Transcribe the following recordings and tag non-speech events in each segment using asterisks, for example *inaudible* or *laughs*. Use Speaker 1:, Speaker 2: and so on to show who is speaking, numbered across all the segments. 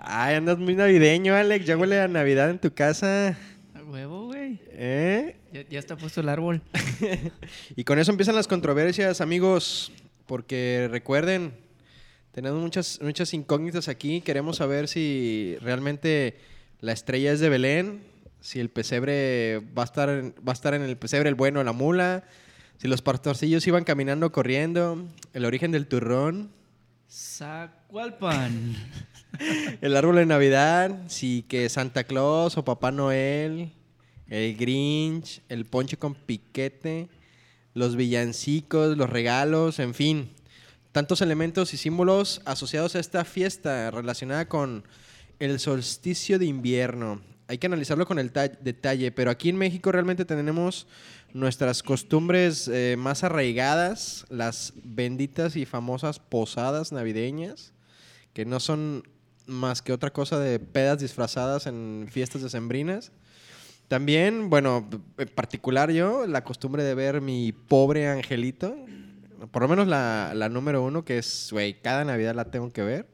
Speaker 1: Ay, andas muy navideño, Alex. Ya huele a Navidad en tu casa.
Speaker 2: A huevo, güey.
Speaker 1: ¿Eh?
Speaker 2: Ya, ya está puesto el árbol.
Speaker 1: Y con eso empiezan las controversias, amigos. Porque recuerden, tenemos muchas, muchas incógnitas aquí. Queremos saber si realmente la estrella es de Belén, si el pesebre va a estar en, va a estar en el pesebre el bueno, la mula, si los pastorcillos iban caminando corriendo, el origen del turrón,
Speaker 2: Zacualpan.
Speaker 1: el árbol de Navidad, si que Santa Claus o Papá Noel, el Grinch, el ponche con piquete, los villancicos, los regalos, en fin. Tantos elementos y símbolos asociados a esta fiesta relacionada con el solsticio de invierno. Hay que analizarlo con el ta- detalle, pero aquí en México realmente tenemos nuestras costumbres eh, más arraigadas, las benditas y famosas posadas navideñas, que no son más que otra cosa de pedas disfrazadas en fiestas decembrinas. También, bueno, en particular yo, la costumbre de ver mi pobre angelito, por lo menos la, la número uno, que es, güey, cada Navidad la tengo que ver.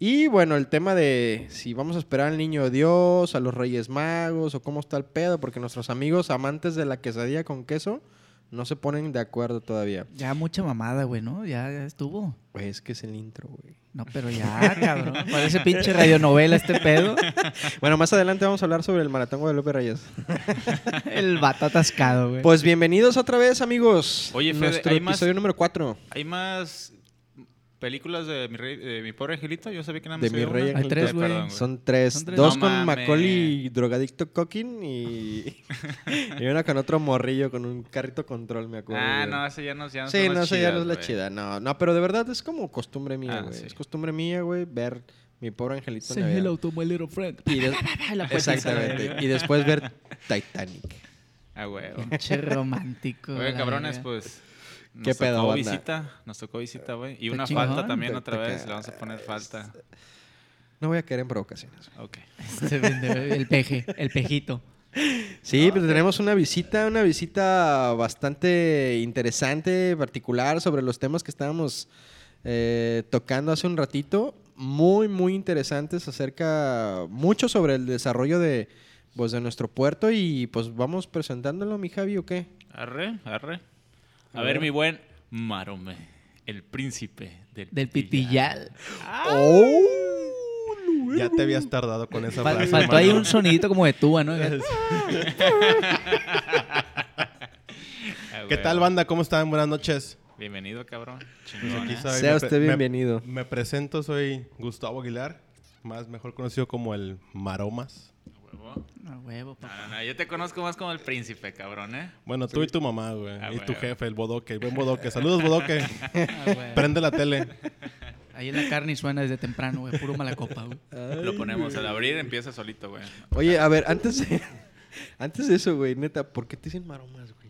Speaker 1: Y bueno, el tema de si vamos a esperar al niño Dios, a los Reyes Magos, o cómo está el pedo, porque nuestros amigos amantes de la quesadilla con queso no se ponen de acuerdo todavía.
Speaker 2: Ya mucha mamada, güey, ¿no? Ya, ya estuvo.
Speaker 1: Güey, es que es el intro, güey.
Speaker 2: No, pero *laughs* ya, cabrón. Parece pinche radionovela este pedo.
Speaker 1: *laughs* Bueno, más adelante vamos a hablar sobre el maratón Guadalupe Reyes.
Speaker 2: El vato atascado, güey.
Speaker 1: Pues bienvenidos otra vez, amigos.
Speaker 3: Oye, Fede,
Speaker 1: Nuestro
Speaker 3: hay más-
Speaker 1: episodio número 4
Speaker 3: Hay más películas de mi, rey- de mi pobre angelito. Yo sabía que nada más
Speaker 1: de mi
Speaker 3: había
Speaker 1: rey.
Speaker 3: una.
Speaker 2: Hay tres,
Speaker 3: Ay,
Speaker 1: Angelito.
Speaker 2: güey.
Speaker 3: perdón,
Speaker 1: Son tres.
Speaker 2: Son tres.
Speaker 1: Dos
Speaker 3: No
Speaker 1: con
Speaker 3: mames.
Speaker 1: Macaulay, drogadicto Coquin, y...
Speaker 3: *laughs*
Speaker 1: y una con otro morrillo con un carrito control, me acuerdo.
Speaker 3: Ah,
Speaker 1: güey.
Speaker 3: no, esa ya no, ya no
Speaker 1: Sí,
Speaker 3: son las
Speaker 1: no, sé, ya no es la
Speaker 3: chidas, güey.
Speaker 1: chida. No, no, pero de verdad es como costumbre mía,
Speaker 3: Ah,
Speaker 1: güey.
Speaker 3: sí.
Speaker 1: Es costumbre mía, güey, ver mi pobre angelito en
Speaker 2: Say
Speaker 1: Navidad.
Speaker 2: hello to my little friend.
Speaker 1: Y
Speaker 3: *laughs*
Speaker 1: des-
Speaker 2: Ah,
Speaker 3: Pues
Speaker 1: Exactamente. y después ver Titanic.
Speaker 3: Ah, huevo.
Speaker 2: Pinche romántico.
Speaker 3: Oye,
Speaker 2: la
Speaker 3: cabrones,
Speaker 2: verga.
Speaker 3: pues. Nos
Speaker 1: ¿Qué pedo,
Speaker 3: tocó
Speaker 1: banda?
Speaker 3: visita, nos tocó visita, güey. Y
Speaker 2: Está
Speaker 3: una
Speaker 2: chingón.
Speaker 3: falta también
Speaker 1: Te-
Speaker 3: otra
Speaker 1: te
Speaker 3: vez,
Speaker 1: ca-
Speaker 3: le vamos a poner falta.
Speaker 1: No voy a caer en provocaciones.
Speaker 3: Ok.
Speaker 2: Se Este vende El peje, el pejito.
Speaker 3: Ah,
Speaker 1: Sí, pero tenemos una visita, una visita bastante interesante, particular, sobre los temas que estábamos eh, tocando hace un ratito. Muy, muy interesantes acerca, mucho sobre el desarrollo de, pues, de nuestro puerto y pues vamos presentándolo, mi Javi, ¿o qué?
Speaker 3: Arre, arre.
Speaker 1: A
Speaker 3: A ver,
Speaker 1: ver.
Speaker 3: mi buen Marome, el príncipe del,
Speaker 2: Del pitillal.
Speaker 3: Ah,
Speaker 1: ¡Oh!
Speaker 4: Ya te habías tardado con esa
Speaker 2: Fal-
Speaker 4: frase.
Speaker 2: faltó ahí
Speaker 4: mano.
Speaker 2: un sonidito como de tuba, ¿no?
Speaker 3: Ah,
Speaker 4: ¿Qué
Speaker 3: huevo.
Speaker 4: tal, banda? ¿Cómo están? Buenas noches.
Speaker 3: Bienvenido, cabrón.
Speaker 4: Pues
Speaker 3: Chingón,
Speaker 4: aquí
Speaker 3: ¿eh?
Speaker 4: soy-
Speaker 1: Sea
Speaker 4: me
Speaker 1: usted
Speaker 4: pre- me-
Speaker 1: bienvenido.
Speaker 4: Me, presento, soy Gustavo Aguilar, más mejor conocido como el Maromas.
Speaker 3: Huevo.
Speaker 2: A huevo, papá.
Speaker 3: No, no, no, yo te conozco más como el príncipe, cabrón, ¿eh?
Speaker 4: Bueno, tú y tu mamá, güey.
Speaker 3: Ah,
Speaker 4: y tu
Speaker 3: güey.
Speaker 4: jefe, el Bodoque, el buen Bodoque. Saludos, Bodoque.
Speaker 2: A huevo.
Speaker 4: Prende la tele.
Speaker 2: Ahí en la carne y suena desde temprano, güey. Puro mala copa, güey.
Speaker 3: Lo ponemos al abrir, empieza solito, güey.
Speaker 1: Oye, a ver, antes de, *laughs* antes de eso, güey, neta, ¿por qué te dicen maromas, güey?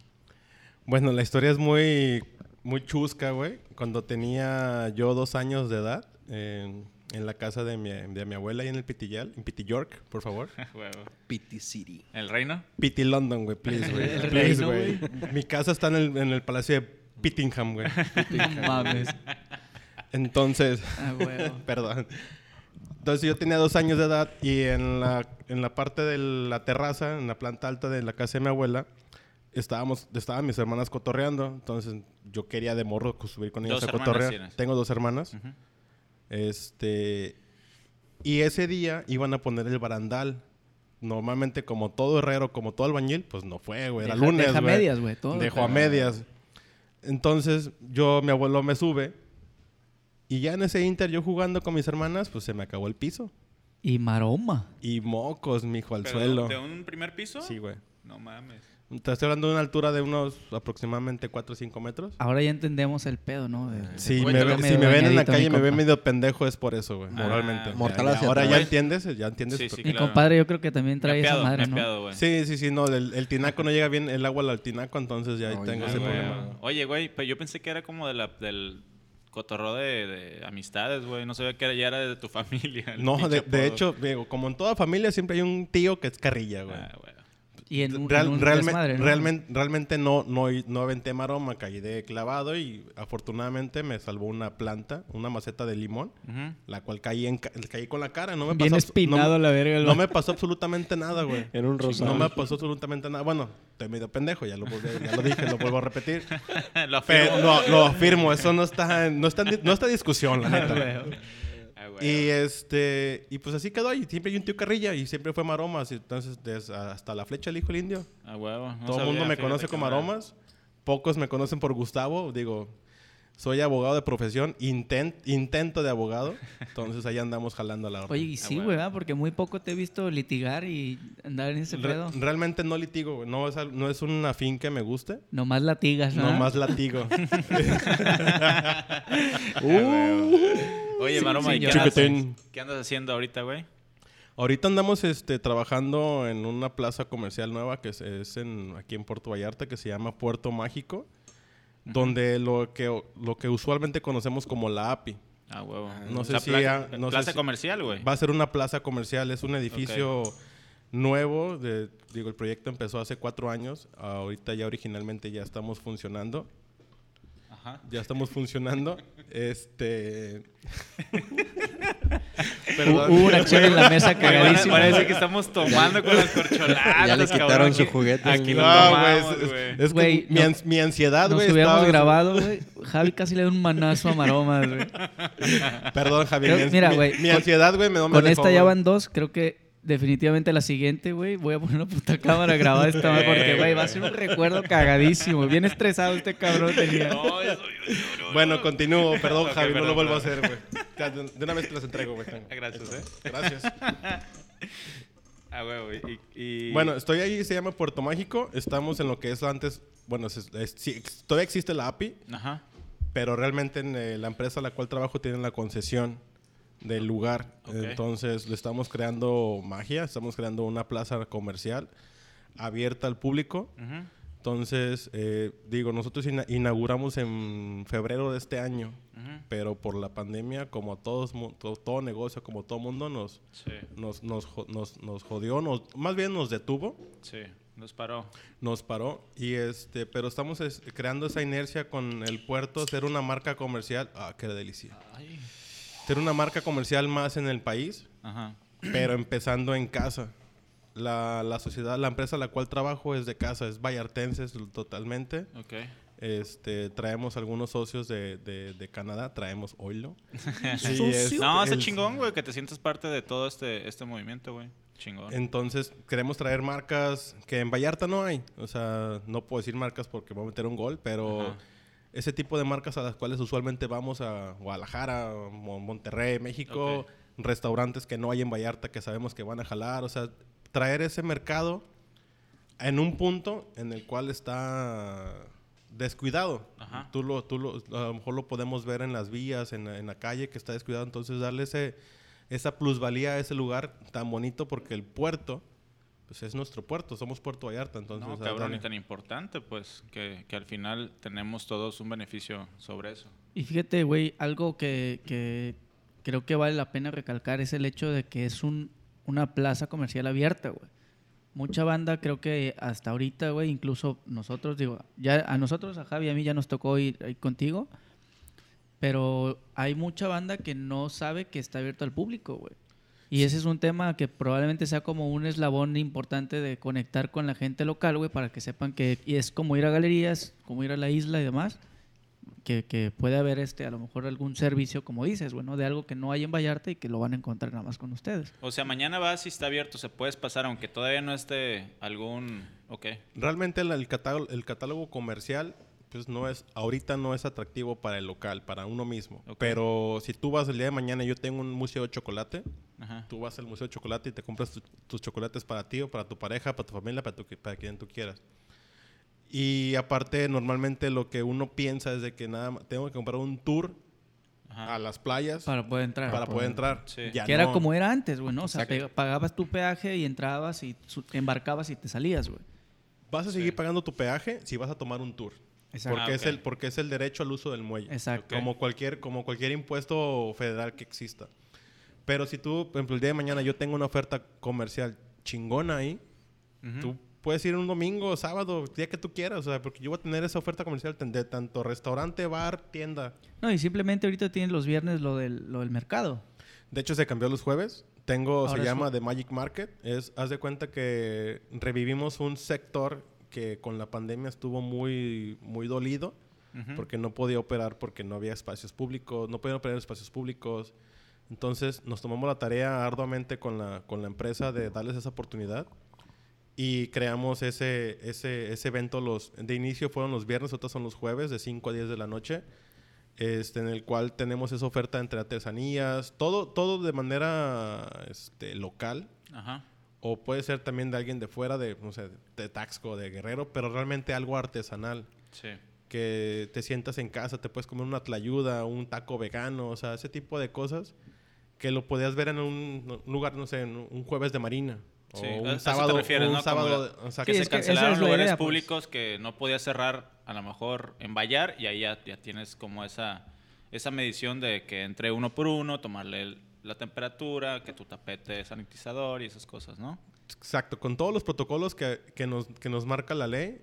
Speaker 4: Bueno, la historia es muy, muy chusca, güey. Cuando tenía yo dos años de edad, eh, en la casa de mi, de mi abuela, ahí en el Pitillal, en Pitiyork, por favor.
Speaker 3: *laughs* Huevo.
Speaker 1: Pity City.
Speaker 3: ¿El reino?
Speaker 4: Pity London, güey,
Speaker 3: *laughs*
Speaker 4: please, güey.
Speaker 2: El
Speaker 4: Please,
Speaker 2: reino,
Speaker 4: güey. Mi casa está en el, en el palacio de Pittingham, güey.
Speaker 2: No mames.
Speaker 3: *laughs*
Speaker 4: Entonces,
Speaker 3: Ah,
Speaker 2: A huevo.
Speaker 4: perdón. Entonces yo tenía dos años de edad y en la, en la parte de la terraza, en la planta alta de la casa de mi abuela, estábamos, estaban mis hermanas cotorreando. Entonces yo quería de morro co- subir con ellas
Speaker 3: Dos
Speaker 4: a
Speaker 3: hermanas
Speaker 4: cotorrear.
Speaker 3: tienes.
Speaker 4: Tengo dos hermanas.
Speaker 3: Ujú.
Speaker 4: Este. Y ese día iban a poner el barandal. Normalmente, como todo herrero, como todo albañil, pues no fue, güey. Era
Speaker 2: Deja-
Speaker 4: lunes,
Speaker 2: deja
Speaker 4: güey.
Speaker 2: medias, güey, todo. Ah.
Speaker 4: Dejó a medias. Entonces, yo, mi abuelo me sube. Y ya en ese inter, yo jugando con mis hermanas, pues se me acabó el piso.
Speaker 2: *laughs* Y maroma.
Speaker 4: Y mocos, mijo, al
Speaker 3: ¿Pero
Speaker 4: suelo.
Speaker 3: ¿De un primer piso?
Speaker 4: Sí, güey.
Speaker 3: No mames.
Speaker 4: Te estoy hablando de una altura de unos aproximadamente 4 o 5 metros.
Speaker 2: Ahora ya entendemos el pedo, ¿no? De-
Speaker 4: Si
Speaker 3: Güey,
Speaker 4: me,
Speaker 3: te lo
Speaker 4: ve-
Speaker 2: medio
Speaker 4: si me ven en la
Speaker 2: dañadito,
Speaker 4: calle
Speaker 2: mi
Speaker 4: me ven
Speaker 2: compa. Ah,
Speaker 4: medio pendejo es por eso, güey. Moralmente. Ya,
Speaker 1: Mortal
Speaker 4: ya,
Speaker 1: hacia
Speaker 4: ahora ya
Speaker 3: atrás.
Speaker 4: entiendes, ya entiendes.
Speaker 3: Sí,
Speaker 4: por-
Speaker 3: sí,
Speaker 2: Mi
Speaker 3: claro.
Speaker 2: compadre yo creo que también trae
Speaker 3: Nepeado,
Speaker 2: esa madre, ¿no?
Speaker 3: nepeado, güey.
Speaker 4: Sí, sí, sí, no, el, el tinaco no llega bien el agua al tinaco, entonces ya ahí
Speaker 1: Ay,
Speaker 4: tengo
Speaker 3: Ah,
Speaker 4: ese
Speaker 3: güey.
Speaker 4: problema.
Speaker 3: Oye, güey, pero yo pensé que era como de la, del cotorro de, de amistades, güey. No sabía que era, ya era de tu *laughs* familia. el
Speaker 4: No,
Speaker 3: pinche
Speaker 4: de, de
Speaker 3: apodo.
Speaker 4: hecho, digo, como en toda familia siempre hay un tío que es carrilla, güey.
Speaker 3: Ah, güey.
Speaker 2: Y en un,
Speaker 4: Real-
Speaker 2: en un
Speaker 4: realme-
Speaker 2: desmadre, ¿no?
Speaker 4: realmen- realmente no, no, no aventé maroma, caí de clavado y afortunadamente me salvó una planta, una maceta de limón,
Speaker 3: Ujú.
Speaker 4: la cual caí, en ca- caí con la cara. No me
Speaker 5: Bien
Speaker 4: pasó, abs-
Speaker 5: espinado
Speaker 4: no, me-
Speaker 5: la verga. el
Speaker 4: no me pasó absolutamente
Speaker 3: *laughs*
Speaker 4: nada, güey.
Speaker 1: Era un
Speaker 4: No
Speaker 1: rosado.
Speaker 4: me pasó absolutamente nada. Bueno, estoy medio pendejo, ya lo, volví- ya lo dije, lo vuelvo a repetir.
Speaker 3: *laughs* Lo afirmo.
Speaker 4: Pero lo, lo afirmo, eso no está, en- no está, en di- no está en
Speaker 3: *laughs*
Speaker 4: discusión, la neta.
Speaker 3: Ah, güey.
Speaker 4: Y este, y pues así quedó ahí. Siempre hay un tío Carrilla y siempre fue Maromas. y Entonces, des- hasta la flecha le dijo el indio.
Speaker 3: Ah, huevo. No
Speaker 4: eh, Todo el
Speaker 3: sabía,
Speaker 4: mundo me
Speaker 3: fíjate
Speaker 4: conoce
Speaker 3: que
Speaker 4: como
Speaker 3: no.
Speaker 4: Aromas. Pocos me conocen por Gustavo. Digo, soy abogado de profesión, inten- intento de abogado. Entonces ahí andamos jalando a la orden.
Speaker 2: Oye, y sí,
Speaker 3: huevo.
Speaker 2: güey, ¿verdad? porque muy poco te he visto litigar y andar en ese
Speaker 4: Re-
Speaker 2: pedo.
Speaker 4: realmente no litigo, güey. no es, al- no es un afín que me guste.
Speaker 2: Nomás latigas, ¿no? *laughs*
Speaker 4: Nomás latigo.
Speaker 3: Oye,
Speaker 4: Uh.
Speaker 2: Sí,
Speaker 3: Ah, Maroma, ¿y qué
Speaker 2: señor.
Speaker 3: andas,
Speaker 4: Chupetín.
Speaker 3: qué andas haciendo ahorita, güey?
Speaker 4: Ahorita andamos este, trabajando en una plaza comercial nueva que es, es en, aquí en Puerto Vallarta que se llama Puerto Mágico, donde lo que, lo que usualmente conocemos como la API.
Speaker 3: Ah, huevo.
Speaker 4: No
Speaker 3: O
Speaker 4: sé
Speaker 3: sea,
Speaker 4: si
Speaker 3: plaza-
Speaker 4: ya- no sé
Speaker 3: plaza
Speaker 4: si-
Speaker 3: comercial, güey.
Speaker 4: Va a ser una plaza comercial, es un edificio nuevo. de- digo, el proyecto empezó hace cuatro años. Ahorita ya originalmente ya estamos funcionando.
Speaker 3: Ajá.
Speaker 4: Ya estamos funcionando. *laughs* este. Perdón.
Speaker 2: Hubo una chela en la
Speaker 4: *laughs*
Speaker 2: mesa
Speaker 3: Güey, pare-
Speaker 2: cagadísima.
Speaker 3: Parece que estamos tomando con las corcholatas.
Speaker 1: Ya le
Speaker 3: cabrón,
Speaker 1: quitaron
Speaker 3: aquí-
Speaker 1: su juguete.
Speaker 3: Aquí
Speaker 4: No,
Speaker 3: no,
Speaker 4: güey,
Speaker 3: tomamos,
Speaker 4: es- es,
Speaker 3: güey.
Speaker 4: es que
Speaker 2: Güey,
Speaker 4: mi,
Speaker 2: no-
Speaker 4: ans- mi ansiedad,
Speaker 2: Nos
Speaker 4: güey.
Speaker 2: hubiéramos
Speaker 4: estaba-
Speaker 2: grabado, güey. Javi casi le da un manazo a Maromas, güey.
Speaker 4: Perdón, Javier.
Speaker 2: Creo-
Speaker 4: mi ans-
Speaker 2: mira,
Speaker 4: mi,
Speaker 2: güey,
Speaker 4: mi
Speaker 2: con-
Speaker 4: ansiedad, güey, me, no me
Speaker 2: Con
Speaker 4: dejó,
Speaker 2: esta ya
Speaker 4: güey.
Speaker 2: van dos. Creo que definitivamente la siguiente, güey. Voy a poner una puta cámara grabada esta madre porque, güey, va a ser un recuerdo cagadísimo. Bien estresado este cabrón tenía.
Speaker 3: No, eso- no, no, no.
Speaker 4: Bueno, continúo. Perdón,
Speaker 3: Ok,
Speaker 4: Javier, no
Speaker 3: perdón,
Speaker 4: lo vuelvo a hacer,
Speaker 3: perdón.
Speaker 4: güey. Ya, De de una vez te las entrego, güey. tengo.
Speaker 3: Gracias, eh.
Speaker 4: Gracias.
Speaker 3: Ah, huevo. Y, *laughs* y-
Speaker 4: Bueno, estoy ahí, se llama Puerto Mágico. Estamos en lo que es antes. Bueno, es- es- sí, ex- todavía existe la API,
Speaker 3: Ajá.
Speaker 4: pero realmente en, eh, la empresa a la cual trabajo tiene la concesión del lugar.
Speaker 3: Ok.
Speaker 4: Entonces, le estamos creando magia, estamos creando una plaza comercial abierta al público.
Speaker 3: Ujú.
Speaker 4: Entonces, eh, digo, nosotros ina- inauguramos en febrero de este año,
Speaker 3: Ujú.
Speaker 4: pero por la pandemia, como todos, mu- to- todo, negocio, como todo mundo, nos,
Speaker 3: Sí,
Speaker 4: nos, nos, jo- nos, nos jodió, nos, más bien nos detuvo,
Speaker 3: sí. Nos paró.
Speaker 4: nos paró. Y este, pero estamos es- creando esa inercia con el puerto, ser una marca comercial. Ah, qué delicia. Ser una marca comercial más en el país
Speaker 3: Ajá.
Speaker 4: pero empezando en casa. La, la sociedad, la empresa a la cual trabajo es de casa, es vallartenses totalmente.
Speaker 3: Ok.
Speaker 4: Este, traemos algunos socios de, de- de Canadá, traemos Oilo.
Speaker 3: *laughs* No, está
Speaker 4: el-
Speaker 3: chingón, güey, que te sientas parte de todo este, este movimiento, güey. Chingón.
Speaker 4: Entonces, queremos traer marcas que en Vallarta no hay. O sea, no puedo decir marcas porque voy a meter un gol, pero
Speaker 3: Ajá.
Speaker 4: ese tipo de marcas a las cuales usualmente vamos a Guadalajara, Mon- Monterrey, México,
Speaker 3: Ok.
Speaker 4: restaurantes que no hay en Vallarta que sabemos que van a jalar. O sea, traer ese mercado en un punto en el cual está descuidado.
Speaker 3: Ajá.
Speaker 4: Tú lo, tú lo, a lo mejor lo podemos ver en las vías, en la, en la calle que está descuidado. Entonces, darle ese, esa plusvalía a ese lugar tan bonito porque el puerto, pues es nuestro puerto, somos Puerto Vallarta. Entonces,
Speaker 3: no,
Speaker 4: ah,
Speaker 3: cabrón,
Speaker 4: dale.
Speaker 3: y tan importante, pues, que, que al final tenemos todos un beneficio sobre eso.
Speaker 2: Y fíjate, güey, algo que, que creo que vale la pena recalcar es el hecho de que es un, una plaza comercial abierta, güey. Mucha banda, creo que hasta ahorita, güey, incluso nosotros, digo, ya a nosotros, a Javi, a mí ya nos tocó ir, ir contigo, pero hay mucha banda que no sabe que está abierto al público, güey. Y ese es un tema que probablemente sea como un eslabón importante de conectar con la gente local, güey, para que sepan que y es como ir a galerías, como ir a la isla y demás que, que puede haber este a lo mejor algún servicio, como dices, bueno, de algo que no hay en Vallarta y que lo van a encontrar nada más con ustedes.
Speaker 3: O sea, mañana vas y está abierto, se puedes pasar, aunque todavía no esté algún... Ok.
Speaker 4: Realmente el, el catálogo, el catálogo comercial, pues no es, ahorita no es atractivo para el local, para uno mismo.
Speaker 3: Ok.
Speaker 4: Pero si tú vas el día de mañana, yo tengo un museo de chocolate,
Speaker 3: Ajá.
Speaker 4: tú vas al museo de chocolate y te compras tu- tus chocolates para ti o para tu pareja, para tu familia, para, tu- para quien tú quieras. Y aparte, normalmente lo que uno piensa es de que nada más- tengo que comprar un tour
Speaker 3: Ajá.
Speaker 4: a las playas para,
Speaker 2: Ah. Para poder entrar.
Speaker 4: poder entrar.
Speaker 3: Sí.
Speaker 4: Ya
Speaker 2: Que era
Speaker 4: no.
Speaker 2: como era antes, güey, ¿no? O sea,
Speaker 4: Exacto.
Speaker 2: pe- pagabas tu peaje y entrabas y su- te embarcabas y te salías, güey.
Speaker 4: Vas a seguir pagando tu peaje si vas a tomar un tour.
Speaker 2: Exacto.
Speaker 4: Porque,
Speaker 3: Ah,
Speaker 4: es
Speaker 3: ok.
Speaker 4: el, porque es el derecho al uso del muelle.
Speaker 2: Exacto.
Speaker 4: Como, cualquier, como cualquier impuesto federal que exista. Pero si tú, por ejemplo, el día de mañana yo tengo una oferta comercial chingona ahí,
Speaker 3: Ujú.
Speaker 4: tú puedes ir un domingo, sábado, día que tú quieras, o sea, porque yo voy a tener esa oferta comercial tan- de tanto restaurante, bar, tienda.
Speaker 2: No, y simplemente ahorita tienes los viernes lo del, lo del mercado.
Speaker 4: De hecho, se cambió los jueves. Tengo,
Speaker 2: Ahora
Speaker 4: se
Speaker 2: es
Speaker 4: llama
Speaker 2: un-
Speaker 4: The Magic Market. Es, haz de cuenta que revivimos un sector que con la pandemia estuvo muy, muy dolido porque no podía operar porque no había espacios públicos, no podían operar espacios públicos. Entonces nos tomamos la tarea arduamente con la, con la empresa de darles esa oportunidad y creamos ese, ese, ese evento. Los, de inicio fueron los viernes, otros son los jueves de 5 a 10 de la noche, este, en el cual tenemos esa oferta entre artesanías, todo, todo de manera este, local.
Speaker 3: Ajá.
Speaker 4: O puede ser también de alguien de fuera, de, no sé, de Taxco, de Guerrero, pero realmente algo artesanal
Speaker 3: Sí.
Speaker 4: que te sientas en casa, te puedes comer una tlayuda, un taco vegano, o sea, ese tipo de cosas que lo podías ver en un un lugar, no sé, en un jueves de marina.
Speaker 3: Sí,
Speaker 4: o
Speaker 3: a- a
Speaker 4: un
Speaker 3: eso te
Speaker 4: sábado,
Speaker 3: refieres,
Speaker 4: un
Speaker 3: ¿no?
Speaker 4: sábado,
Speaker 3: Como la-
Speaker 4: o sea,
Speaker 2: Sí,
Speaker 4: que
Speaker 3: se
Speaker 2: es que esa
Speaker 3: cancelaron
Speaker 2: es la
Speaker 3: lugares
Speaker 2: idea, pues.
Speaker 3: públicos que no podía cerrar, a lo mejor en Bayar, y ahí ya, ya tienes como esa, esa medición de que entre uno por uno, tomarle el- la temperatura, que tu tapete es sanitizador y esas cosas, ¿no?
Speaker 4: Exacto, con todos los protocolos que, que nos, que nos marca la ley,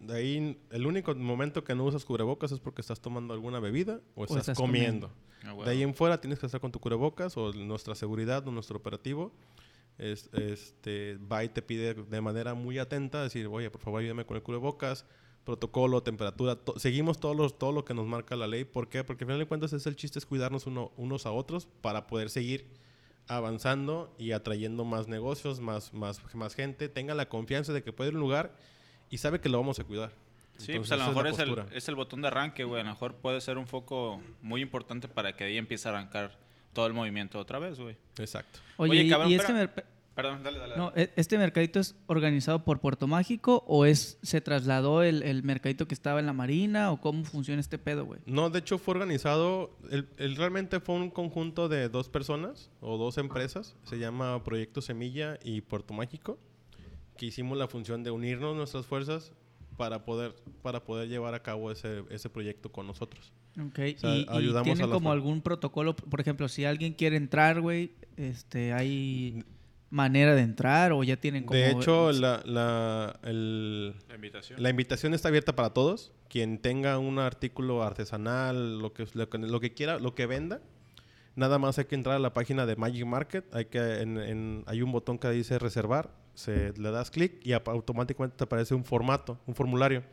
Speaker 4: de ahí el único momento que no usas cubrebocas es porque estás tomando alguna bebida o estás,
Speaker 2: estás
Speaker 4: comiendo.
Speaker 2: comiendo.
Speaker 3: Ah, huevo.
Speaker 4: De ahí en fuera tienes que estar con tu cubrebocas o nuestra seguridad o nuestro operativo. Es, este, va y te pide de manera muy atenta, decir, oye, por favor ayúdame con el cubrebocas, protocolo, temperatura, to- seguimos todos los, todo lo que nos marca la ley. ¿Por qué? Porque al final de cuentas es el chiste es cuidarnos uno- unos a otros para poder seguir avanzando y atrayendo más negocios, más, más, más gente. Tenga la confianza de que puede ir a un lugar y sabe que lo vamos a cuidar.
Speaker 3: Sí, pues
Speaker 4: Entonces,
Speaker 3: a lo
Speaker 4: esa
Speaker 3: mejor
Speaker 4: la
Speaker 3: es el,
Speaker 4: postura.
Speaker 3: es el botón de arranque, güey. A lo mejor puede ser un foco muy importante para que ahí empiece a arrancar todo el movimiento otra vez, güey.
Speaker 4: Exacto.
Speaker 2: Oye,
Speaker 3: Oye,
Speaker 2: y-
Speaker 3: cabrón,
Speaker 2: y este,
Speaker 3: pero-
Speaker 2: merpe-
Speaker 3: Perdón, dale, dale.
Speaker 2: no, e- ¿este mercadito es organizado por Puerto Mágico o es se trasladó el, el mercadito que estaba en la Marina o cómo funciona este pedo, güey?
Speaker 4: No, de hecho fue organizado, el, el- realmente fue un conjunto de dos personas o dos empresas, se llama Proyecto Semilla y Puerto Mágico, que hicimos la función de unirnos nuestras fuerzas para poder, para poder llevar a cabo ese, ese proyecto con nosotros.
Speaker 2: Ok,
Speaker 4: sea,
Speaker 2: y, y
Speaker 4: ayudamos a
Speaker 2: tienen
Speaker 4: las
Speaker 2: como
Speaker 4: fam-
Speaker 2: algún protocolo, por ejemplo, si alguien quiere entrar, güey, este, hay manera de entrar o ya tienen como
Speaker 4: De hecho, la, la- el-
Speaker 3: La invitación.
Speaker 4: la invitación está abierta para todos. Quien tenga un artículo artesanal, lo que, lo que, lo que quiera, lo que venda, Nada más hay que entrar a la página de Magic Market. Hay, que, en- en- hay un botón que dice reservar. Se, le das clic y apa- automáticamente te aparece un formato, un formulario.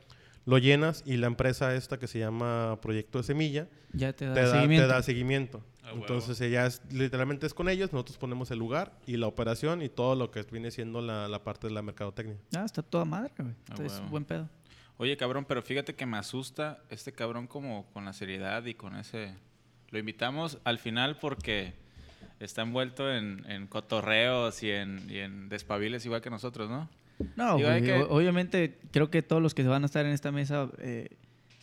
Speaker 4: Lo llenas y la empresa esta que se llama Proyecto de Semilla
Speaker 2: ya te da,
Speaker 4: te da, te
Speaker 2: seguimiento.
Speaker 4: da seguimiento.
Speaker 3: Ah, huevo.
Speaker 4: Entonces ella es- literalmente es con ellos. Nosotros ponemos el lugar y la operación y todo lo que viene siendo la, la parte de la mercadotecnia.
Speaker 2: Ah, está toda madre, güey.
Speaker 3: Ah,
Speaker 2: Entonces,
Speaker 3: huevo.
Speaker 2: buen pedo.
Speaker 3: Oye, cabrón, pero fíjate que me asusta este cabrón como con la seriedad y con ese... Lo invitamos al final porque está envuelto en, en cotorreos y en, y en despabiles igual que nosotros, ¿no?
Speaker 2: No,
Speaker 3: Digo, hay
Speaker 2: güey,
Speaker 3: que-
Speaker 2: o- obviamente creo que todos los que van a estar en esta mesa eh,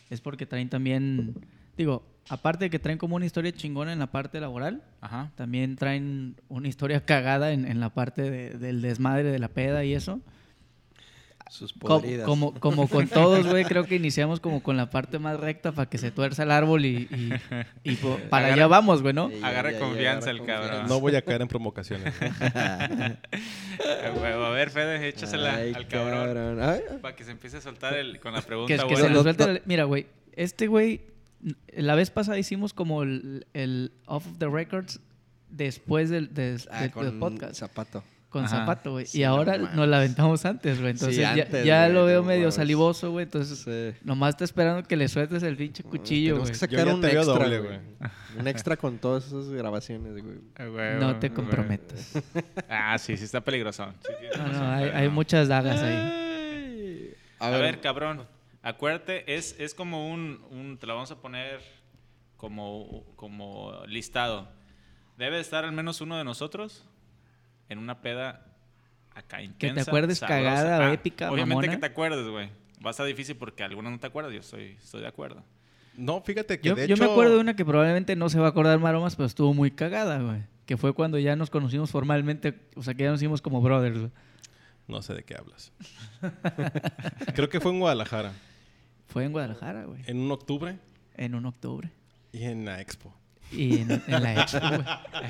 Speaker 2: es porque traen también, digo, aparte de que traen como una historia chingona en la parte laboral,
Speaker 3: Ajá.
Speaker 2: también traen una historia cagada en, en la parte de- del desmadre, de la peda y eso.
Speaker 1: Sus
Speaker 2: Co-
Speaker 1: podridas.
Speaker 2: Como, como con todos, güey, creo que iniciamos como con la parte más recta para que se tuerza el árbol y, y- y po- para allá
Speaker 3: Agarra-
Speaker 2: vamos, güey, ¿no?
Speaker 1: Sí,
Speaker 3: Agarra confianza el cabrón.
Speaker 4: No voy a caer en provocaciones.
Speaker 3: A huevo. A ver, Fede, échasela
Speaker 1: Ay,
Speaker 3: al cabrón.
Speaker 1: Ay, ay.
Speaker 3: Para que se empiece a soltar el- con la pregunta
Speaker 2: Que, que
Speaker 3: buena.
Speaker 2: se nos
Speaker 1: No,
Speaker 2: suelte
Speaker 1: no.
Speaker 2: la- Mira, güey, este güey, n- la vez pasada hicimos como el, el off of the records después del, des-
Speaker 1: Ah,
Speaker 2: del-
Speaker 1: con
Speaker 2: del podcast
Speaker 1: zapato.
Speaker 2: con
Speaker 3: Ajá.
Speaker 2: Zapato, güey.
Speaker 1: Sí,
Speaker 2: y
Speaker 1: no
Speaker 2: ahora
Speaker 1: mames.
Speaker 2: nos la aventamos antes, güey. Entonces ya,
Speaker 1: antes,
Speaker 2: ya
Speaker 1: güey,
Speaker 2: lo veo
Speaker 1: no
Speaker 2: medio
Speaker 1: mames.
Speaker 2: salivoso, güey. Entonces nomás está esperando que le sueltes el pinche cuchillo,
Speaker 1: Tenemos
Speaker 2: güey.
Speaker 1: que
Speaker 4: Yo
Speaker 1: sacar
Speaker 4: ya
Speaker 1: un
Speaker 4: te veo
Speaker 1: extra,
Speaker 4: doble,
Speaker 1: güey. Un extra con todas esas grabaciones, güey.
Speaker 3: A huevo,
Speaker 2: No te
Speaker 3: a huevo.
Speaker 2: comprometas.
Speaker 1: *laughs*
Speaker 3: Ah, sí, sí está peligroso. Sí tiene
Speaker 2: No,
Speaker 3: razón,
Speaker 2: no, hay,
Speaker 3: pero
Speaker 2: hay
Speaker 3: no.
Speaker 2: muchas dagas ahí.
Speaker 1: A
Speaker 3: A ver,
Speaker 1: ver,
Speaker 3: cabrón, acuérdate, es, es como un, un- te lo vamos a poner como, como listado. Debe estar al menos uno de nosotros en una peda acá intensa.
Speaker 2: acuerdes cagada o
Speaker 3: Ah,
Speaker 2: épica,
Speaker 3: Obviamente
Speaker 2: mamona.
Speaker 3: que te acuerdes, güey. Va a estar difícil porque alguna no te acuerdas, yo estoy, estoy
Speaker 2: *laughs*
Speaker 3: de acuerdo.
Speaker 4: No, fíjate que
Speaker 2: Yo,
Speaker 4: de
Speaker 2: yo
Speaker 4: hecho...
Speaker 2: me acuerdo de una que probablemente no se va a acordar Maromas, pero estuvo muy cagada, güey. Que fue cuando ya nos conocimos formalmente, o sea, que ya nos hicimos como brothers, güey.
Speaker 4: No sé de qué hablas. *laughs* Creo que fue en Guadalajara,
Speaker 2: Fue en Guadalajara, güey.
Speaker 4: en un octubre
Speaker 2: En un octubre.
Speaker 4: y en la expo.
Speaker 2: Y en, en la expo,
Speaker 4: *laughs*
Speaker 2: güey.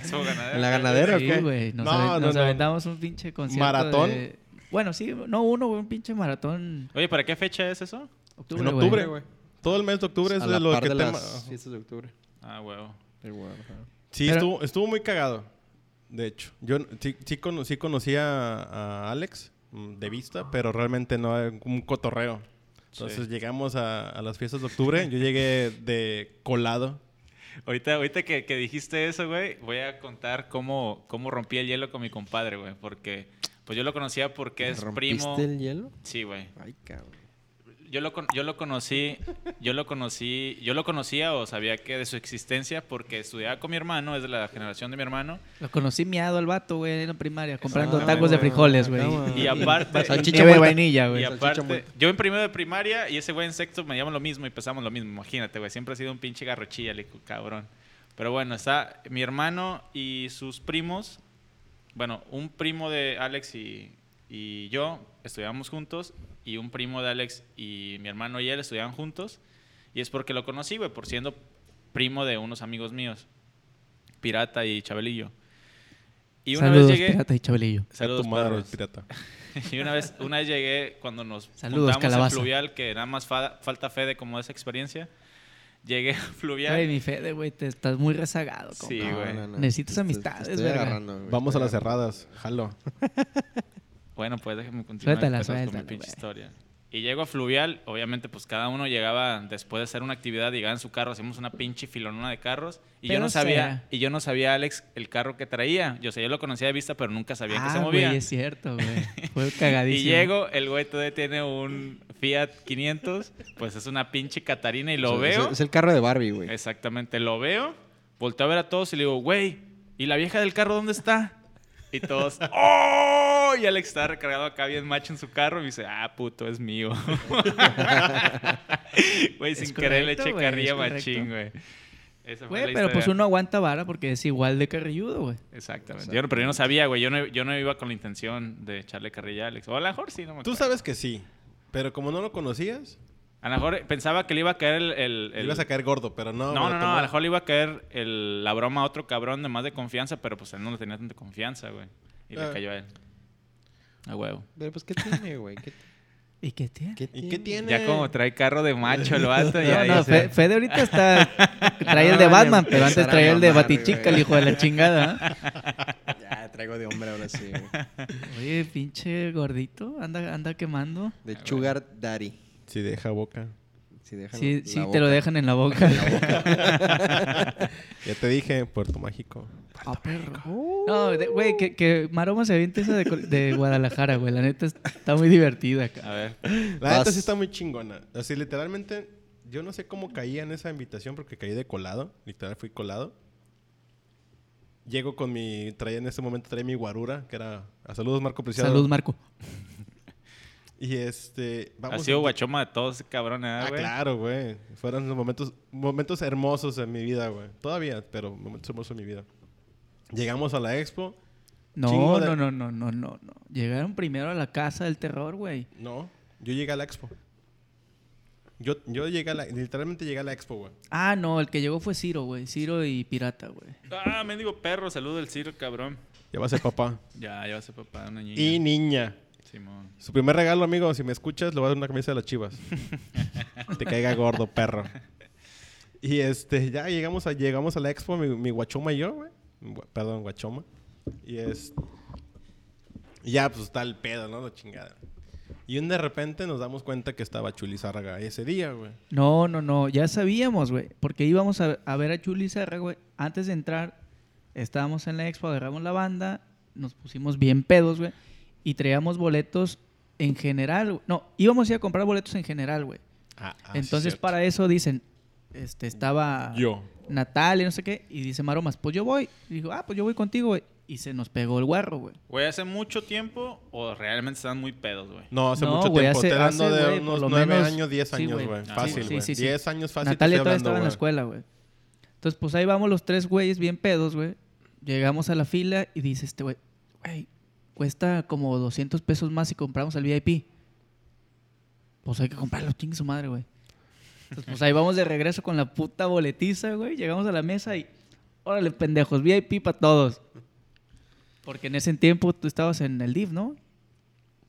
Speaker 3: Eso, ganadera.
Speaker 1: en la ganadera, o
Speaker 2: Sí,
Speaker 1: qué?
Speaker 2: güey. Nos,
Speaker 4: No,
Speaker 2: aven-
Speaker 4: no,
Speaker 2: nos
Speaker 4: no.
Speaker 2: aventamos un pinche concierto.
Speaker 4: Maratón.
Speaker 2: de- Bueno, sí, no uno, güey, un pinche maratón.
Speaker 3: Oye, ¿para qué fecha es eso?
Speaker 2: Octubre,
Speaker 4: en
Speaker 2: güey.
Speaker 4: octubre, güey. Todo el mes de octubre es
Speaker 1: a
Speaker 4: de
Speaker 1: la
Speaker 4: lo
Speaker 1: par
Speaker 4: que
Speaker 1: de
Speaker 4: tema-
Speaker 1: las fiestas de octubre.
Speaker 3: Ah, huevo.
Speaker 1: El Guadalajara.
Speaker 4: Sí,
Speaker 2: Pero-
Speaker 4: estuvo, estuvo muy cagado. De hecho, yo sí, sí, cono- sí conocí a, a Alex mm, de vista, pero realmente no era un cotorreo. Entonces
Speaker 3: Sí.
Speaker 4: llegamos a, a las fiestas de octubre. Yo llegué de colado.
Speaker 3: Ahorita, ahorita que, que dijiste eso, güey, voy a contar cómo, cómo rompí el hielo con mi compadre, güey. Porque, pues yo lo conocía porque es
Speaker 1: ¿Rompiste
Speaker 3: primo.
Speaker 1: el hielo?
Speaker 3: Sí, güey.
Speaker 1: Ay, cabrón.
Speaker 3: Yo lo, con- yo lo conocí, yo lo conocí, yo lo conocía o sabía que de su existencia porque estudiaba con mi hermano, es de la generación de mi hermano.
Speaker 2: Lo conocí miado al vato, güey, en la primaria, comprando
Speaker 3: Ah,
Speaker 2: tacos de
Speaker 1: güey.
Speaker 2: frijoles, güey.
Speaker 1: Ah,
Speaker 3: Y aparte-
Speaker 1: Salchicha
Speaker 2: Salchicha de
Speaker 1: muerta.
Speaker 2: vainilla,
Speaker 3: Y
Speaker 2: Ah, güey.
Speaker 1: salchicha
Speaker 3: aparte,
Speaker 1: muerta.
Speaker 3: yo en primero de primaria y ese güey en sexto medíamos lo mismo y pesamos lo mismo. Imagínate, güey, siempre ha sido un pinche garrochilla, le digo, cabrón. Pero bueno, está mi hermano y sus primos. Bueno, un primo de Alex y, y yo estudiábamos juntos y un primo de Alex y mi hermano y él estudiaban juntos. Y es porque lo conocí, güey, por siendo primo de unos amigos míos, Pirata y Chabelillo. Y una
Speaker 2: Saludos,
Speaker 3: vez llegué...
Speaker 2: Pirata y Chabelillo.
Speaker 4: A
Speaker 3: Saludos,
Speaker 4: tu madre,
Speaker 3: perros.
Speaker 4: pirata.
Speaker 3: Y una vez, una vez llegué cuando nos
Speaker 2: Saludos,
Speaker 3: juntamos
Speaker 2: calabaza.
Speaker 3: en Fluvial, que nada más fa- falta fe de como esa experiencia. Llegué a Fluvial.
Speaker 2: Güey, mi Fede, güey, te estás muy rezagado. compa.
Speaker 3: Sí, güey.
Speaker 1: Te-
Speaker 2: Necesitas
Speaker 1: te
Speaker 2: amistades,
Speaker 1: estoy
Speaker 2: verga.
Speaker 1: agarrando, güey.
Speaker 4: Vamos a
Speaker 1: Estoy
Speaker 4: las
Speaker 1: agarrando.
Speaker 4: cerradas. Jalo.
Speaker 3: Bueno, pues déjame continuar
Speaker 2: Suéltala,
Speaker 3: empezamos con
Speaker 2: suéltala,
Speaker 3: mi pinche
Speaker 2: güey.
Speaker 3: historia. Y llego a Fluvial, obviamente pues cada uno llegaba después de hacer una actividad, llegaba en su carro, hacíamos una pinche filonona de carros y yo
Speaker 2: Pero
Speaker 3: no sabía
Speaker 2: será.
Speaker 3: y yo no sabía Alex el carro que traía. Yo sé, yo lo conocía de vista, pero nunca sabía que se
Speaker 2: Ah,
Speaker 3: movía.
Speaker 2: güey, es cierto, güey. Fue cagadísimo.
Speaker 3: Y llego, el güey todavía tiene un Fiat 500, pues es una pinche Catarina y lo
Speaker 1: O sea,
Speaker 3: veo.
Speaker 1: Es, es el carro de Barbie, güey.
Speaker 3: Exactamente, lo veo, volteo a ver a todos y le digo, güey, ¿y la vieja del carro dónde está?
Speaker 2: *laughs*
Speaker 3: Y todos, ¡oh! Y Alex está recargado acá bien macho en su carro y me dice, ah, puto,
Speaker 2: *laughs*
Speaker 3: es mío. Güey,
Speaker 2: Es
Speaker 3: sin querer le
Speaker 2: correcto,
Speaker 3: eché
Speaker 2: güey, es
Speaker 3: carrilla
Speaker 2: correcto.
Speaker 3: machín, güey. Esa fue
Speaker 2: Güey,
Speaker 3: la
Speaker 2: pero pues
Speaker 3: historia.
Speaker 2: uno aguanta vara porque es igual de carrilludo, güey.
Speaker 3: Exactamente. Yo no- pero yo no sabía, güey. Yo no, yo no iba con la intención de echarle carrilla a Alex. O a lo mejor sí, no me
Speaker 4: Tú
Speaker 3: acuerdo.
Speaker 4: sabes que sí, pero como no lo conocías,
Speaker 3: A lo mejor pensaba que le iba a caer el... el-
Speaker 4: le
Speaker 3: el-
Speaker 4: ibas a caer gordo, pero
Speaker 3: No,
Speaker 4: no. me lo
Speaker 3: no, no,
Speaker 4: tomó.
Speaker 3: a lo mejor le iba a caer el- la broma a otro cabrón de más de confianza, pero pues él no le tenía tanta confianza, güey. Y
Speaker 4: Ah.
Speaker 3: le cayó a él. A huevo.
Speaker 1: Pero pues, ¿qué tiene, güey? ¿Qué,
Speaker 2: ¿Y qué tiene?
Speaker 4: ¿Y qué tiene?
Speaker 3: Ya como trae carro de macho el
Speaker 4: *laughs*
Speaker 3: vato, ya,
Speaker 2: No,
Speaker 3: ya
Speaker 2: no, Fe-
Speaker 3: se-
Speaker 2: Fede ahorita está... Trae el de
Speaker 1: No,
Speaker 2: Batman,
Speaker 1: le
Speaker 2: pero antes
Speaker 1: empezar a
Speaker 2: traía el de
Speaker 1: mamar,
Speaker 2: Batichica,
Speaker 1: güey.
Speaker 2: el hijo de la chingada. ¿eh?
Speaker 1: Ya, traigo de hombre ahora sí, güey.
Speaker 2: *laughs* Oye, pinche gordito, anda, anda quemando.
Speaker 3: Ah,
Speaker 1: De Sugar Daddy.
Speaker 4: Si deja boca.
Speaker 1: Si dejan
Speaker 2: Sí,
Speaker 1: la
Speaker 2: sí,
Speaker 1: boca.
Speaker 2: te lo dejan en la boca.
Speaker 4: Ya te dije, Puerto Mágico.
Speaker 2: Ah, perro. *laughs*
Speaker 1: Uh,
Speaker 2: No, de- güey, que, que Maroma se aviente esa de, Col- de Guadalajara, güey. La neta está muy divertida,
Speaker 3: A
Speaker 2: cabrón.
Speaker 3: ver.
Speaker 4: La neta
Speaker 1: Vas.
Speaker 4: sí está muy chingona. Así, literalmente, yo no sé cómo caí en esa invitación porque caí de colado. Literal, fui colado. Llego con mi... Traía en ese momento, traía mi guarura, que era... A saludos, Marco Preciado.
Speaker 2: Salud, Marco.
Speaker 4: Y este...
Speaker 3: Ha
Speaker 4: Vamos
Speaker 3: sido
Speaker 4: a-
Speaker 3: guachoma de todos, cabrón, ¿eh,
Speaker 4: Ah,
Speaker 3: güey?
Speaker 4: claro, güey. Fueron los momentos, momentos hermosos en mi vida, güey. Todavía, pero momentos hermosos en mi vida. Llegamos a la expo.
Speaker 2: No,
Speaker 4: Chingo de-
Speaker 2: no, no, no, no, no, no. Llegaron primero a la casa del terror, güey.
Speaker 4: No, yo llegué a la expo. Yo, yo llegué a la... Literalmente llegué a la expo, güey.
Speaker 2: Ah, no, el que llegó fue Ciro, güey. Ciro y Pirata, güey.
Speaker 3: Ah, mendigo perro, saludo el Ciro, cabrón.
Speaker 4: Ya va a ser papá.
Speaker 3: Ya, ya va a ser papá, una niña.
Speaker 4: y niña.
Speaker 3: Simón.
Speaker 4: Su primer regalo, amigo, si me escuchas, le voy a dar una camisa de las chivas.
Speaker 2: *laughs*
Speaker 4: Te caiga gordo, perro. Y este, ya llegamos a, llegamos a la expo, mi, mi guachoma y yo, güey. Mi gua- Perdón, guachoma. Y es. y ya, pues está el pedo, ¿no? La chingada. Y un de repente nos damos cuenta que estaba Chulizárraga ese día, güey.
Speaker 2: No, no, no. Ya sabíamos, güey. Porque íbamos a, a ver a Chuli Serra, güey. Antes de entrar, estábamos en la expo, agarramos la banda, nos pusimos bien pedos, güey. Y traíamos boletos en general. güey. No, íbamos a ir a comprar boletos en general, güey.
Speaker 4: Ah,
Speaker 2: Entonces, para eso dicen, este, estaba
Speaker 4: Yo.
Speaker 2: Natalia, no sé qué, y dice Maromas, pues yo voy. Y dijo, ah, pues yo voy contigo, güey. Y se nos pegó el guarro, güey.
Speaker 3: Güey, ¿hace mucho tiempo o realmente están muy pedos, güey?
Speaker 4: No, hace
Speaker 2: No,
Speaker 4: mucho
Speaker 2: güey,
Speaker 4: tiempo.
Speaker 2: hace-
Speaker 4: Te dando
Speaker 2: hace,
Speaker 4: de
Speaker 2: güey, por
Speaker 4: unos
Speaker 2: lo
Speaker 4: nueve
Speaker 2: menos-
Speaker 4: años, diez
Speaker 2: sí,
Speaker 4: años,
Speaker 2: güey.
Speaker 4: güey.
Speaker 3: Ah,
Speaker 4: Fácil,
Speaker 2: sí,
Speaker 4: güey.
Speaker 2: sí, sí.
Speaker 4: Diez años fácil. te
Speaker 2: Natalia
Speaker 4: estoy
Speaker 2: todavía
Speaker 4: hablando,
Speaker 2: estaba en la
Speaker 4: güey.
Speaker 2: escuela, güey. Entonces, pues ahí vamos los tres güeyes bien pedos, güey. Llegamos a la fila y dice este güey, güey, cuesta como 200 pesos más si compramos el VIP. Pues hay que comprarlo, chingue su madre, güey. Entonces, pues ahí vamos de regreso con la puta boletiza, güey. Llegamos a la mesa y, órale, pendejos, VIP para todos. Porque en ese tiempo tú estabas en el DIV, ¿no?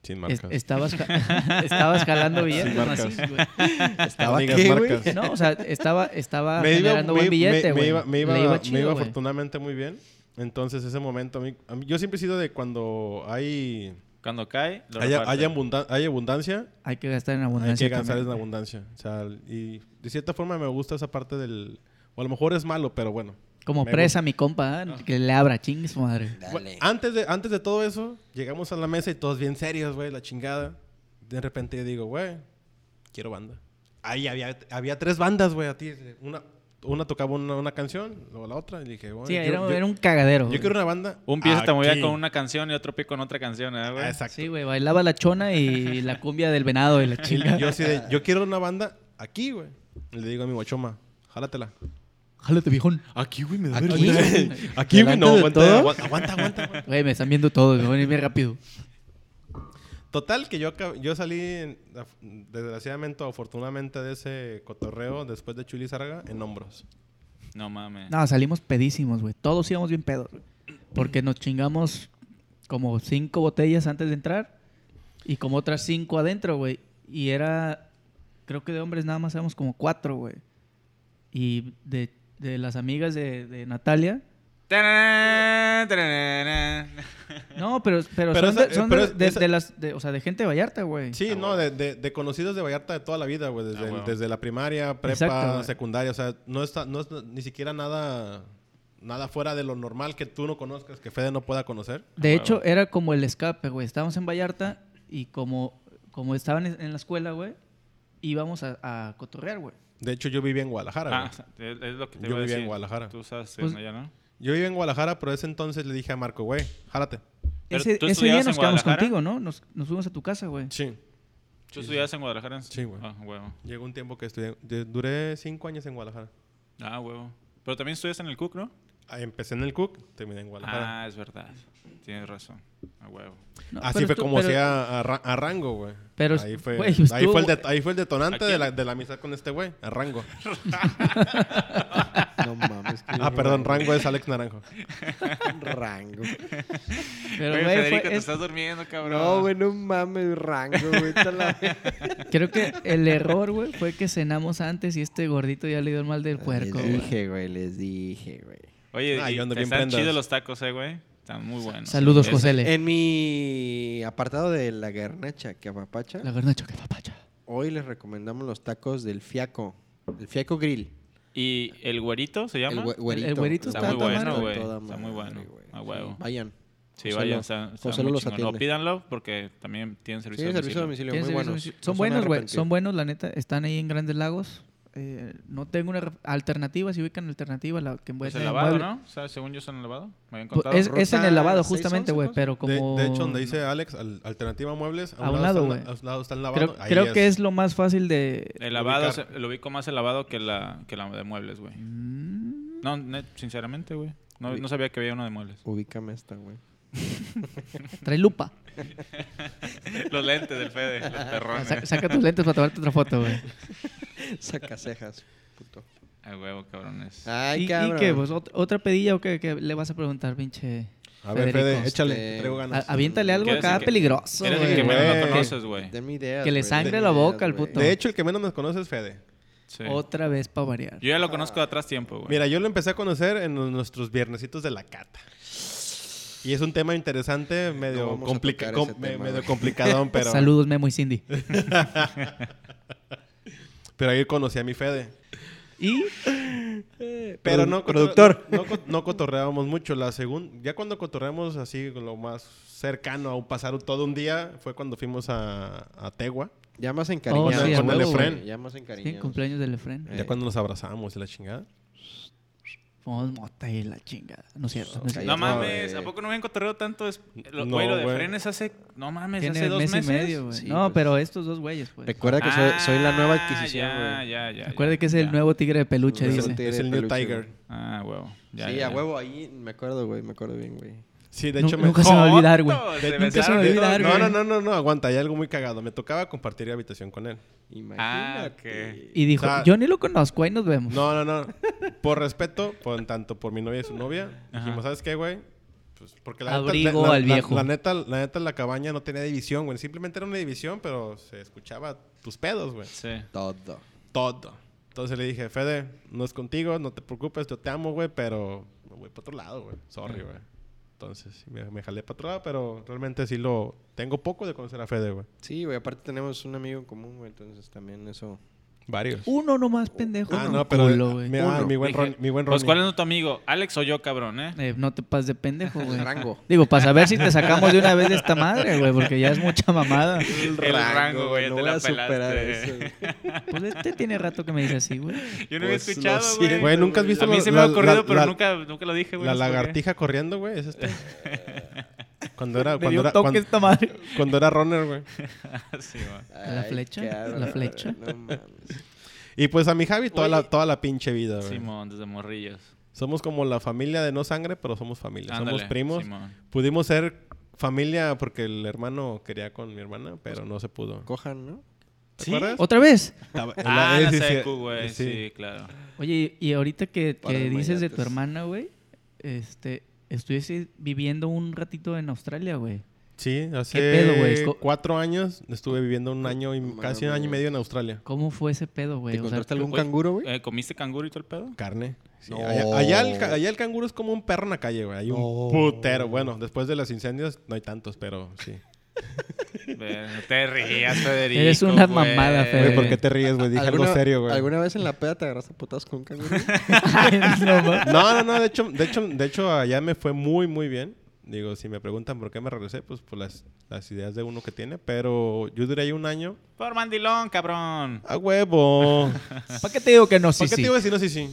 Speaker 4: Sin
Speaker 2: Es-
Speaker 4: marcas.
Speaker 2: estabas, ja- *laughs* estabas
Speaker 4: *laughs*
Speaker 2: jalando billetes,
Speaker 4: Sin marcas.
Speaker 2: macizo, güey.
Speaker 1: Estaba
Speaker 4: digas
Speaker 1: qué, güey?
Speaker 4: marcas.
Speaker 2: Pues No, o sea, estaba, estaba
Speaker 4: me iba,
Speaker 2: generando
Speaker 4: me-
Speaker 2: buen billete,
Speaker 4: me- me
Speaker 2: güey.
Speaker 4: iba- me iba-
Speaker 2: Le
Speaker 4: me
Speaker 2: chido,
Speaker 4: iba
Speaker 2: güey.
Speaker 4: afortunadamente muy bien. Entonces, ese momento, a mí- a mí- yo siempre he sido de cuando hay,
Speaker 3: Cuando cae, lo
Speaker 4: haya-
Speaker 3: reparte.
Speaker 4: hay abundan- hay abundancia,
Speaker 2: Hay que gastar en
Speaker 4: hay
Speaker 2: abundancia.
Speaker 4: que gastar
Speaker 2: también,
Speaker 4: en
Speaker 2: güey.
Speaker 4: abundancia. O sea, y de cierta forma me gusta esa parte del... O a lo mejor es malo, pero bueno.
Speaker 2: Como
Speaker 4: Me Ah.
Speaker 2: presa, mi compa, ¿eh? que le abra, chingue su madre.
Speaker 1: Dale.
Speaker 3: Ah.
Speaker 4: Antes de, antes de todo eso, llegamos a la mesa y todos bien serios, güey, la chingada. De repente yo digo, güey, quiero banda. Ahí había, había tres bandas, güey, a ti. Una, una tocaba una, una canción, luego la otra. Y dije, güey,
Speaker 2: Sí,
Speaker 4: yo,
Speaker 2: era,
Speaker 4: yo-
Speaker 2: era un cagadero.
Speaker 4: yo
Speaker 2: güey.
Speaker 4: quiero una banda.
Speaker 3: Un pie se te movía
Speaker 4: aquí.
Speaker 3: con una canción y otro pie con otra canción, ¿eh, güey?
Speaker 4: Ah, exacto.
Speaker 2: Sí, güey, bailaba la chona y la cumbia del venado y
Speaker 4: *laughs*
Speaker 2: la chinga.
Speaker 4: Yo
Speaker 3: *laughs*
Speaker 4: así de, yo quiero una banda aquí, güey. Y Le digo a mi guachoma, jálatela.
Speaker 2: Jálate, viejón.
Speaker 4: Aquí, güey, me da
Speaker 2: Aquí. vergüenza.
Speaker 4: Aquí, güey, no,
Speaker 1: ¿Delante de todos?
Speaker 4: aguanta, aguanta, aguanta, aguanta, güey.
Speaker 2: Güey, me están viendo todos, me voy a venir bien rápido.
Speaker 4: Total, que yo, acab- yo salí, en- af- desgraciadamente o afortunadamente, de ese cotorreo después de Chuli Zaraga en hombros.
Speaker 3: No
Speaker 4: Eh.
Speaker 3: mames.
Speaker 2: No, salimos pedísimos, güey. Todos íbamos bien pedos, güey. Porque nos chingamos como cinco botellas antes de entrar y como otras cinco adentro, güey. Y era, creo que de hombres nada más éramos como cuatro, güey. Y de, de las amigas de, de Natalia.
Speaker 3: Tararán, tararán.
Speaker 2: No, pero, pero,
Speaker 4: Pero
Speaker 2: son, de,
Speaker 4: esa-
Speaker 2: son de-
Speaker 4: pero es-
Speaker 2: de-
Speaker 4: esa-
Speaker 2: de las, de- o sea, de gente de Vallarta, güey.
Speaker 4: Sí,
Speaker 3: Ah,
Speaker 4: no, de, de- de conocidos de Vallarta de toda la vida, güey. Desde,
Speaker 3: Ah, huevo.
Speaker 4: desde la primaria, prepa,
Speaker 2: Exacto, güey.
Speaker 4: secundaria. O sea, no, está, no es ni siquiera nada, nada fuera de lo normal que tú no conozcas, que Fede no pueda conocer.
Speaker 2: De
Speaker 3: Ah,
Speaker 2: hecho,
Speaker 3: huevo.
Speaker 2: era como el escape, güey. Estábamos en Vallarta y como, como estaban en en la escuela, güey, íbamos a, a cotorrear, güey.
Speaker 4: De hecho, yo vivía en Guadalajara,
Speaker 3: Ah,
Speaker 4: güey.
Speaker 3: es es lo que te
Speaker 4: Yo
Speaker 3: iba a
Speaker 4: vivía en
Speaker 3: decir.
Speaker 4: Guadalajara.
Speaker 3: Tú sabes,
Speaker 2: Pues-
Speaker 3: ¿no? ya, ¿no?
Speaker 4: Yo vivía en Guadalajara, pero ese entonces le dije a Marco, güey, jálate.
Speaker 3: Pero
Speaker 2: Ese,
Speaker 3: tú
Speaker 2: ese día
Speaker 3: estudiabas
Speaker 2: nos
Speaker 3: en
Speaker 2: quedamos
Speaker 3: Guadalajara.
Speaker 2: contigo, ¿no? Nos, nos fuimos a tu casa, güey.
Speaker 4: Sí.
Speaker 3: ¿Tú estudiabas en Guadalajara?
Speaker 4: Sí, güey.
Speaker 3: Ah, huevo.
Speaker 4: Llegó un tiempo que estudié. de- Duré cinco años en Guadalajara.
Speaker 3: Ah, huevo. Pero también estudias en el Cook, ¿no?
Speaker 4: Ah, Empecé en el Cook, terminé en Guadalajara.
Speaker 3: Ah, es verdad. Tienes razón. A huevo.
Speaker 2: No,
Speaker 4: Así
Speaker 2: pero
Speaker 4: fue
Speaker 2: tú-
Speaker 4: como
Speaker 2: pero-
Speaker 4: se a, a Ra- a Rango, güey.
Speaker 2: Pero
Speaker 4: ahí fue,
Speaker 2: güey,
Speaker 4: ahí
Speaker 2: estuvo-
Speaker 4: fue el, det- ahí fue el detonante
Speaker 3: Aquí-
Speaker 4: de la, de la amistad con este güey, a Rango.
Speaker 1: No mames. qué
Speaker 4: Ah, perdón, Rango es Alex Naranjo.
Speaker 3: *laughs*
Speaker 1: Rango.
Speaker 2: Pero, güey,
Speaker 3: Güey,
Speaker 2: fue-
Speaker 3: Federico, te
Speaker 2: es-
Speaker 3: estás durmiendo, cabrón.
Speaker 1: No, güey, no mames, Rango, güey. está
Speaker 2: *laughs*
Speaker 1: la-
Speaker 2: creo que el error, güey, fue que cenamos antes y este gordito ya le dio el mal del puerco,
Speaker 1: Les
Speaker 2: güey.
Speaker 1: dije, güey, les dije, güey.
Speaker 3: Oye,
Speaker 4: Ah,
Speaker 3: y
Speaker 4: yo ando bien
Speaker 3: están
Speaker 4: prendas.
Speaker 3: chidos los tacos, eh, güey. Están muy buenos.
Speaker 2: Saludos,
Speaker 3: Es-
Speaker 2: José
Speaker 4: Eh,
Speaker 2: L.
Speaker 1: En mi apartado de la garnacha que apapacha,
Speaker 2: La garnacha que papacha.
Speaker 1: hoy les recomendamos los tacos del fiaco. El fiaco grill.
Speaker 3: ¿Y el güerito se llama?
Speaker 1: El güe- güerito.
Speaker 2: El güerito
Speaker 3: está
Speaker 2: está
Speaker 3: muy
Speaker 2: toda
Speaker 3: bueno,
Speaker 2: madre.
Speaker 3: güey.
Speaker 1: Toda
Speaker 3: Está muy
Speaker 1: madre,
Speaker 3: bueno.
Speaker 1: güey.
Speaker 3: A huevo.
Speaker 1: Vayan.
Speaker 3: Sí,
Speaker 1: José
Speaker 3: vayan.
Speaker 1: lo-
Speaker 3: Está, está
Speaker 1: José
Speaker 3: muy
Speaker 1: lo los
Speaker 3: chingón. No,
Speaker 1: atiende.
Speaker 3: pídanlo porque también tienen
Speaker 1: Sí,
Speaker 3: servicio
Speaker 1: servicio
Speaker 3: de
Speaker 1: a domicilio,
Speaker 3: domicilio.
Speaker 1: muy
Speaker 2: Tienen servicio
Speaker 1: buenos.
Speaker 2: domicilio.
Speaker 1: No
Speaker 2: Son
Speaker 1: se van a
Speaker 2: buenos, güey.
Speaker 1: arrepentir.
Speaker 2: Son buenos, la neta. Están ahí en Grandes Lagos. Eh, no tengo una re- alternativa, si ubican alternativa, la que
Speaker 3: Pues
Speaker 2: envuelve
Speaker 3: el lavado, ¿no? O sea, según yo son el lavado. Me habían contado.
Speaker 2: Es,
Speaker 1: Ruta
Speaker 2: es en el lavado,
Speaker 1: 611,
Speaker 2: justamente, güey,
Speaker 1: ¿no?
Speaker 2: pero
Speaker 4: De,
Speaker 2: como...
Speaker 4: de hecho, donde dice Alex, al- Alternativa Muebles, a, un lado, está el-
Speaker 2: güey.
Speaker 4: a un lado está el lavado.
Speaker 2: Creo,
Speaker 4: ahí
Speaker 2: creo que es lo más fácil de...
Speaker 3: *laughs* El lavado,
Speaker 4: ubicar.
Speaker 3: se- lo ubico más el lavado que la, que la de muebles, güey.
Speaker 2: Mm.
Speaker 3: No, net- sinceramente, güey. No, no sabía que había uno de muebles.
Speaker 1: Ubícame esta, güey.
Speaker 2: Trae lupa.
Speaker 3: *laughs* los lentes del Fede, los perrones.
Speaker 2: Sa- saca tus lentes para tomarte otra foto, güey.
Speaker 1: Saca cejas, puto.
Speaker 3: A huevo, cabrones.
Speaker 1: Ay,
Speaker 2: ¿Y, y
Speaker 1: cabrón.
Speaker 2: qué? Pues, ot- ¿Otra pedilla o qué, qué le vas a preguntar, pinche?
Speaker 4: A ver,
Speaker 2: Federico?
Speaker 4: Fede, échale,
Speaker 1: este-
Speaker 4: traigo
Speaker 2: A-
Speaker 4: ganas.
Speaker 2: aviéntale algo
Speaker 3: ¿Quieres
Speaker 2: acá
Speaker 3: que-
Speaker 2: peligroso,
Speaker 3: Eres el
Speaker 2: güey.
Speaker 3: que menos lo
Speaker 4: Güey.
Speaker 3: conoces, güey.
Speaker 1: Deme ideas,
Speaker 2: Que le
Speaker 1: güey,
Speaker 2: sangre
Speaker 1: deme
Speaker 2: la
Speaker 1: ideas,
Speaker 2: boca al
Speaker 1: güey.
Speaker 2: puto.
Speaker 4: De hecho, el que menos me conoce es Fede.
Speaker 3: Sí.
Speaker 2: Otra vez para variar.
Speaker 3: Yo ya lo conozco de atrás tiempo, güey.
Speaker 4: Mira, yo lo empecé a conocer en los- nuestros viernesitos de la cata. Y es un tema interesante, medio,
Speaker 1: vamos a
Speaker 4: complica-
Speaker 1: tocar
Speaker 4: com-
Speaker 1: ese
Speaker 4: me-
Speaker 1: tema,
Speaker 4: medio
Speaker 1: güey. *laughs*
Speaker 4: complicadón, pero,
Speaker 2: Saludos, Memo y Cindy.
Speaker 4: pero ahí conocí a mi Fede.
Speaker 2: Y
Speaker 4: Pero
Speaker 1: Produ-
Speaker 4: no, cotor-
Speaker 1: productor.
Speaker 4: No, co- no cotorreábamos mucho. La segun- ya cuando cotorreamos así, lo más cercano a un pasar todo un día, fue cuando fuimos a, a Tegua.
Speaker 1: Ya más encariñados.
Speaker 2: Oh, sí,
Speaker 4: Con a el huevo, Efren.
Speaker 1: güey, Ya más
Speaker 2: sí,
Speaker 1: encariñados.
Speaker 2: *laughs* cumpleaños del Efren.
Speaker 1: Eh.
Speaker 4: Ya cuando nos abrazamos y la chingada.
Speaker 2: Fumamos mota y la chingada. No es cierto. No, es
Speaker 1: No,
Speaker 2: cierto.
Speaker 3: No mames,
Speaker 1: güey.
Speaker 3: ¿a poco no habían cotorreado tanto? Es- lo,
Speaker 4: No,
Speaker 3: güey, lo de
Speaker 4: güey.
Speaker 3: frenes hace, no mames,
Speaker 2: Tiene
Speaker 3: hace dos
Speaker 2: mes
Speaker 3: meses.
Speaker 2: y medio, güey.
Speaker 1: Sí,
Speaker 2: no,
Speaker 1: pues.
Speaker 2: pero estos dos güeyes, pues.
Speaker 1: Recuerda que soy, soy la nueva
Speaker 3: Ah,
Speaker 1: adquisición,
Speaker 3: ya,
Speaker 1: güey.
Speaker 3: ya, ya, ya.
Speaker 2: Recuerde que es el
Speaker 3: ya.
Speaker 2: nuevo tigre de peluche,
Speaker 1: Es el
Speaker 4: Es
Speaker 2: dice.
Speaker 4: el,
Speaker 1: tigre
Speaker 4: es el
Speaker 1: de
Speaker 4: New
Speaker 1: peluche,
Speaker 4: Tiger.
Speaker 1: güey.
Speaker 3: Ah, huevo. Ya,
Speaker 1: sí,
Speaker 3: ya,
Speaker 1: a
Speaker 3: ya.
Speaker 1: huevo, ahí me acuerdo, güey, me acuerdo bien, güey.
Speaker 4: Sí, de
Speaker 2: Nu-
Speaker 4: hecho
Speaker 2: nunca se me va a olvidar, güey. Nunca se me va a olvidar,
Speaker 4: No,
Speaker 2: güey.
Speaker 4: no, no, no, no, aguanta, hay algo muy cagado. Me tocaba compartir habitación con él.
Speaker 3: Ah,
Speaker 1: Imagínate.
Speaker 2: Y dijo,
Speaker 4: O sea,
Speaker 2: yo ni lo conozco, ahí nos vemos.
Speaker 4: No, no, no. Por respeto, por, tanto por mi novia y su novia, dijimos, ¿sabes qué, güey? Pues, porque
Speaker 2: Abrigo al viejo.
Speaker 4: La, neta, la neta, la cabaña no tenía división, güey. Simplemente era una división, pero se escuchaba tus pedos, güey.
Speaker 3: Sí.
Speaker 1: Todo.
Speaker 4: Todo. Entonces le dije, Fede, no es contigo, no te preocupes, yo te amo, güey, pero me voy para otro lado, güey. Sorry, güey. Entonces sí, me, me jalé para otro lado, pero realmente sí lo... Tengo poco de conocer a Fede, güey.
Speaker 1: Sí, güey, aparte tenemos un amigo en común, güey, entonces también eso.
Speaker 4: Varios.
Speaker 2: Uno nomás, pendejo.
Speaker 4: ah,
Speaker 2: no,
Speaker 4: no, pero...
Speaker 2: culo, güey.
Speaker 4: mira,
Speaker 1: Uno.
Speaker 4: mi buen,
Speaker 3: Dije,
Speaker 4: Ron- mi buen
Speaker 3: Pues,
Speaker 4: Ronnie.
Speaker 3: ¿cuál es tu amigo? ¿Alex o yo, cabrón, eh?
Speaker 2: Eh, no te pases
Speaker 1: *laughs*
Speaker 2: de pendejo, güey.
Speaker 1: Rango.
Speaker 2: Digo, para saber si te sacamos de una vez de esta madre, güey, porque ya es mucha mamada.
Speaker 1: *laughs*
Speaker 3: El
Speaker 1: rango, güey,
Speaker 3: te
Speaker 1: no
Speaker 3: la
Speaker 1: voy a superar
Speaker 3: pelaste.
Speaker 1: eso, güey.
Speaker 2: Pues este tiene rato que me dice así, güey.
Speaker 3: Yo no había
Speaker 1: Pues, lo
Speaker 3: escuchado,
Speaker 1: siento.
Speaker 3: güey.
Speaker 4: Güey, nunca has visto
Speaker 3: A mí
Speaker 4: la-
Speaker 3: se me ha
Speaker 4: la-
Speaker 3: ocurrido,
Speaker 4: la-
Speaker 3: pero
Speaker 4: la-
Speaker 3: nunca, nunca lo dije, güey.
Speaker 4: La
Speaker 3: no sé por qué.
Speaker 4: lagartija corriendo, güey, es este. cuando era...
Speaker 2: Me dio
Speaker 4: Cuando
Speaker 2: un
Speaker 4: era,
Speaker 2: toque
Speaker 4: cuando,
Speaker 2: esta madre.
Speaker 4: cuando era runner, güey.
Speaker 3: *laughs* Sí, güey.
Speaker 2: La
Speaker 1: Ay,
Speaker 2: flecha,
Speaker 1: cabrón,
Speaker 2: la flecha.
Speaker 1: No mames.
Speaker 4: Y pues a mi Javi toda la, toda la pinche vida, güey.
Speaker 3: Simón, desde morrillos.
Speaker 4: Somos como la familia de no sangre, pero somos familia.
Speaker 3: Ándale,
Speaker 4: somos primos.
Speaker 3: Simón.
Speaker 4: Pudimos ser familia porque el hermano quería con mi hermana, pero no se pudo.
Speaker 1: Cojan, ¿no?
Speaker 4: ¿Te
Speaker 3: ¿Sí?
Speaker 4: acuerdas?
Speaker 2: ¿Otra vez?
Speaker 4: Estaba- en la-
Speaker 3: Ah, la
Speaker 4: *laughs* sí, sí,
Speaker 3: secu, güey.
Speaker 4: sí.
Speaker 3: Sí, claro.
Speaker 2: Oye, y ahorita que,
Speaker 1: Para
Speaker 2: que dices de tu
Speaker 1: desmayates.
Speaker 2: hermana, güey, este, estuviese viviendo un ratito en Australia, güey.
Speaker 4: Sí, hace
Speaker 2: pedo, güey? Es co-
Speaker 4: cuatro años estuve viviendo un año y
Speaker 1: Mames.
Speaker 4: casi un año y medio en Australia.
Speaker 2: ¿Cómo fue ese pedo, güey?
Speaker 1: ¿Te
Speaker 2: O sea,
Speaker 1: encontraste algún
Speaker 3: güey,
Speaker 1: canguro, güey?
Speaker 3: Eh, ¿Comiste canguro y todo el pedo?
Speaker 4: Carne. Sí,
Speaker 1: No.
Speaker 4: allá, allá el, ca- allá el canguro es como un perro en la calle, güey. Hay un
Speaker 1: No.
Speaker 4: putero. Bueno, después de los incendios no hay tantos, pero sí.
Speaker 3: Ve, No te
Speaker 4: *laughs*
Speaker 3: rías, Federico.
Speaker 2: Eres una
Speaker 3: güey.
Speaker 2: mamada, Fede.
Speaker 4: Güey, ¿por qué te ríes, güey? Dije algo
Speaker 1: ¿Alguna-
Speaker 4: serio, güey.
Speaker 1: ¿Alguna vez en la peda te agarraste a putazos con un canguro?
Speaker 3: *laughs*
Speaker 2: Ay, *laughs*
Speaker 1: *laughs*
Speaker 2: no, ma-
Speaker 4: No, no, no, de hecho, de hecho, de hecho allá me fue muy, muy bien. Digo, si me preguntan por qué me regresé, pues por las, las ideas de uno que tiene. Pero yo duré ahí un año.
Speaker 3: Por mandilón, cabrón.
Speaker 4: ¡A huevo!
Speaker 2: ¿Para qué te digo que no? *laughs* Sí,
Speaker 4: ¿Por qué
Speaker 2: sí.
Speaker 4: te iba a decir no, sí, sí?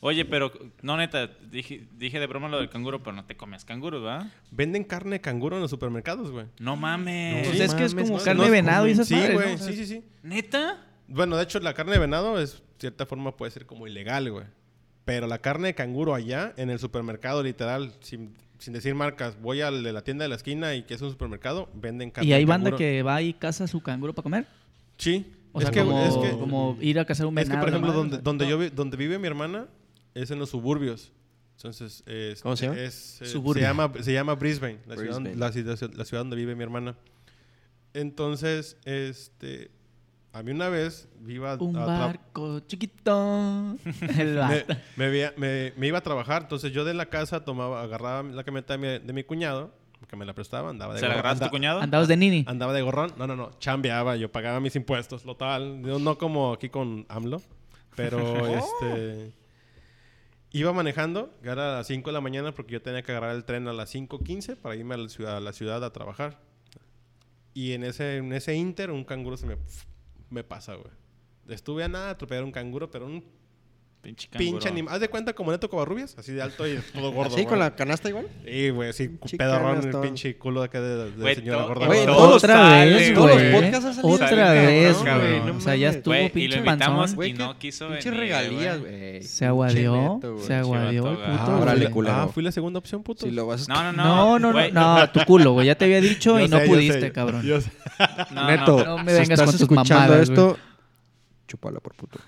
Speaker 3: Oye, pero, no, neta, dije, dije de broma lo del canguro, pero no te comes canguro, ¿verdad?
Speaker 4: Venden carne de canguro en los supermercados, güey.
Speaker 3: No mames.
Speaker 2: Pues
Speaker 4: Sí,
Speaker 2: es que es
Speaker 1: mames,
Speaker 2: como
Speaker 1: no,
Speaker 2: carne
Speaker 4: No,
Speaker 2: de venado y esas
Speaker 4: Sí,
Speaker 2: madres, ¿no?
Speaker 4: güey.
Speaker 2: O sea,
Speaker 4: Sí, sí, sí.
Speaker 3: ¿Neta?
Speaker 4: Bueno, de hecho, la carne de venado es, cierta forma, puede ser como ilegal, güey. Pero la carne de canguro allá, en el supermercado, literal, sin, sin decir marcas, voy al de la tienda de la esquina y que es un supermercado, venden carne
Speaker 2: Y hay
Speaker 4: de
Speaker 2: banda
Speaker 4: canguro.
Speaker 2: que va y caza su canguro para comer.
Speaker 4: Sí.
Speaker 2: O sea, como, como ir a cazar un
Speaker 4: Es
Speaker 2: venado.
Speaker 4: que, por ejemplo,
Speaker 2: nomás,
Speaker 4: donde,
Speaker 2: güey.
Speaker 4: donde, yo vi- donde vive mi hermana es en los suburbios. Entonces, es-
Speaker 1: ¿Cómo se llama?
Speaker 4: es- eh,
Speaker 2: Suburbio.
Speaker 4: se, llama se llama Brisbane, la, ciudad-
Speaker 1: Brisbane.
Speaker 4: la ciudad, la ciudad donde vive mi hermana. Entonces, este, a mí una vez me iba a,
Speaker 2: Un
Speaker 4: a tra-
Speaker 2: barco chiquito. *laughs* El
Speaker 4: me,
Speaker 2: vato.
Speaker 4: me veía- me- me iba a trabajar, entonces yo de la casa tomaba, agarraba la camioneta de mi, de mi cuñado, que me la prestaba, andaba de
Speaker 3: ¿Se la
Speaker 4: gorro-
Speaker 3: agarraste a
Speaker 4: anda-
Speaker 3: tu cuñado?
Speaker 2: Andados de nini.
Speaker 4: Andaba de gorrón. No, no, no. Chambeaba. Yo pagaba mis impuestos, lo tal. No, no como aquí con AMLO.
Speaker 3: *laughs* Oh.
Speaker 4: Pero, este... Iba manejando. que Era a las 5 de la mañana porque yo tenía que agarrar el tren a las 5.15 para irme a la ciudad a, la ciudad a trabajar. Y en ese, en ese inter, un canguro se me... Me pasa, güey. Estuve a nada de atropellar un canguro, pero un
Speaker 3: Pinche canguro.
Speaker 4: pinche animal. ¿Haz de cuenta como Neto Covarrubias? Así de alto y *laughs* todo gordo,
Speaker 1: ¿Así con
Speaker 4: güey.
Speaker 1: la canasta igual?
Speaker 4: Sí, güey, así,
Speaker 1: Pinche
Speaker 4: pedorrón, el
Speaker 1: canastón.
Speaker 4: pinche culo de acá de, de
Speaker 3: Güey,
Speaker 4: señora
Speaker 3: todo-
Speaker 4: gorda.
Speaker 1: güey,
Speaker 4: Todo-
Speaker 1: todo-
Speaker 2: Otra
Speaker 3: sale,
Speaker 2: vez,
Speaker 1: todos los
Speaker 2: güey.
Speaker 1: podcasts ha salido
Speaker 2: Otra
Speaker 3: este
Speaker 2: vez,
Speaker 3: cabrón,
Speaker 2: güey.
Speaker 3: güey,
Speaker 1: no
Speaker 2: o sea, ya
Speaker 1: mames.
Speaker 2: estuvo
Speaker 3: Güey, y lo
Speaker 2: pinche
Speaker 3: invitamos
Speaker 2: panzón.
Speaker 1: Güey,
Speaker 3: y
Speaker 1: qué
Speaker 3: no quiso venir.
Speaker 1: Pinche regalías,
Speaker 3: güey.
Speaker 1: güey.
Speaker 2: Se aguadeó.
Speaker 1: Pinche neto, güey.
Speaker 2: Se aguadeó el
Speaker 3: Chivato, güey.
Speaker 2: puto.
Speaker 4: Ah,
Speaker 2: güey.
Speaker 1: Órale,
Speaker 4: fui la-
Speaker 1: culero.
Speaker 4: Ah, fui la segunda opción, puto.
Speaker 1: Si lo vas a
Speaker 3: No, no,
Speaker 2: No, no,
Speaker 3: no.
Speaker 2: no,
Speaker 3: güey.
Speaker 2: no, tu culo, güey. Ya te había dicho y
Speaker 4: Yo
Speaker 2: no
Speaker 4: sé, yo
Speaker 2: pudiste,
Speaker 4: sé.
Speaker 2: cabrón.
Speaker 4: Yo sé.
Speaker 3: No, no,
Speaker 1: Neto,
Speaker 2: no me
Speaker 1: si
Speaker 2: vengas
Speaker 1: estás
Speaker 2: con tus
Speaker 1: escuchando
Speaker 2: mamadas,
Speaker 1: esto, chúpala por puto.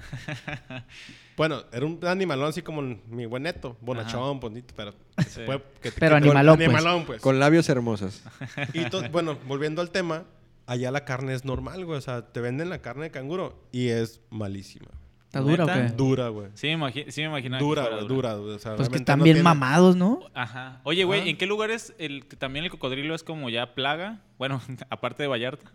Speaker 4: Bueno, era un animalón así como mi buen neto. Bonachón, bonito, pero... que se
Speaker 3: Sí.
Speaker 4: puede- que- que-
Speaker 2: Pero
Speaker 4: que-
Speaker 2: animalón, pues.
Speaker 4: Animalón, pues.
Speaker 1: Con labios hermosas.
Speaker 4: Y
Speaker 2: *laughs*
Speaker 4: to- bueno, volviendo al tema, allá la carne es normal, güey. O sea, te venden la carne de canguro y es malísima.
Speaker 2: ¿Está dura o
Speaker 3: ¿Neta?
Speaker 2: qué?
Speaker 4: Dura, güey.
Speaker 3: Sí, me imagi- sí me imaginaba. que
Speaker 4: Dura,
Speaker 3: fuera
Speaker 4: güey, dura. güey. O sea,
Speaker 2: Pues que
Speaker 4: realmente
Speaker 2: están
Speaker 4: no
Speaker 2: bien
Speaker 4: tiene-
Speaker 2: mamados, ¿no?
Speaker 3: Ajá. Oye, güey, ¿en qué lugares el, que también el cocodrilo es como ya plaga? Bueno, *laughs* aparte de Vallarta,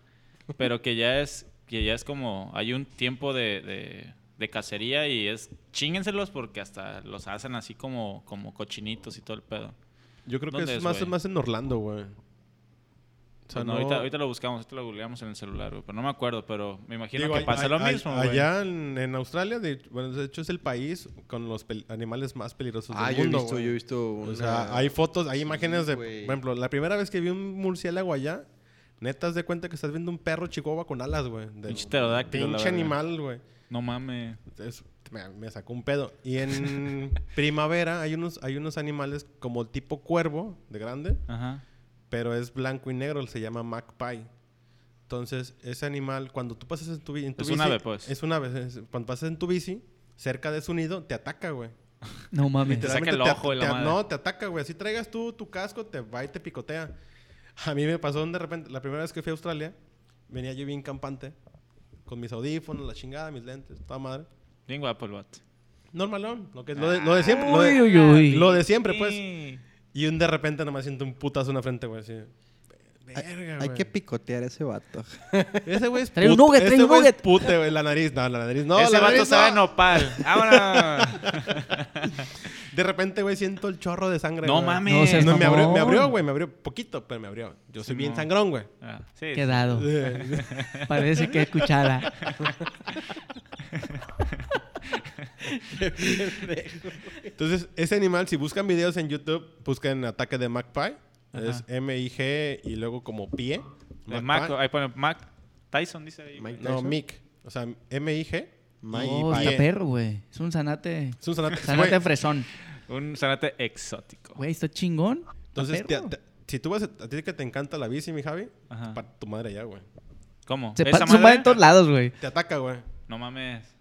Speaker 3: pero que ya es que ya es como hay un tiempo de, de- de cacería y es chíngenselos porque hasta los hacen así como como cochinitos y todo el pedo.
Speaker 4: Yo creo que
Speaker 3: ¿Dónde
Speaker 4: es,
Speaker 3: es,
Speaker 4: más,
Speaker 3: güey?
Speaker 4: más en Orlando, güey. O sea,
Speaker 3: Pues no, Ahorita, ahorita lo buscamos, ahorita lo googleamos en el celular, güey, pero no me acuerdo, pero me imagino
Speaker 4: Digo,
Speaker 3: que
Speaker 4: a-
Speaker 3: pasa
Speaker 4: a-
Speaker 3: lo
Speaker 4: a-
Speaker 3: mismo, güey.
Speaker 4: Allá en, en Australia, de, bueno, de hecho es el país con los pel- animales más peligrosos
Speaker 1: Ah,
Speaker 4: del
Speaker 1: yo he
Speaker 4: mundo.
Speaker 1: visto,
Speaker 4: güey.
Speaker 1: yo he visto.
Speaker 4: O sea, hay fotos, hay imágenes de,
Speaker 1: güey.
Speaker 4: por ejemplo, la primera vez que vi un murciélago allá, neta haz de cuenta que estás viendo un perro chihuahua con alas, güey. Del-
Speaker 3: Pinche pterodáctilo, la
Speaker 4: pinche
Speaker 3: verga.
Speaker 4: animal, güey.
Speaker 3: No mames.
Speaker 4: Es- me, me sacó un pedo. Y en
Speaker 1: *laughs*
Speaker 4: primavera hay unos, hay unos animales como tipo cuervo, de grande,
Speaker 3: Ajá.
Speaker 4: pero es blanco y negro, se llama magpie. Entonces, ese animal, cuando tú pasas en tu, bi- en tu
Speaker 3: Es
Speaker 4: bici...
Speaker 3: un ave, pues.
Speaker 4: Es un ave. es- cuando pasas en tu bici, cerca de su nido, te ataca, güey.
Speaker 2: No mames.
Speaker 3: Te saca el
Speaker 4: Literalmente
Speaker 3: ojo y la
Speaker 4: te-
Speaker 3: madre.
Speaker 4: No, te ataca, güey. Así traigas tú tu casco, te va y te picotea. A mí me pasó de repente, la primera vez que fui a Australia, venía yo bien campante, con mis audífonos, la chingada, mis lentes, toda madre.
Speaker 3: Bien guapo el vato.
Speaker 4: Normalón, lo, que, lo, de, lo de siempre. Lo
Speaker 2: Uy,
Speaker 4: de,
Speaker 2: uy, uy.
Speaker 4: lo de siempre, pues.
Speaker 3: Sí.
Speaker 4: Y un de repente nomás siento un putazo en la frente, güey. Así. Verga,
Speaker 1: Hay
Speaker 4: güey.
Speaker 1: que picotear a ese vato.
Speaker 4: Ese güey es
Speaker 2: Trae un
Speaker 4: put-
Speaker 2: nugget, trae
Speaker 4: ese
Speaker 2: un
Speaker 4: güey es
Speaker 2: nugget.
Speaker 4: pute, güey. La nariz, no, la nariz no.
Speaker 3: Ese
Speaker 4: la
Speaker 3: vato
Speaker 4: nariz
Speaker 3: sabe
Speaker 4: no.
Speaker 3: nopal.
Speaker 4: *laughs*
Speaker 3: ¡Vámonos!
Speaker 4: De repente, güey, siento el chorro de sangre.
Speaker 3: No
Speaker 4: güey.
Speaker 3: mames.
Speaker 2: No seas
Speaker 4: No, me abrió,
Speaker 2: mamón.
Speaker 4: me abrió, güey. Me abrió poquito, pero me abrió. Yo soy
Speaker 3: Sí,
Speaker 4: bien
Speaker 3: no.
Speaker 4: sangrón, güey. *laughs*
Speaker 3: Ah, sí, sí.
Speaker 2: Quedado. Parece que es cuchara.
Speaker 4: Entonces, ese animal, si buscan videos en YouTube, busquen ataque de magpie. Es M-I-G y luego como pie.
Speaker 3: De Mac,
Speaker 4: Magpie.
Speaker 3: ahí pone Mac Tyson, dice ahí.
Speaker 1: Mike.
Speaker 4: No, mic. O sea, M-I-G.
Speaker 1: Mike.
Speaker 4: y
Speaker 2: Oh, está
Speaker 4: pie.
Speaker 2: perro, güey. Es un zanate.
Speaker 4: Es
Speaker 2: *laughs*
Speaker 4: un zanate.
Speaker 2: Zanate
Speaker 4: Güey,
Speaker 2: fresón.
Speaker 3: Un zanate exótico.
Speaker 2: Güey, está chingón. Está
Speaker 4: Entonces, te-
Speaker 2: perro.
Speaker 4: te- si tú vas a, a ti que te encanta la bici, mi Javi,
Speaker 3: Ajá.
Speaker 4: para tu madre ya, güey.
Speaker 3: ¿Cómo?
Speaker 2: se
Speaker 3: ¿Esa
Speaker 2: pasa su madre en todos lados, güey.
Speaker 4: Te ataca, güey.
Speaker 3: No mames.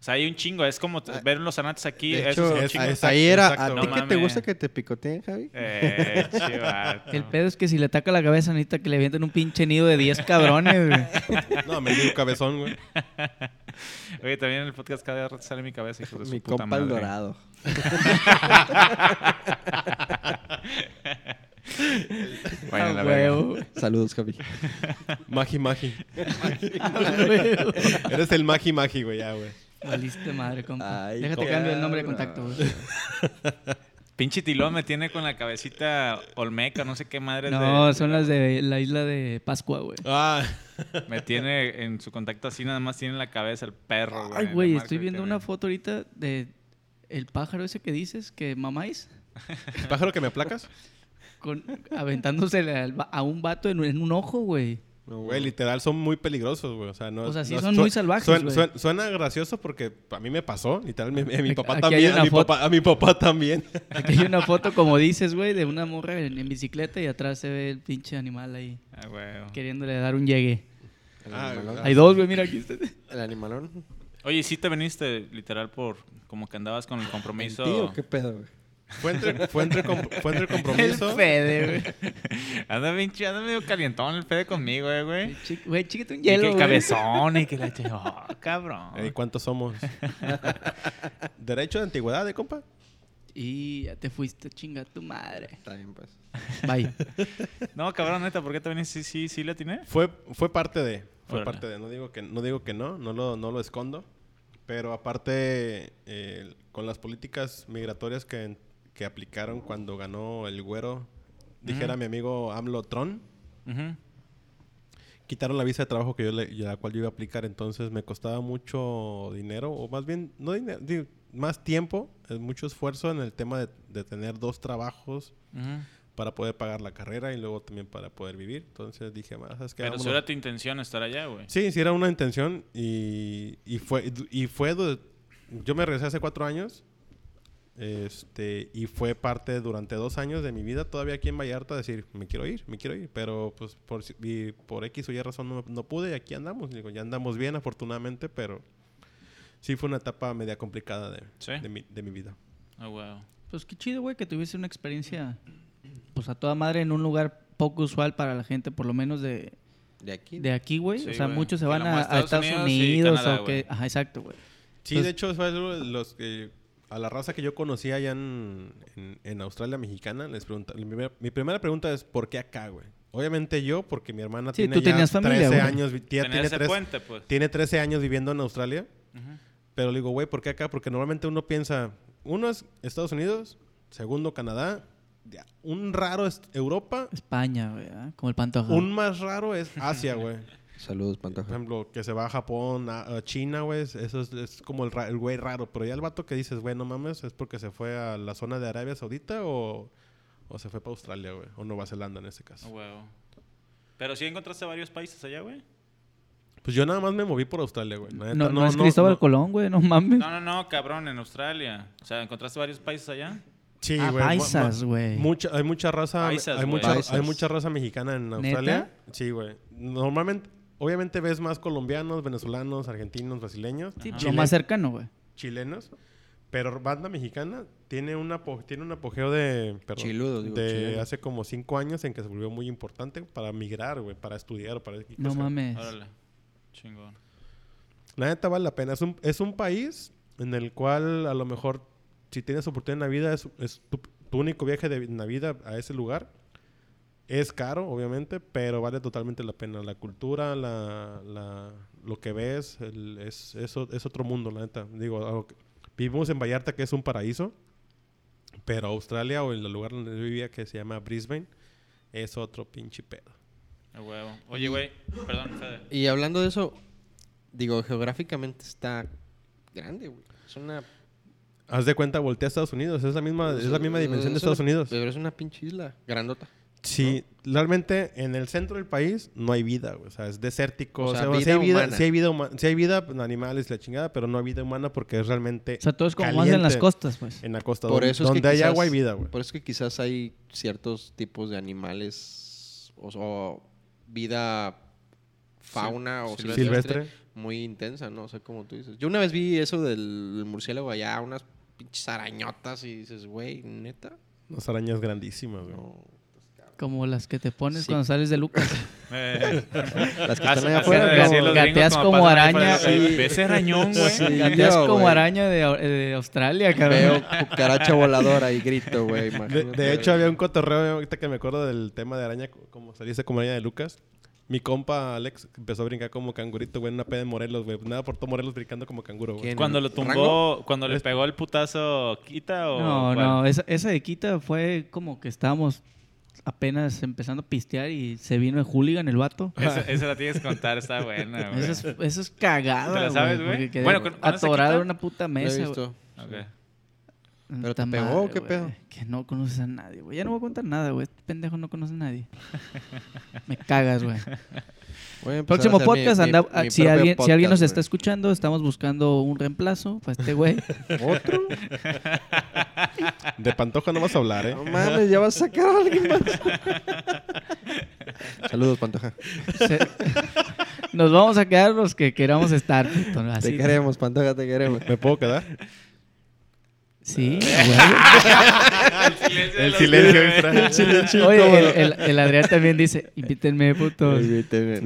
Speaker 3: O sea, hay un chingo. Es como t- ver los zanates aquí.
Speaker 1: Ah. De
Speaker 3: eso
Speaker 1: hecho,
Speaker 4: es
Speaker 3: es un chingo.
Speaker 4: a esa-
Speaker 1: ahí era.
Speaker 4: exacto.
Speaker 1: ¿A ti
Speaker 3: No
Speaker 1: qué te
Speaker 3: mames.
Speaker 1: gusta que te picoteen, Javi?
Speaker 3: *laughs* Eh, chivato.
Speaker 2: El pedo es que si le ataca la cabeza, necesita que le avienten un pinche nido de 10 cabrones, *laughs* güey.
Speaker 4: *laughs* No, me dio un cabezón, güey.
Speaker 3: Oye, también en el podcast cada rato sale en mi cabeza, hijo de su
Speaker 1: Mi
Speaker 3: puta
Speaker 1: compa el
Speaker 3: madre.
Speaker 1: dorado.
Speaker 3: Vayan a la
Speaker 2: A
Speaker 3: verga.
Speaker 2: Ah, huevo. *laughs*
Speaker 1: Saludos, Javi.
Speaker 4: Magi, magi.
Speaker 2: A huevo.
Speaker 4: Eres el magi, magi, güey, ya, güey.
Speaker 2: Valiste madre, compa.
Speaker 1: Ay,
Speaker 2: Déjate
Speaker 1: compa.
Speaker 2: cambio el nombre de contacto, güey.
Speaker 3: Pinche tilón me tiene con la cabecita olmeca, no sé qué madre.
Speaker 2: No, son las de la isla de Pascua, güey.
Speaker 4: Ah,
Speaker 3: Me tiene en su contacto así, nada más tiene en la cabeza el perro, güey.
Speaker 2: Ay,
Speaker 3: la
Speaker 2: güey,
Speaker 3: marca
Speaker 2: estoy
Speaker 3: que
Speaker 2: viendo
Speaker 3: tiene.
Speaker 2: una foto ahorita de el pájaro ese que dices que mamáis
Speaker 4: pájaro que me aplacas.
Speaker 2: con aventándose a un vato en, un- en un ojo, güey.
Speaker 4: Güey, literal, son muy peligrosos, güey. O sea, no
Speaker 2: O sea, sí
Speaker 4: no-
Speaker 2: son
Speaker 4: suen-
Speaker 2: muy salvajes,
Speaker 4: suen-
Speaker 2: güey.
Speaker 4: suen- suena gracioso porque a mí me pasó, literal. Mi, a mi
Speaker 2: Aquí-
Speaker 4: papá
Speaker 2: aquí hay
Speaker 4: también.
Speaker 2: una
Speaker 4: A mi
Speaker 2: foto.
Speaker 4: papá, a mi papá también.
Speaker 2: Aquí hay una foto, como dices, güey, de una morra en, en bicicleta y atrás se ve el pinche animal ahí
Speaker 3: Ah, güey.
Speaker 2: queriéndole dar un llegue.
Speaker 1: El
Speaker 4: Ah,
Speaker 1: animalón.
Speaker 2: Hay dos, güey, mira aquí. está.
Speaker 1: ¿El animalón?
Speaker 3: Oye, sí te viniste literal por como que andabas con el compromiso.
Speaker 1: Ah, ¿Tío? ¿Qué pedo, güey?
Speaker 4: Fue entre, fue entre, com- fue
Speaker 2: *laughs*
Speaker 4: entre
Speaker 2: El
Speaker 4: compromiso.
Speaker 2: Fede, güey.
Speaker 3: Anda pinche, anda medio calientón el Fede conmigo, eh, güey.
Speaker 2: Chi- Güey, chiquito un
Speaker 3: Y
Speaker 2: hielo,
Speaker 3: que
Speaker 2: güey.
Speaker 3: cabezón y que la oh, cabrón.
Speaker 4: *laughs* Ey, ¿Cuántos somos? Derecho de antigüedad, ¿eh, compa?
Speaker 2: Y ya te fuiste, chinga tu madre.
Speaker 1: Está bien, pues.
Speaker 2: Bye.
Speaker 3: No, cabrón, neta, ¿por qué te viniste? Sí, sí, sí, la tiene.
Speaker 4: Fue, fue parte de. Fue
Speaker 3: Órale.
Speaker 4: parte de. No digo que no, digo que no, no lo, no lo escondo. Pero aparte, eh, con las políticas migratorias que, que aplicaron cuando ganó el güero, dijera mi amigo AMLO Tron,
Speaker 3: Ujú.
Speaker 4: quitaron la visa de trabajo que yo le- la cual yo iba a aplicar. Entonces me costaba mucho dinero, o más bien, no dinero, digo, más tiempo, eh, mucho esfuerzo en el tema de, de tener dos trabajos
Speaker 3: Ujú.
Speaker 4: para poder pagar la carrera y luego también para poder vivir. Entonces dije, más, ¿sabes qué?
Speaker 3: Pero si
Speaker 4: Vámonos".
Speaker 3: era tu intención estar allá, güey.
Speaker 4: Sí, sí era una intención y, y fue y fue du- yo me regresé hace cuatro años este y fue parte durante dos años de mi vida todavía aquí en Vallarta decir me quiero ir me quiero ir pero pues por si- y por x o y razón no, no pude y aquí andamos digo ya andamos bien afortunadamente pero sí fue una etapa media complicada de,
Speaker 3: Sí.
Speaker 4: de mi, de mi vida
Speaker 3: Ah, wow.
Speaker 2: Pues qué chido, güey, que tuviese una experiencia, pues a toda madre en un lugar poco usual para la gente, por lo menos de,
Speaker 1: ¿De aquí?
Speaker 2: de aquí, güey.
Speaker 3: Sí,
Speaker 2: o sea,
Speaker 3: güey.
Speaker 2: muchos se
Speaker 3: Que
Speaker 2: van
Speaker 3: nomás
Speaker 2: a, a Estados, Unidos,
Speaker 3: Estados Unidos y Canadá,
Speaker 2: o
Speaker 3: güey.
Speaker 2: que, ajá, exacto, güey.
Speaker 4: sí
Speaker 2: Pues-
Speaker 4: de hecho fue uno de los que a la raza que yo conocí allá en, en- en Australia mexicana les pregunta mi primera, mi primera pregunta es ¿por qué acá güey? Obviamente yo porque mi hermana
Speaker 2: Sí,
Speaker 4: tiene
Speaker 2: tú
Speaker 4: ya
Speaker 2: tenías familia,
Speaker 4: 13
Speaker 2: güey.
Speaker 4: años vi- tía,
Speaker 3: Tener
Speaker 4: tiene,
Speaker 3: ese
Speaker 4: tres-
Speaker 3: puente, pues.
Speaker 4: tiene 13 años viviendo en Australia
Speaker 3: Ujú.
Speaker 4: pero le digo güey ¿por qué acá? Porque normalmente uno piensa uno es Estados Unidos segundo Canadá ya, un raro es Europa
Speaker 2: España, güey, ¿ah? como el pantoja.
Speaker 4: un más raro es Asia güey
Speaker 1: Saludos,
Speaker 4: por
Speaker 1: Pantoja.
Speaker 4: ejemplo, que se va a Japón, a, a China, güey, es- eso es, es como el, ra- el güey raro. Pero ya el vato que dices, güey, no mames, es porque se fue a la zona de Arabia Saudita o, o se fue para Australia, güey, o Nueva Zelanda en este
Speaker 3: Ah,
Speaker 4: caso.
Speaker 3: wow. Pero sí encontraste varios países allá, güey.
Speaker 4: Pues yo nada más me moví por Australia, güey. La
Speaker 2: No,
Speaker 4: neta,
Speaker 2: no, es Cristóbal
Speaker 4: no.
Speaker 2: Colón, güey, no mames.
Speaker 3: No, no, no, cabrón, en Australia. O sea, encontraste varios países allá.
Speaker 4: Sí,
Speaker 2: Ah,
Speaker 4: güey. mu-
Speaker 2: paisas,
Speaker 4: mu-
Speaker 2: güey.
Speaker 4: Mucha, hay mucha raza,
Speaker 3: Paisas,
Speaker 4: hay
Speaker 3: güey.
Speaker 4: mucha,
Speaker 1: Paisas.
Speaker 4: hay mucha raza mexicana en Australia. Sí, güey. Normalmente, obviamente ves más colombianos, venezolanos, argentinos, brasileños,
Speaker 2: Sí,
Speaker 4: Ajá.
Speaker 2: lo más cercano, güey.
Speaker 4: chilenos. Pero banda mexicana tiene, una, tiene un apogeo de... Perdón,
Speaker 1: Chiludo, digo,
Speaker 4: de
Speaker 1: chileno.
Speaker 4: hace como cinco años en que se volvió muy importante para migrar, güey, para estudiar, para... cualquier
Speaker 2: No
Speaker 4: cosa.
Speaker 2: mames.
Speaker 3: Pues, Órale. Chingón.
Speaker 4: La neta vale la pena. Es un, es un país en el cual a lo mejor si tienes oportunidad en la vida, es, es tu, tu único viaje de en la vida a ese lugar. Es caro, obviamente, pero vale totalmente la pena. La cultura, la, la- lo que ves, el- es, es o- es otro mundo, la neta. Digo, algo que- vivimos en Vallarta, que es un paraíso, pero Australia o el lugar donde yo vivía, que se llama Brisbane, es otro pinche pedo.
Speaker 3: A huevo. Oye, güey. Perdón, Fede.
Speaker 1: Y hablando de eso, digo, geográficamente está grande, güey. Es una...
Speaker 4: Haz de cuenta, voltea a Estados Unidos. Es la misma, es la misma dimensión de
Speaker 1: es una-
Speaker 4: Estados Unidos.
Speaker 1: Pero es una pinche isla grandota.
Speaker 4: Sí, realmente en el centro del país no hay vida, güey. O sea, es desértico.
Speaker 1: O
Speaker 4: O
Speaker 1: sea,
Speaker 4: sea, bueno, sí
Speaker 1: vida
Speaker 4: hay vida,
Speaker 1: humana.
Speaker 4: sí hay vida, huma- sí hay vida, pues, animales, la chingada, pero no hay vida humana porque es realmente
Speaker 2: O sea, todo es como más en las
Speaker 4: caliente.
Speaker 2: costas, pues.
Speaker 4: En la costa.
Speaker 1: Por
Speaker 4: Don-
Speaker 1: eso es
Speaker 4: donde
Speaker 1: que
Speaker 4: hay
Speaker 1: quizás-
Speaker 4: agua hay vida, güey.
Speaker 1: Por eso es que quizás hay ciertos tipos de animales o, o vida fauna o
Speaker 3: Sil-
Speaker 1: silvestre,
Speaker 4: silvestre.
Speaker 1: muy intensa, ¿no? O sea, como tú dices. Yo una vez vi eso del murciélago allá, unas pinches arañotas y dices, güey, neta.
Speaker 4: Las arañas grandísimas, güey.
Speaker 1: No.
Speaker 2: Como las que te pones
Speaker 1: Sí.
Speaker 2: cuando sales
Speaker 1: *laughs*
Speaker 2: de Lucas. *laughs*
Speaker 3: Eh,
Speaker 1: Las que están
Speaker 3: así-
Speaker 1: allá
Speaker 3: así
Speaker 1: afuera,
Speaker 3: han de decir
Speaker 1: como-
Speaker 3: los
Speaker 2: gateas
Speaker 3: gringos
Speaker 2: como
Speaker 3: pasan ahí
Speaker 2: araña,
Speaker 3: afuera,
Speaker 1: sí.
Speaker 3: Ve ese arañón, güey.
Speaker 1: Sí.
Speaker 2: Gateas
Speaker 1: yo,
Speaker 2: como
Speaker 1: güey.
Speaker 2: araña de, de Australia, cabrón.
Speaker 1: *laughs* Veo cucaracha voladora y grito, güey.
Speaker 4: De,
Speaker 1: imagínate.
Speaker 4: de hecho, había un cotorreo ahorita que me acuerdo del tema de araña, co- como saliste como araña de Lucas. Mi compa Alex empezó a brincar como cangurito, güey, en una peda de Morelos, güey. Nada por todo Morelos brincando como canguro, güey.
Speaker 1: ¿Quién?
Speaker 3: Cuando lo tumbó,
Speaker 1: ¿Rango?
Speaker 3: cuando le pegó el putazo, quita o.
Speaker 2: No,
Speaker 3: cuál?
Speaker 2: no, esa, esa de quita fue como que estábamos apenas empezando a pistear y se vino de hooligan el vato.
Speaker 3: Esa, esa la tienes que contar, está
Speaker 2: *laughs*
Speaker 3: buena,
Speaker 1: Ah,
Speaker 3: güey.
Speaker 2: Eso es, eso es cagada.
Speaker 3: ¿Te la sabes, güey?
Speaker 2: porque quedé
Speaker 3: Bueno, con- con esa
Speaker 2: atorado
Speaker 3: quita-
Speaker 2: en una
Speaker 1: Lo
Speaker 2: puta
Speaker 1: he
Speaker 2: mesa. güey.
Speaker 1: visto.
Speaker 4: *laughs*
Speaker 3: Ok.
Speaker 1: ¿Pero
Speaker 2: Puta
Speaker 1: te pegó
Speaker 2: madre,
Speaker 1: o qué
Speaker 2: güey,
Speaker 1: pedo?
Speaker 2: Que no conoces a nadie, güey. Ya no voy a contar nada, güey. Este pendejo no conoce a nadie. Me cagas, güey.
Speaker 1: Voy a empezar a
Speaker 2: Próximo
Speaker 1: hacer Pues mi-
Speaker 2: podcast,
Speaker 1: mi-
Speaker 2: anda,
Speaker 1: mi
Speaker 2: ah, si,
Speaker 1: propio
Speaker 2: alguien, si alguien nos
Speaker 1: podcast,
Speaker 2: está escuchando, estamos buscando un reemplazo para este güey.
Speaker 1: güey. Otro.
Speaker 4: De Pantoja no vas a
Speaker 1: *laughs*
Speaker 4: hablar, ¿eh?
Speaker 1: No mames, ya vas a sacar a alguien más. *laughs* Saludos, Pantoja.
Speaker 2: Se- Nos vamos a quedar los que queramos estar. puto, ¿no? Así,
Speaker 1: te queremos, Pantoja, te
Speaker 2: *laughs*
Speaker 1: queremos.
Speaker 4: ¿Me puedo quedar?
Speaker 2: Sí,
Speaker 1: Ah. *laughs*
Speaker 2: güey.
Speaker 3: El silencio. de
Speaker 4: Ah, El
Speaker 3: los-
Speaker 4: silencio *laughs* extra.
Speaker 2: Oye, el, el- el Adrián también dice, invítenme, putos.
Speaker 4: De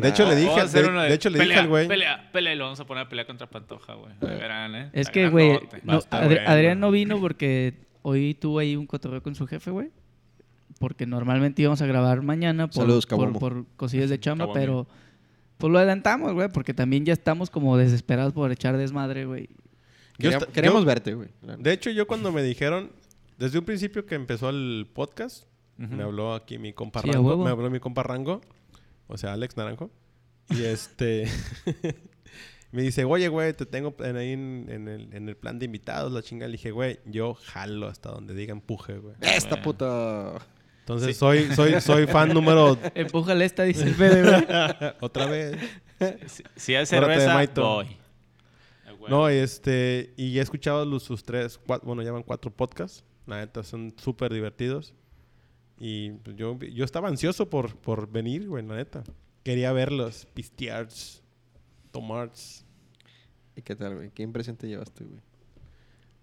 Speaker 4: hecho, le dije,
Speaker 3: Vamos a hacer
Speaker 4: de-
Speaker 3: uno
Speaker 4: de hecho, le dije
Speaker 3: pelea,
Speaker 4: al güey.
Speaker 3: Pelea, pelea, y lo vamos a poner a pelear contra Pantoja, güey. Ahí verán, ¿eh?
Speaker 2: Es
Speaker 3: Está
Speaker 2: que, güey,
Speaker 3: grandote.
Speaker 2: Ah, no,
Speaker 4: Basta,
Speaker 2: Adri-
Speaker 4: güey.
Speaker 2: Adrián no vino porque hoy tuvo ahí un cotorreo con su jefe, güey. Porque normalmente íbamos a grabar mañana por,
Speaker 1: Saludos,
Speaker 2: por,
Speaker 1: Caguamo.
Speaker 2: por cosillas de chamba,
Speaker 3: Caguamín.
Speaker 2: pero pues lo adelantamos, güey, porque también ya estamos como desesperados por echar desmadre, güey.
Speaker 4: Yo
Speaker 1: Queríamos,
Speaker 4: esta-
Speaker 1: queríamos
Speaker 4: yo-
Speaker 1: verte, güey.
Speaker 4: De hecho, yo cuando me dijeron, desde un principio que empezó el podcast,
Speaker 3: Ujú.
Speaker 4: me habló aquí mi compa
Speaker 2: Sí, a
Speaker 4: Rango.
Speaker 2: huevo.
Speaker 4: Me habló mi compa Rango, o sea, Alex Naranjo.
Speaker 2: *laughs*
Speaker 4: Y este. *laughs* me dice, oye, güey, te tengo en, ahí en, en el, en el plan de invitados, la chinga. Le dije, güey, yo jalo hasta donde diga empuje, güey.
Speaker 1: Esta puta.
Speaker 4: Entonces, soy, soy, soy fan
Speaker 2: *laughs*
Speaker 4: número.
Speaker 2: Empújale esta, dice *laughs* el Fede, güey.
Speaker 4: Otra vez.
Speaker 3: Si, si hay
Speaker 4: Órate de
Speaker 3: cerveza,
Speaker 4: Maito.
Speaker 3: voy. Ah, güey.
Speaker 4: No, este, y he escuchado los, sus tres, cuatro, bueno, ya van cuatro podcasts. La neta, son súper divertidos. Y pues, yo, yo estaba ansioso por, por venir, güey, la neta. Quería verlos, pistear, tomar.
Speaker 1: ¿Y qué tal, güey? ¿Qué impresión te llevaste, güey?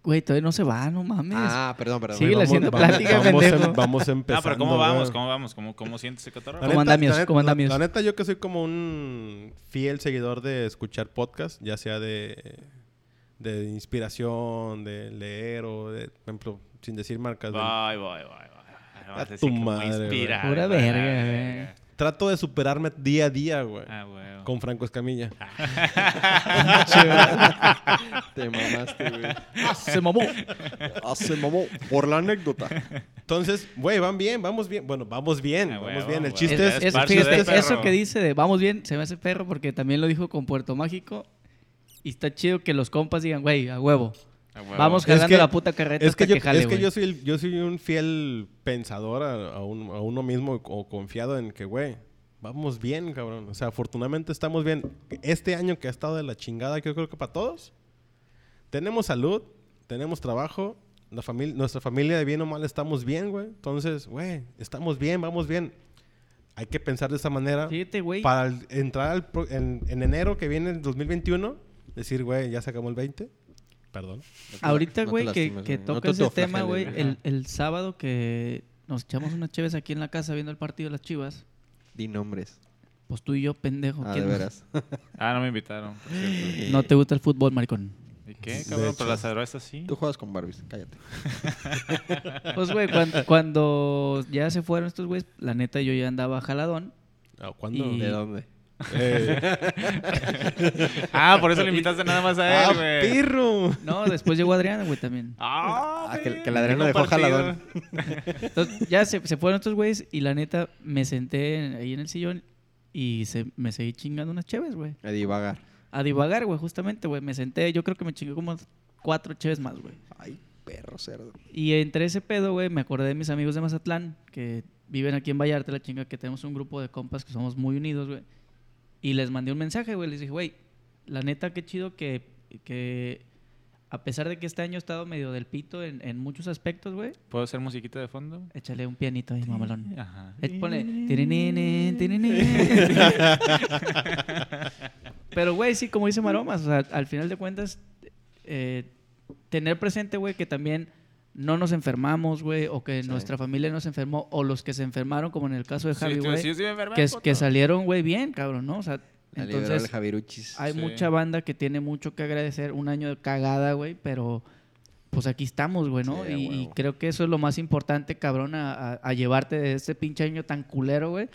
Speaker 2: Güey, todavía no se va, no mames.
Speaker 1: Ah, perdón, perdón.
Speaker 2: Sí, Síguele
Speaker 4: Vamos-
Speaker 2: haciendo
Speaker 4: vamos-
Speaker 2: plática,
Speaker 4: vamos, em-
Speaker 2: pendejo.
Speaker 4: vamos empezando.
Speaker 3: No, pero ¿cómo vamos?
Speaker 4: güey.
Speaker 3: ¿Cómo vamos? ¿Cómo, cómo sientes ese cotorreo?
Speaker 4: La
Speaker 2: ¿Cómo
Speaker 4: neta-
Speaker 2: andamos?
Speaker 4: la neta-
Speaker 2: ¿Cómo
Speaker 4: la-
Speaker 2: andamos?
Speaker 4: La, neta, yo que soy como un fiel seguidor de escuchar podcast, ya sea de, de inspiración, de leer o de, por ejemplo, sin decir marcas. del-
Speaker 3: Voy, voy, voy, voy. Vas
Speaker 4: tu
Speaker 3: decir que me
Speaker 4: madre, güey.
Speaker 3: inspira,
Speaker 2: Pura
Speaker 3: güey.
Speaker 2: verga,
Speaker 3: Ah,
Speaker 2: güey.
Speaker 4: Trato de superarme día a día, güey.
Speaker 3: Ah, güey.
Speaker 4: Con Franco Escamilla.
Speaker 1: *laughs* Te mamaste, güey.
Speaker 4: Ah,
Speaker 2: se mamó.
Speaker 1: Hace mamó. Por la anécdota.
Speaker 4: Entonces, güey, van bien, vamos bien. Bueno, vamos bien,
Speaker 3: Ah,
Speaker 4: vamos
Speaker 3: huevo,
Speaker 4: bien. El
Speaker 3: huevo.
Speaker 4: chiste
Speaker 2: Es-
Speaker 4: es...
Speaker 2: es-
Speaker 3: Esparce
Speaker 2: fíjate,
Speaker 3: de este perro.
Speaker 2: eso que dice de vamos bien, se me hace perro porque también lo dijo con Puerto Mágico. Y está chido que los compas digan, güey, a huevo.
Speaker 3: Ah, huevo.
Speaker 2: Vamos
Speaker 4: Es
Speaker 2: jalando
Speaker 4: que-
Speaker 2: la puta carreta
Speaker 4: Es que,
Speaker 2: hasta que,
Speaker 4: yo,
Speaker 2: jale,
Speaker 4: es que
Speaker 2: güey.
Speaker 4: yo, soy el- yo soy un fiel pensador a, a un- a uno mismo o confiado en que, güey, vamos bien, cabrón. O sea, afortunadamente estamos bien. Este año que ha estado de la chingada, que yo creo que para todos, tenemos salud, tenemos trabajo, la familia, nuestra familia de bien o mal estamos bien, güey. Entonces, güey, estamos bien, vamos bien. Hay que pensar de esa manera.
Speaker 2: Fíjate, güey.
Speaker 4: Para el- entrar al pro- en, en enero que viene el 2021, decir, güey, ya se acabó el 20. Perdón.
Speaker 2: Ahorita,
Speaker 1: no te
Speaker 2: güey, que,
Speaker 1: lastimes,
Speaker 2: que
Speaker 1: güey. No
Speaker 2: toca
Speaker 1: te
Speaker 2: ese tema,
Speaker 1: autoflageles,
Speaker 2: güey,
Speaker 1: güey.
Speaker 2: el, el sábado que nos echamos unas cheves aquí en la casa viendo el partido de las chivas,
Speaker 1: Di nombres.
Speaker 2: pues tú y yo, pendejo.
Speaker 1: Ah, de
Speaker 2: ¿quién más?
Speaker 1: veras.
Speaker 3: Ah, no me invitaron. por cierto.
Speaker 2: *laughs* No te gusta el fútbol, maricón.
Speaker 3: ¿Y qué,
Speaker 4: De
Speaker 3: cabrón?
Speaker 4: hecho.
Speaker 3: Pero las cervezas sí.
Speaker 1: Tú juegas con Barbies, cállate.
Speaker 2: Pues, güey, cuan- cuando, ya se fueron estos güeyes, la neta yo ya andaba jaladón.
Speaker 4: Ah, ¿Cuándo?
Speaker 2: Y-
Speaker 1: ¿De dónde?
Speaker 4: Eh,
Speaker 3: Ah, por eso le invitaste nada más a
Speaker 4: ¡Ah,
Speaker 3: él, güey.
Speaker 4: pirro!
Speaker 2: No, después llegó Adriana, güey, también.
Speaker 3: Ah,
Speaker 1: Ah, que-
Speaker 3: güey,
Speaker 1: que la Adriana
Speaker 3: qué
Speaker 1: dejó
Speaker 3: compartido.
Speaker 1: jaladón.
Speaker 2: Entonces, ya se, se fueron estos güeyes y la neta me senté en- ahí en el sillón y se, me seguí chingando unas cheves, güey.
Speaker 1: A divagar.
Speaker 2: A divagar, güey, justamente, güey. Me senté, yo creo que me chingué como cuatro cheves más, güey.
Speaker 1: Ay, perro cerdo.
Speaker 2: Y entre ese pedo, güey, me acordé de mis amigos de Mazatlán que viven aquí en Vallarta, la chinga, que tenemos un grupo de compas que somos muy unidos, güey. Y les mandé un mensaje, güey. Les dije, güey, la neta, qué chido que, que a pesar de que este año he estado medio del pito en, en muchos aspectos, güey,
Speaker 3: ¿Puedo hacer musiquita de fondo?
Speaker 2: échale un pianito ahí, mamalón.
Speaker 3: Ajá.
Speaker 2: Eh, Ponle. tirinini,
Speaker 1: *laughs*
Speaker 2: tirinini. Pero, güey, sí, como dice Maromas, o sea, al final de cuentas, eh, tener presente, güey, que también no nos enfermamos, güey, o que
Speaker 1: Sí.
Speaker 2: nuestra familia no se enfermó, o los que se enfermaron, como en el caso de
Speaker 3: Sí,
Speaker 2: Javi,
Speaker 3: tú-
Speaker 2: güey,
Speaker 3: sí, sí me enfermé,
Speaker 2: que, es- que
Speaker 3: puto.
Speaker 2: salieron, güey, bien, cabrón, ¿no? O sea,
Speaker 1: La liberó el
Speaker 2: entonces
Speaker 1: Javiruchis.
Speaker 2: hay
Speaker 3: Sí.
Speaker 2: mucha banda que tiene mucho que agradecer, un año de cagada, güey, pero pues aquí estamos, güey, ¿no?
Speaker 1: Sí, a
Speaker 2: y, y
Speaker 1: huevo.
Speaker 2: creo que eso es lo más importante, cabrón, a, a- a llevarte de este pinche año tan culero, güey.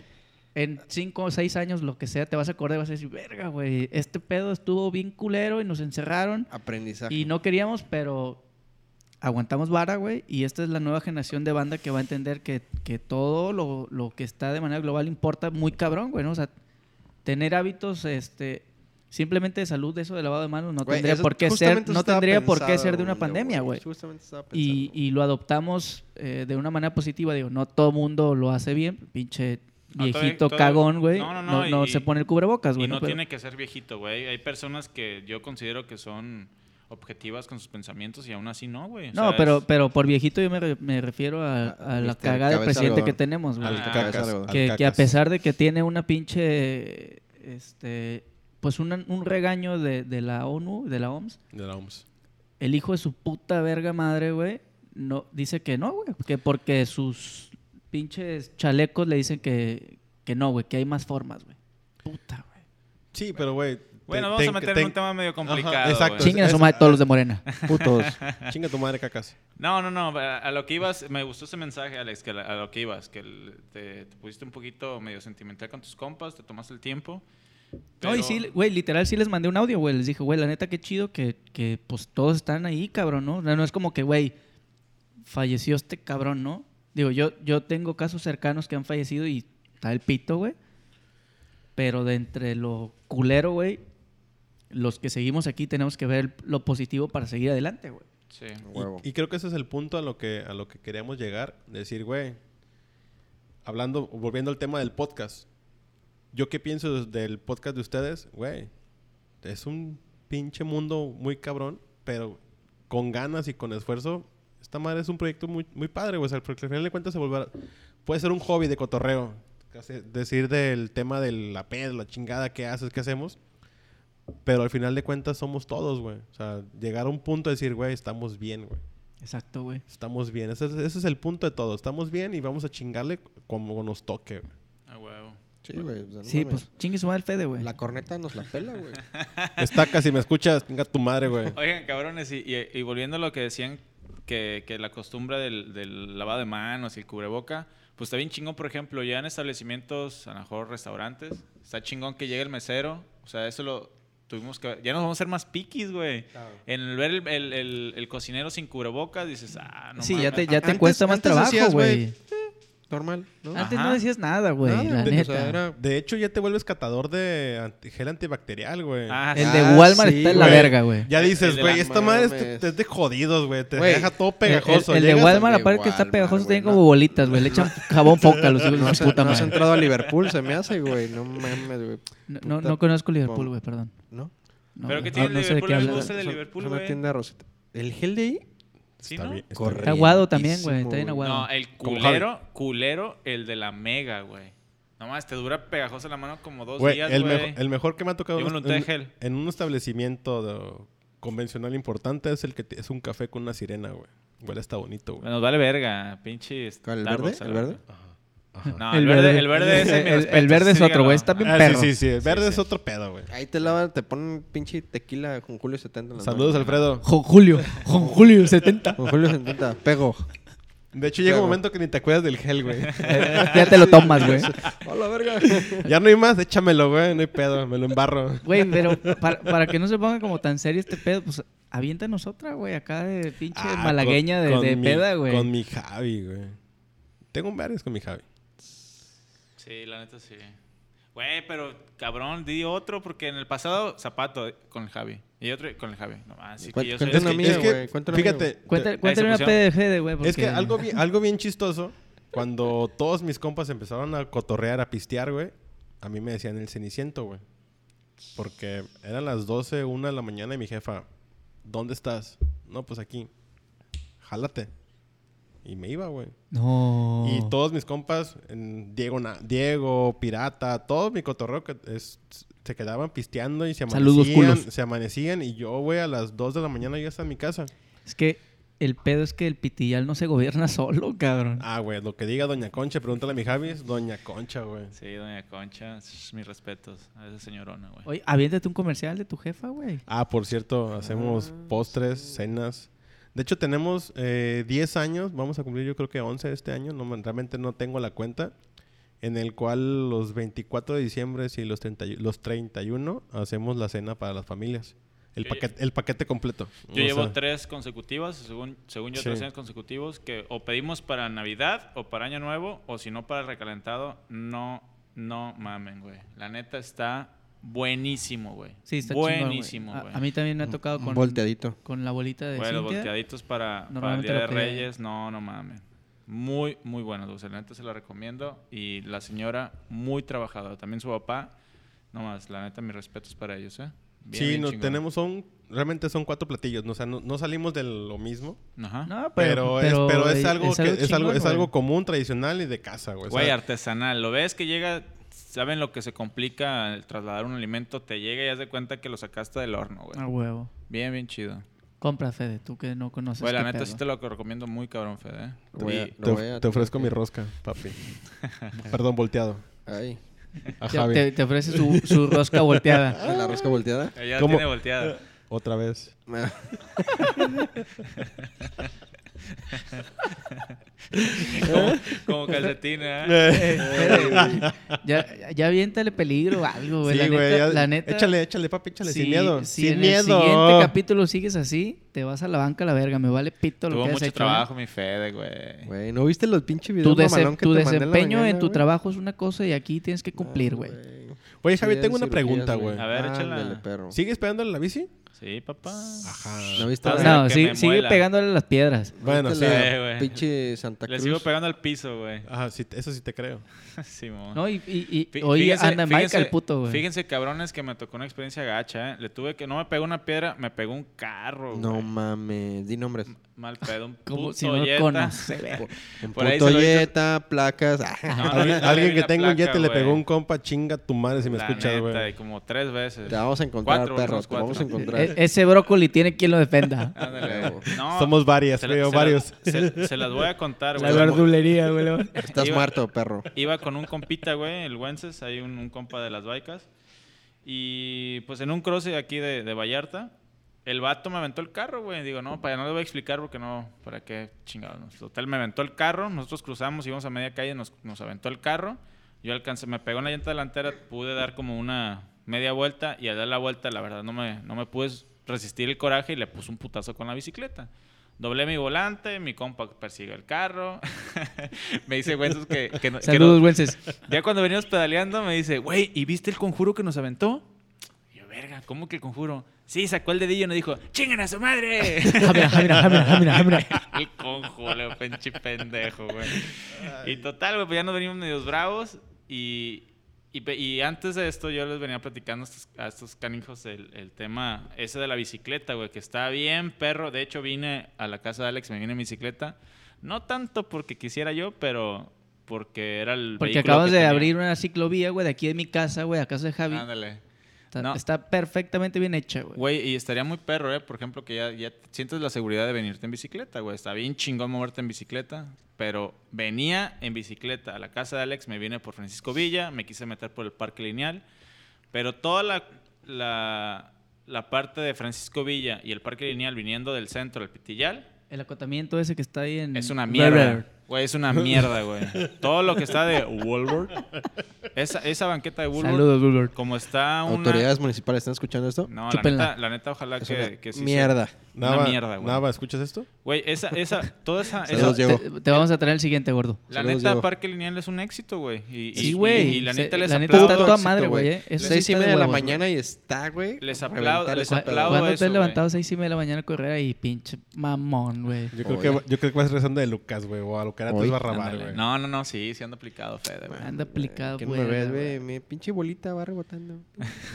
Speaker 2: En cinco o seis años, lo que sea, te vas a acordar y vas a decir, verga, güey, este pedo estuvo bien culero y nos encerraron
Speaker 1: Aprendizaje.
Speaker 2: y no queríamos, pero aguantamos vara, güey. Y esta es la nueva generación de banda que va a entender que, que todo lo, lo que está de manera global importa muy cabrón, güey. ¿no? O sea, tener hábitos, este, simplemente de salud, eso de lavado de manos, no
Speaker 1: Güey,
Speaker 2: tendría
Speaker 1: eso-
Speaker 2: por qué ser,
Speaker 1: justamente
Speaker 2: no
Speaker 1: estaba
Speaker 2: tendría por qué
Speaker 1: pensado,
Speaker 2: ser de una
Speaker 1: yo,
Speaker 2: pandemia, güey.
Speaker 1: Justamente estaba pensando.
Speaker 2: Y, y lo adoptamos eh, de una manera positiva, digo, no todo mundo lo hace bien, pinche
Speaker 3: No,
Speaker 2: viejito
Speaker 3: todavía- todavía-
Speaker 2: cagón, güey.
Speaker 3: no,
Speaker 2: No,
Speaker 3: no,
Speaker 2: no,
Speaker 3: no, y-
Speaker 2: se pone el cubrebocas,
Speaker 3: Y
Speaker 2: güey.
Speaker 3: no
Speaker 2: Pero-
Speaker 3: tiene que ser viejito, güey. Hay personas que yo considero que son objetivas con sus pensamientos y aún así no, güey. O
Speaker 2: No,
Speaker 3: sea, es-
Speaker 2: pero, pero por viejito yo me, re- me refiero a,
Speaker 1: A-
Speaker 2: a la
Speaker 1: Mr.
Speaker 4: Este,
Speaker 2: cagada de
Speaker 1: Cabeza
Speaker 2: presidente que
Speaker 1: Algodón.
Speaker 2: tenemos, güey.
Speaker 1: Al
Speaker 3: Ah,
Speaker 1: cacas,
Speaker 4: cacas.
Speaker 1: algo.
Speaker 2: que, que a
Speaker 4: Alcacas.
Speaker 2: pesar de que tiene una pinche, este, pues una- un regaño de, de la ONU, de la OMS,
Speaker 4: De la OMS.
Speaker 2: el hijo de su puta verga madre, güey, no, dice que no, güey, que porque sus pinches chalecos le dicen que, que no, güey, que hay más formas, güey. Puta, güey.
Speaker 4: Sí, pero güey. te-
Speaker 3: Bueno,
Speaker 4: te-
Speaker 3: vamos a meter
Speaker 4: te-
Speaker 3: en un tema medio complicado.
Speaker 4: exacto.
Speaker 3: güey.
Speaker 4: Entonces,
Speaker 2: Chinguen a su
Speaker 4: Pues es-
Speaker 2: madre todos los de Morena.
Speaker 1: Putos.
Speaker 4: Chinga tu madre, cacas.
Speaker 3: No, no, no. A a lo que ibas, me gustó ese mensaje, Alex, que la- a lo que ibas, que el- te, te pusiste un poquito medio sentimental con tus compas, te tomaste el tiempo.
Speaker 2: No, y
Speaker 3: pero-
Speaker 2: sí, güey, literal sí les mandé un audio, güey. Les dije, güey, la neta, qué chido que, que pues todos están ahí, cabrón, ¿no? No no es como que, güey, falleció este cabrón, ¿no? Digo, yo, yo tengo casos cercanos que han fallecido y está el pito, güey. Pero de entre lo culero, güey, los que seguimos aquí tenemos que ver lo positivo para seguir adelante, güey.
Speaker 3: Sí.
Speaker 4: Y-
Speaker 1: Huevo.
Speaker 4: Y, creo que ese es el punto a lo que, a lo que queríamos llegar. Decir, güey, hablando, volviendo al tema del podcast. ¿Yo qué pienso des- del podcast de ustedes? Güey, es un pinche mundo muy cabrón, pero con ganas y con esfuerzo, esta madre es un proyecto muy, muy padre, güey. O sea, porque al final de cuentas se volverá... Puede ser un hobby de cotorreo. casi Decir del tema de la peda, la chingada que haces, qué hacemos. Pero al final de cuentas somos todos, güey. O sea, llegar a un punto de decir, güey, estamos bien, güey.
Speaker 2: Exacto, güey.
Speaker 4: Estamos bien. Ese es, ese es el punto de todo. Estamos bien y vamos a chingarle como nos toque, güey.
Speaker 3: A huevo.
Speaker 1: Sí, güey. o sea, no
Speaker 2: Sí,
Speaker 1: mames.
Speaker 2: pues chingue su madre el Fede, güey.
Speaker 1: La corneta nos la pela, güey.
Speaker 4: Estaca, si me escuchas, venga tu madre, güey.
Speaker 3: Oigan, cabrones, y, y- y volviendo a lo que decían, que, que la costumbre del, del lavado de manos y el cubreboca, pues está bien chingón, por ejemplo, ya en establecimientos, a lo mejor restaurantes, está chingón que llegue el mesero, o sea, eso lo tuvimos que... Ya nos vamos a ser más piquis, güey. En el ver el, el- el- el cocinero sin cubrebocas, dices, ah, no
Speaker 2: sí, ya
Speaker 3: mames".
Speaker 2: te, ya te
Speaker 1: Antes-
Speaker 2: cuesta más
Speaker 1: antes
Speaker 2: trabajo,
Speaker 1: hacías, güey,
Speaker 2: güey.
Speaker 1: Normal, ¿no?
Speaker 2: Antes
Speaker 3: Ajá.
Speaker 2: no decías nada, güey,
Speaker 1: Nada,
Speaker 2: la
Speaker 1: o sea,
Speaker 2: neta.
Speaker 1: era-
Speaker 4: De hecho, ya te vuelves catador de anti- gel antibacterial, güey.
Speaker 3: *laughs* Ah,
Speaker 2: El
Speaker 3: sí.
Speaker 2: de
Speaker 1: Ah,
Speaker 2: Walmart
Speaker 1: sí,
Speaker 2: está en la
Speaker 4: güey.
Speaker 2: verga, güey.
Speaker 4: Ya dices,
Speaker 3: El de
Speaker 4: güey,
Speaker 1: la-
Speaker 4: esta madre es,
Speaker 1: mames.
Speaker 4: te- es de jodidos, güey. Te
Speaker 1: Güey.
Speaker 4: deja todo
Speaker 2: El-
Speaker 4: pegajoso.
Speaker 2: El, el de
Speaker 4: Llegas a-
Speaker 2: Walmart,
Speaker 1: al de
Speaker 2: aparte que está
Speaker 1: Walmart,
Speaker 2: pegajoso,
Speaker 1: güey,
Speaker 2: tiene como
Speaker 1: no.
Speaker 2: bolitas, güey. Le echan jabón foca *laughs* a los hijos de
Speaker 1: No
Speaker 2: su
Speaker 1: has,
Speaker 2: puta
Speaker 1: no has
Speaker 2: madre.
Speaker 1: entrado a Liverpool, se me hace, güey. No mames, güey.
Speaker 2: No, no,
Speaker 1: puta
Speaker 2: no conozco Liverpool,
Speaker 1: bom-
Speaker 2: güey, perdón.
Speaker 1: ¿No?
Speaker 2: No,
Speaker 3: Pero
Speaker 2: güey.
Speaker 3: ¿qué
Speaker 2: No-
Speaker 3: tiene el
Speaker 2: no sé de
Speaker 3: Liverpool?
Speaker 2: qué
Speaker 3: ¿Les
Speaker 2: hablas.
Speaker 3: gusta el de Liverpool,
Speaker 1: Es una
Speaker 3: güey?
Speaker 1: tienda de rosita. ¿El gel de ahí?
Speaker 3: ¿Sí,
Speaker 4: Está
Speaker 3: no?
Speaker 4: bien, está
Speaker 1: Correcto.
Speaker 2: Está aguado también, güey.
Speaker 1: Corrientísimo,
Speaker 2: Está bien
Speaker 1: güey.
Speaker 2: aguado.
Speaker 3: No, el
Speaker 4: Como
Speaker 3: culero, culero, el de la mega, güey. Nomás te dura pegajosa la mano como dos
Speaker 4: Güey,
Speaker 3: días,
Speaker 4: el,
Speaker 3: güey.
Speaker 4: mejo- el mejor que me ha tocado
Speaker 3: Llévalo
Speaker 4: en,
Speaker 3: en un té de gel.
Speaker 4: en un establecimiento de- convencional importante es el que te- es un café con una sirena, güey. Huele está bonito, güey.
Speaker 3: Nos vale verga, pinche.
Speaker 1: ¿Cuál, el
Speaker 3: Starbucks,
Speaker 1: verde?
Speaker 3: a
Speaker 1: ¿El
Speaker 3: la
Speaker 1: verde?
Speaker 3: verga.
Speaker 4: Ajá.
Speaker 3: No, el verde, el verde es
Speaker 2: el, el verde es otro, güey. Está bien
Speaker 4: Ah,
Speaker 2: perro.
Speaker 4: sí, sí, sí. Verde
Speaker 3: Sí, Ah,
Speaker 4: es
Speaker 3: sí.
Speaker 4: otro pedo, güey.
Speaker 1: Ahí te lavan, te ponen pinche tequila con Julio 70. en la
Speaker 4: Saludos,
Speaker 1: mano.
Speaker 4: Alfredo.
Speaker 2: Ju- *laughs* Julio, Ju- Julio 70.
Speaker 1: Con Julio
Speaker 4: *laughs*
Speaker 1: 70, pego.
Speaker 4: De hecho, llega un
Speaker 1: Claro.
Speaker 4: momento que ni te acuerdas del gel,
Speaker 2: *laughs*
Speaker 4: güey.
Speaker 2: ya te lo tomas, güey.
Speaker 1: Hola, verga.
Speaker 4: ya no hay más, échamelo, güey. No hay pedo, me lo embarro.
Speaker 2: Güey, pero para, para que no se ponga como tan serio este pedo, pues aviéntanos otra, güey, acá de pinche
Speaker 4: Ah,
Speaker 2: malagueña de,
Speaker 4: con-
Speaker 2: de
Speaker 4: con mi-
Speaker 2: peda, güey.
Speaker 4: Con mi Javi, güey. Tengo varios con mi Javi.
Speaker 3: Sí, la neta sí. Güey, pero cabrón, di otro porque en el pasado zapato eh, con el Javi y otro con el Javi. No, así que
Speaker 1: Cuenta-
Speaker 3: yo
Speaker 1: cuenta
Speaker 3: soy-
Speaker 1: una mía, güey, cuenta una mía,
Speaker 4: fíjate.
Speaker 2: Cuenta-
Speaker 4: te-
Speaker 2: Cuéntale una
Speaker 3: pusieron.
Speaker 2: peda de Fede, güey.
Speaker 4: Es que
Speaker 2: porque-
Speaker 4: algo bien, algo bien chistoso, cuando todos mis compas empezaron a cotorrear, a pistear, güey, a mí me decían el ceniciento, güey. Porque eran las 12, 1 de la mañana y mi jefa, ¿dónde estás? No, pues aquí. Jálate. Y me iba, güey.
Speaker 2: No.
Speaker 4: Y todos mis compas, en Diego, Na- Diego, Pirata, todo mi cotorreo que es- se quedaban pisteando y se
Speaker 2: Saludos,
Speaker 4: amanecían.
Speaker 2: culos.
Speaker 4: Se amanecían y yo, güey, a las 2 de la mañana ya estaba en mi casa.
Speaker 2: Es que el pedo es que el pitillal no se gobierna *laughs* solo, cabrón.
Speaker 4: Ah, güey, lo que diga Doña Concha, pregúntale a mi Javi, es Doña Concha, güey.
Speaker 3: Sí, doña Concha, shh, mis respetos a esa señorona, güey.
Speaker 2: Oye, aviéntate un comercial de tu jefa, güey.
Speaker 4: Ah, por cierto, hacemos
Speaker 3: Ah.
Speaker 4: postres, cenas. De hecho, tenemos eh, 10 años, vamos a cumplir yo creo que 11 este año, no, me- realmente no tengo la cuenta, en el cual los 24 de diciembre y los, 30 y- los 31 hacemos la cena para las familias. El,
Speaker 3: Yo-
Speaker 4: paquete, el paquete completo.
Speaker 3: Yo
Speaker 4: O
Speaker 3: llevo
Speaker 4: sea,
Speaker 3: tres consecutivas, según, según yo,
Speaker 4: Sí.
Speaker 3: tres años consecutivos que o pedimos para Navidad o para Año Nuevo o si no para el recalentado. No, no mamen, güey. La neta está buenísimo, güey.
Speaker 2: Sí, está chingón, güey.
Speaker 3: Buenísimo,
Speaker 2: A-
Speaker 3: güey.
Speaker 2: A, mí también me ha tocado
Speaker 1: Un
Speaker 2: con,
Speaker 1: volteadito.
Speaker 2: con la bolita de
Speaker 3: Bueno,
Speaker 2: Cintia.
Speaker 3: volteaditos para, para el
Speaker 2: Normalmente
Speaker 3: Día de
Speaker 2: lo que-
Speaker 3: Reyes. No, no mames. Muy, muy buenos dulces. La neta se la recomiendo. Y la señora, muy trabajadora. También su papá. No más, la neta, mis respetos para ellos, ¿eh? Bien,
Speaker 4: sí,
Speaker 3: bien
Speaker 4: no,
Speaker 3: chingón.
Speaker 4: tenemos son, realmente son cuatro platillos, no, o sea, no, no salimos de lo mismo.
Speaker 3: Ajá.
Speaker 2: No,
Speaker 4: Pero, es, pero es algo, que- es, algo,
Speaker 2: chingón,
Speaker 4: es algo
Speaker 2: güey.
Speaker 4: común, tradicional y de casa, güey. O
Speaker 3: Güey,
Speaker 4: sea,
Speaker 3: artesanal. Lo ves que llega, saben lo que se complica al trasladar un alimento, te llega y haz de cuenta que lo sacaste del horno, güey.
Speaker 2: A huevo.
Speaker 3: Bien, bien chido.
Speaker 2: Compra, Fede, tú que no conoces.
Speaker 3: Güey, la
Speaker 2: qué
Speaker 3: neta
Speaker 2: pedo.
Speaker 3: sí te lo recomiendo muy cabrón, Fede. ¿eh?
Speaker 1: Lo voy a-
Speaker 3: Y-
Speaker 1: lo
Speaker 4: te,
Speaker 1: voy a
Speaker 4: te ofrezco mi
Speaker 1: tener
Speaker 4: rosca, papi. *laughs* Perdón, volteado.
Speaker 1: que- Ay.
Speaker 4: A
Speaker 2: Te-
Speaker 4: Javi.
Speaker 2: Te, te ofrece su, su
Speaker 1: *laughs*
Speaker 2: rosca volteada.
Speaker 1: ¿La rosca
Speaker 4: *laughs*
Speaker 1: volteada?
Speaker 3: Ella
Speaker 4: ¿Cómo?
Speaker 2: *laughs*
Speaker 3: tiene volteada.
Speaker 4: Otra vez.
Speaker 3: como, como calcetina. ¿eh?
Speaker 2: Eh, Fede, ya, ya aviéntale peligro o algo, güey.
Speaker 4: Sí,
Speaker 2: la,
Speaker 4: güey,
Speaker 2: neta,
Speaker 4: ya-
Speaker 2: la neta.
Speaker 4: Échale, échale, papi, échale.
Speaker 2: si-
Speaker 4: sin miedo.
Speaker 2: Si
Speaker 4: sin
Speaker 2: en
Speaker 4: miedo.
Speaker 2: el siguiente capítulo sigues así, te vas a la banca a la verga. Me vale pito lo
Speaker 3: Tuvo
Speaker 2: que has
Speaker 3: mucho
Speaker 2: hecho. ¿eh?
Speaker 3: trabajo mi Fede, güey.
Speaker 1: Güey, ¿no viste los pinches
Speaker 2: Tu,
Speaker 1: videos
Speaker 2: dese-
Speaker 1: mamalón que
Speaker 2: tu
Speaker 1: te mandé la
Speaker 2: desempeño en
Speaker 1: mañana,
Speaker 2: tu
Speaker 1: güey?
Speaker 2: trabajo es una cosa y aquí tienes que cumplir,
Speaker 1: Ah,
Speaker 2: güey.
Speaker 4: Oye, Javi,
Speaker 1: Sí,
Speaker 4: tengo una
Speaker 1: cirugías,
Speaker 4: pregunta, güey.
Speaker 3: A ver, échala.
Speaker 1: Ándale, perro.
Speaker 4: ¿Sigues pegándole la bici?
Speaker 3: Sí, papá.
Speaker 4: Ajá.
Speaker 1: ¿No viste?
Speaker 3: Ah,
Speaker 1: la-
Speaker 3: sea,
Speaker 2: No,
Speaker 3: que
Speaker 2: sí-
Speaker 3: me
Speaker 2: sigue
Speaker 3: muela.
Speaker 2: pegándole a las piedras.
Speaker 4: Bueno, sí.
Speaker 1: ¿Viste la
Speaker 3: Sí, güey.
Speaker 1: Pinche Santa
Speaker 3: Le
Speaker 1: Cruz.
Speaker 3: sigo pegando al piso, güey. *laughs*
Speaker 4: Ajá, sí, eso sí te creo.
Speaker 3: Simón.
Speaker 2: No, y, y, y
Speaker 3: Fí-
Speaker 2: hoy
Speaker 3: fíjense-
Speaker 2: anda Mike
Speaker 3: fíjense-
Speaker 2: al puto, güey.
Speaker 3: Fíjense, cabrones, que me tocó una experiencia gacha, ¿eh? Le tuve que... No me pegó una piedra, me pegó un carro,
Speaker 1: No
Speaker 3: güey.
Speaker 1: mames, di nombres.
Speaker 3: Mal pedo, un
Speaker 2: Como
Speaker 3: puto
Speaker 2: si no
Speaker 3: Jetta. *laughs*
Speaker 2: conoce, güey.
Speaker 1: Por- Un
Speaker 3: Por ahí
Speaker 1: puto
Speaker 3: se lo hizo-
Speaker 1: Jetta, placas. ah,
Speaker 3: No, no le-
Speaker 4: Alguien,
Speaker 3: no le
Speaker 4: alguien
Speaker 3: vi
Speaker 4: que
Speaker 3: la
Speaker 4: tenga un
Speaker 3: placa,
Speaker 4: jet le pegó
Speaker 3: güey.
Speaker 4: un compa, chinga tu madre si me
Speaker 3: La
Speaker 4: escuchas,
Speaker 3: neta,
Speaker 4: güey.
Speaker 3: y como tres veces.
Speaker 1: Te vamos a encontrar,
Speaker 3: Cuatro,
Speaker 1: perro.
Speaker 3: unos
Speaker 1: Te vamos
Speaker 3: *laughs*
Speaker 1: a
Speaker 3: cuatro. Eh,
Speaker 1: encontrar.
Speaker 2: E- ese brócoli tiene quien lo
Speaker 3: *laughs*
Speaker 2: defenda.
Speaker 3: Ándale. No,
Speaker 4: Somos varias,
Speaker 3: se la-
Speaker 4: creo,
Speaker 3: se la-
Speaker 4: varios.
Speaker 3: *laughs* se, se las voy a
Speaker 4: *laughs*
Speaker 3: contar,
Speaker 2: La
Speaker 3: güey.
Speaker 2: verdulería, güey. luego.
Speaker 1: Estás
Speaker 3: Iba-
Speaker 1: muerto, perro.
Speaker 3: Iba con un compita, güey, el Wences, hay un, un compa de las baicas. Y pues en un cruce aquí de, de Vallarta, el vato me aventó el carro, güey. Digo, no, para no le voy a explicar porque no, para qué chingados. Total, me aventó el carro, nosotros cruzamos, íbamos a media calle, nos, nos aventó el carro. Yo alcancé, me pegó en la llanta delantera, pude dar como una media vuelta y al dar la vuelta, la verdad, no me, no me pude resistir el coraje y le puse un putazo con la bicicleta. Doblé mi volante, mi compa persiguió el carro. *laughs* me dice, güey, esos que, que, no- que
Speaker 2: *laughs*
Speaker 3: no-
Speaker 2: Saludos, güences.
Speaker 3: ya cuando veníamos pedaleando me dice, güey, ¿y viste el conjuro que nos aventó? Y yo, verga, ¿cómo que el conjuro? Sí, sacó el dedillo y nos dijo, ¡chingan a su madre! *laughs*
Speaker 2: Ah, mira, ah, mira, ah, mira, ah, mira, ah, mira.
Speaker 3: el conjuro, pinche pendejo, güey. Y total, güey, pues ya nos venimos medios bravos y... Y, pe- y antes de esto yo les venía platicando a estos, a estos canijos el, el tema ese de la bicicleta, güey, que está bien perro. De hecho vine a la casa de Alex, me vine en bicicleta. No tanto porque quisiera yo, pero porque era el
Speaker 2: Porque
Speaker 3: vehículo
Speaker 2: acabas
Speaker 3: que
Speaker 2: de
Speaker 3: tenía.
Speaker 2: abrir una ciclovía, güey, de aquí de mi casa, güey, a casa de Javi.
Speaker 3: Ándale.
Speaker 2: Está,
Speaker 3: No.
Speaker 2: está perfectamente bien hecha,
Speaker 1: pues.
Speaker 2: güey.
Speaker 3: Güey, y estaría muy perro, ¿eh? Por ejemplo, que ya, ya sientes la seguridad de venirte en bicicleta, güey. Está bien chingón moverte en bicicleta. Pero venía en bicicleta a la casa de Alex, me vine por Francisco Villa, me quise meter por el Parque Lineal. Pero toda la, la, la parte de Francisco Villa y el Parque Lineal viniendo del centro, del Pitillal,
Speaker 2: El acotamiento ese que está ahí en...
Speaker 3: es una
Speaker 2: Brother.
Speaker 3: mierda. Güey, es una mierda, güey. Todo lo que está de Woolworth, esa, esa banqueta de Woolworth,
Speaker 2: Saludos, Gilbert.
Speaker 3: como está una...
Speaker 1: ¿Autoridades municipales están escuchando esto?
Speaker 3: No, la
Speaker 2: Chúpenla.
Speaker 3: neta, la neta, ojalá
Speaker 1: Es
Speaker 3: que,
Speaker 1: una
Speaker 3: que sí sea-
Speaker 1: mierda.
Speaker 3: Una
Speaker 4: Nava,
Speaker 3: mierda, güey.
Speaker 4: Nava, ¿escuchas esto?
Speaker 3: Güey, esa, esa,
Speaker 2: *laughs*
Speaker 3: toda esa.
Speaker 1: Se
Speaker 3: esa-
Speaker 1: los llevo.
Speaker 2: Te, te vamos a traer el siguiente, gordo.
Speaker 3: la
Speaker 1: Saludos,
Speaker 3: neta,
Speaker 1: Diego.
Speaker 3: Parque Lineal es un éxito, güey. Y, y-
Speaker 2: Sí,
Speaker 3: y-
Speaker 2: güey.
Speaker 3: Y, la neta
Speaker 2: Se-
Speaker 3: les
Speaker 2: la neta
Speaker 3: aplaudo.
Speaker 2: está toda
Speaker 1: Puto
Speaker 2: madre,
Speaker 1: éxito,
Speaker 2: güey, eh. Eso
Speaker 1: Seis
Speaker 2: sí
Speaker 1: y
Speaker 2: está de
Speaker 1: media de la
Speaker 2: huevos, güey.
Speaker 1: mañana y está, güey.
Speaker 3: Les
Speaker 1: a
Speaker 3: aplaudo,
Speaker 1: reventar
Speaker 3: les
Speaker 1: esa
Speaker 3: aplaudo
Speaker 1: pedra.
Speaker 2: ¿Cuándo te
Speaker 3: eso,
Speaker 2: has
Speaker 3: güey.
Speaker 2: levantado a 6 y media de la mañana a correr ahí, pinche mamón, güey?
Speaker 4: Yo creo,
Speaker 1: Hoy.
Speaker 4: que, yo creo que vas rezando de Lucas, güey, o a lo que era
Speaker 1: Hoy.
Speaker 4: antes Barrabás,
Speaker 3: Ándale.
Speaker 4: güey.
Speaker 3: No, no, no, sí, sí anda aplicado, Fede, güey.
Speaker 2: Anda aplicado,
Speaker 1: Ah, Que no
Speaker 2: güey.
Speaker 1: me ves, güey. Mi pinche bolita va
Speaker 3: *laughs*
Speaker 1: rebotando.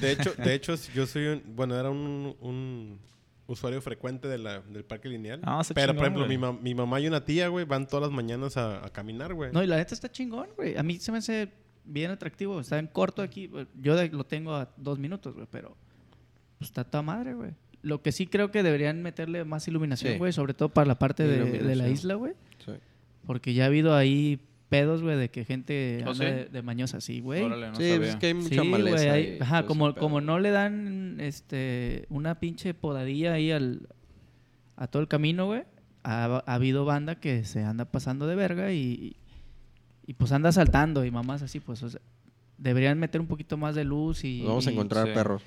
Speaker 4: De hecho, de hecho, yo soy un... Bueno, era un, un usuario frecuente de la- del parque lineal.
Speaker 3: Ah, está
Speaker 4: Pero, por
Speaker 3: chingón,
Speaker 4: ejemplo,
Speaker 3: güey.
Speaker 4: mi, ma- mi mamá y una tía, güey, van todas las mañanas a, a caminar, güey.
Speaker 2: No, y la neta está chingón, güey. A mí se me hace bien atractivo. Está en corto aquí. Yo de- lo tengo a dos minutos, güey, pero pues, está toda madre, güey. Lo que sí creo que deberían meterle más iluminación,
Speaker 1: Sí.
Speaker 2: güey, sobre todo para la parte de, de la
Speaker 1: Iluminación.
Speaker 2: isla, güey. Porque ya ha habido ahí pedos, güey, de que gente
Speaker 3: ¿Oh,
Speaker 2: anda
Speaker 3: sí?
Speaker 2: de, de mañosa así, güey.
Speaker 3: Órale, no
Speaker 1: sí,
Speaker 3: sabía.
Speaker 1: pues es que hay
Speaker 2: Sí,
Speaker 1: mucha maleza.
Speaker 2: güey.
Speaker 1: y
Speaker 2: hay-
Speaker 1: todo
Speaker 2: Ajá,
Speaker 1: ese
Speaker 2: como,
Speaker 1: pedo.
Speaker 2: como no le dan este, una pinche podadilla ahí al, a todo el camino, güey. Ha, ha habido banda que se anda pasando de verga y, y pues anda saltando y mamás así, pues o sea, deberían meter un poquito más de luz y...
Speaker 1: Nos vamos a
Speaker 2: y-
Speaker 1: encontrar
Speaker 3: sí.
Speaker 1: perros.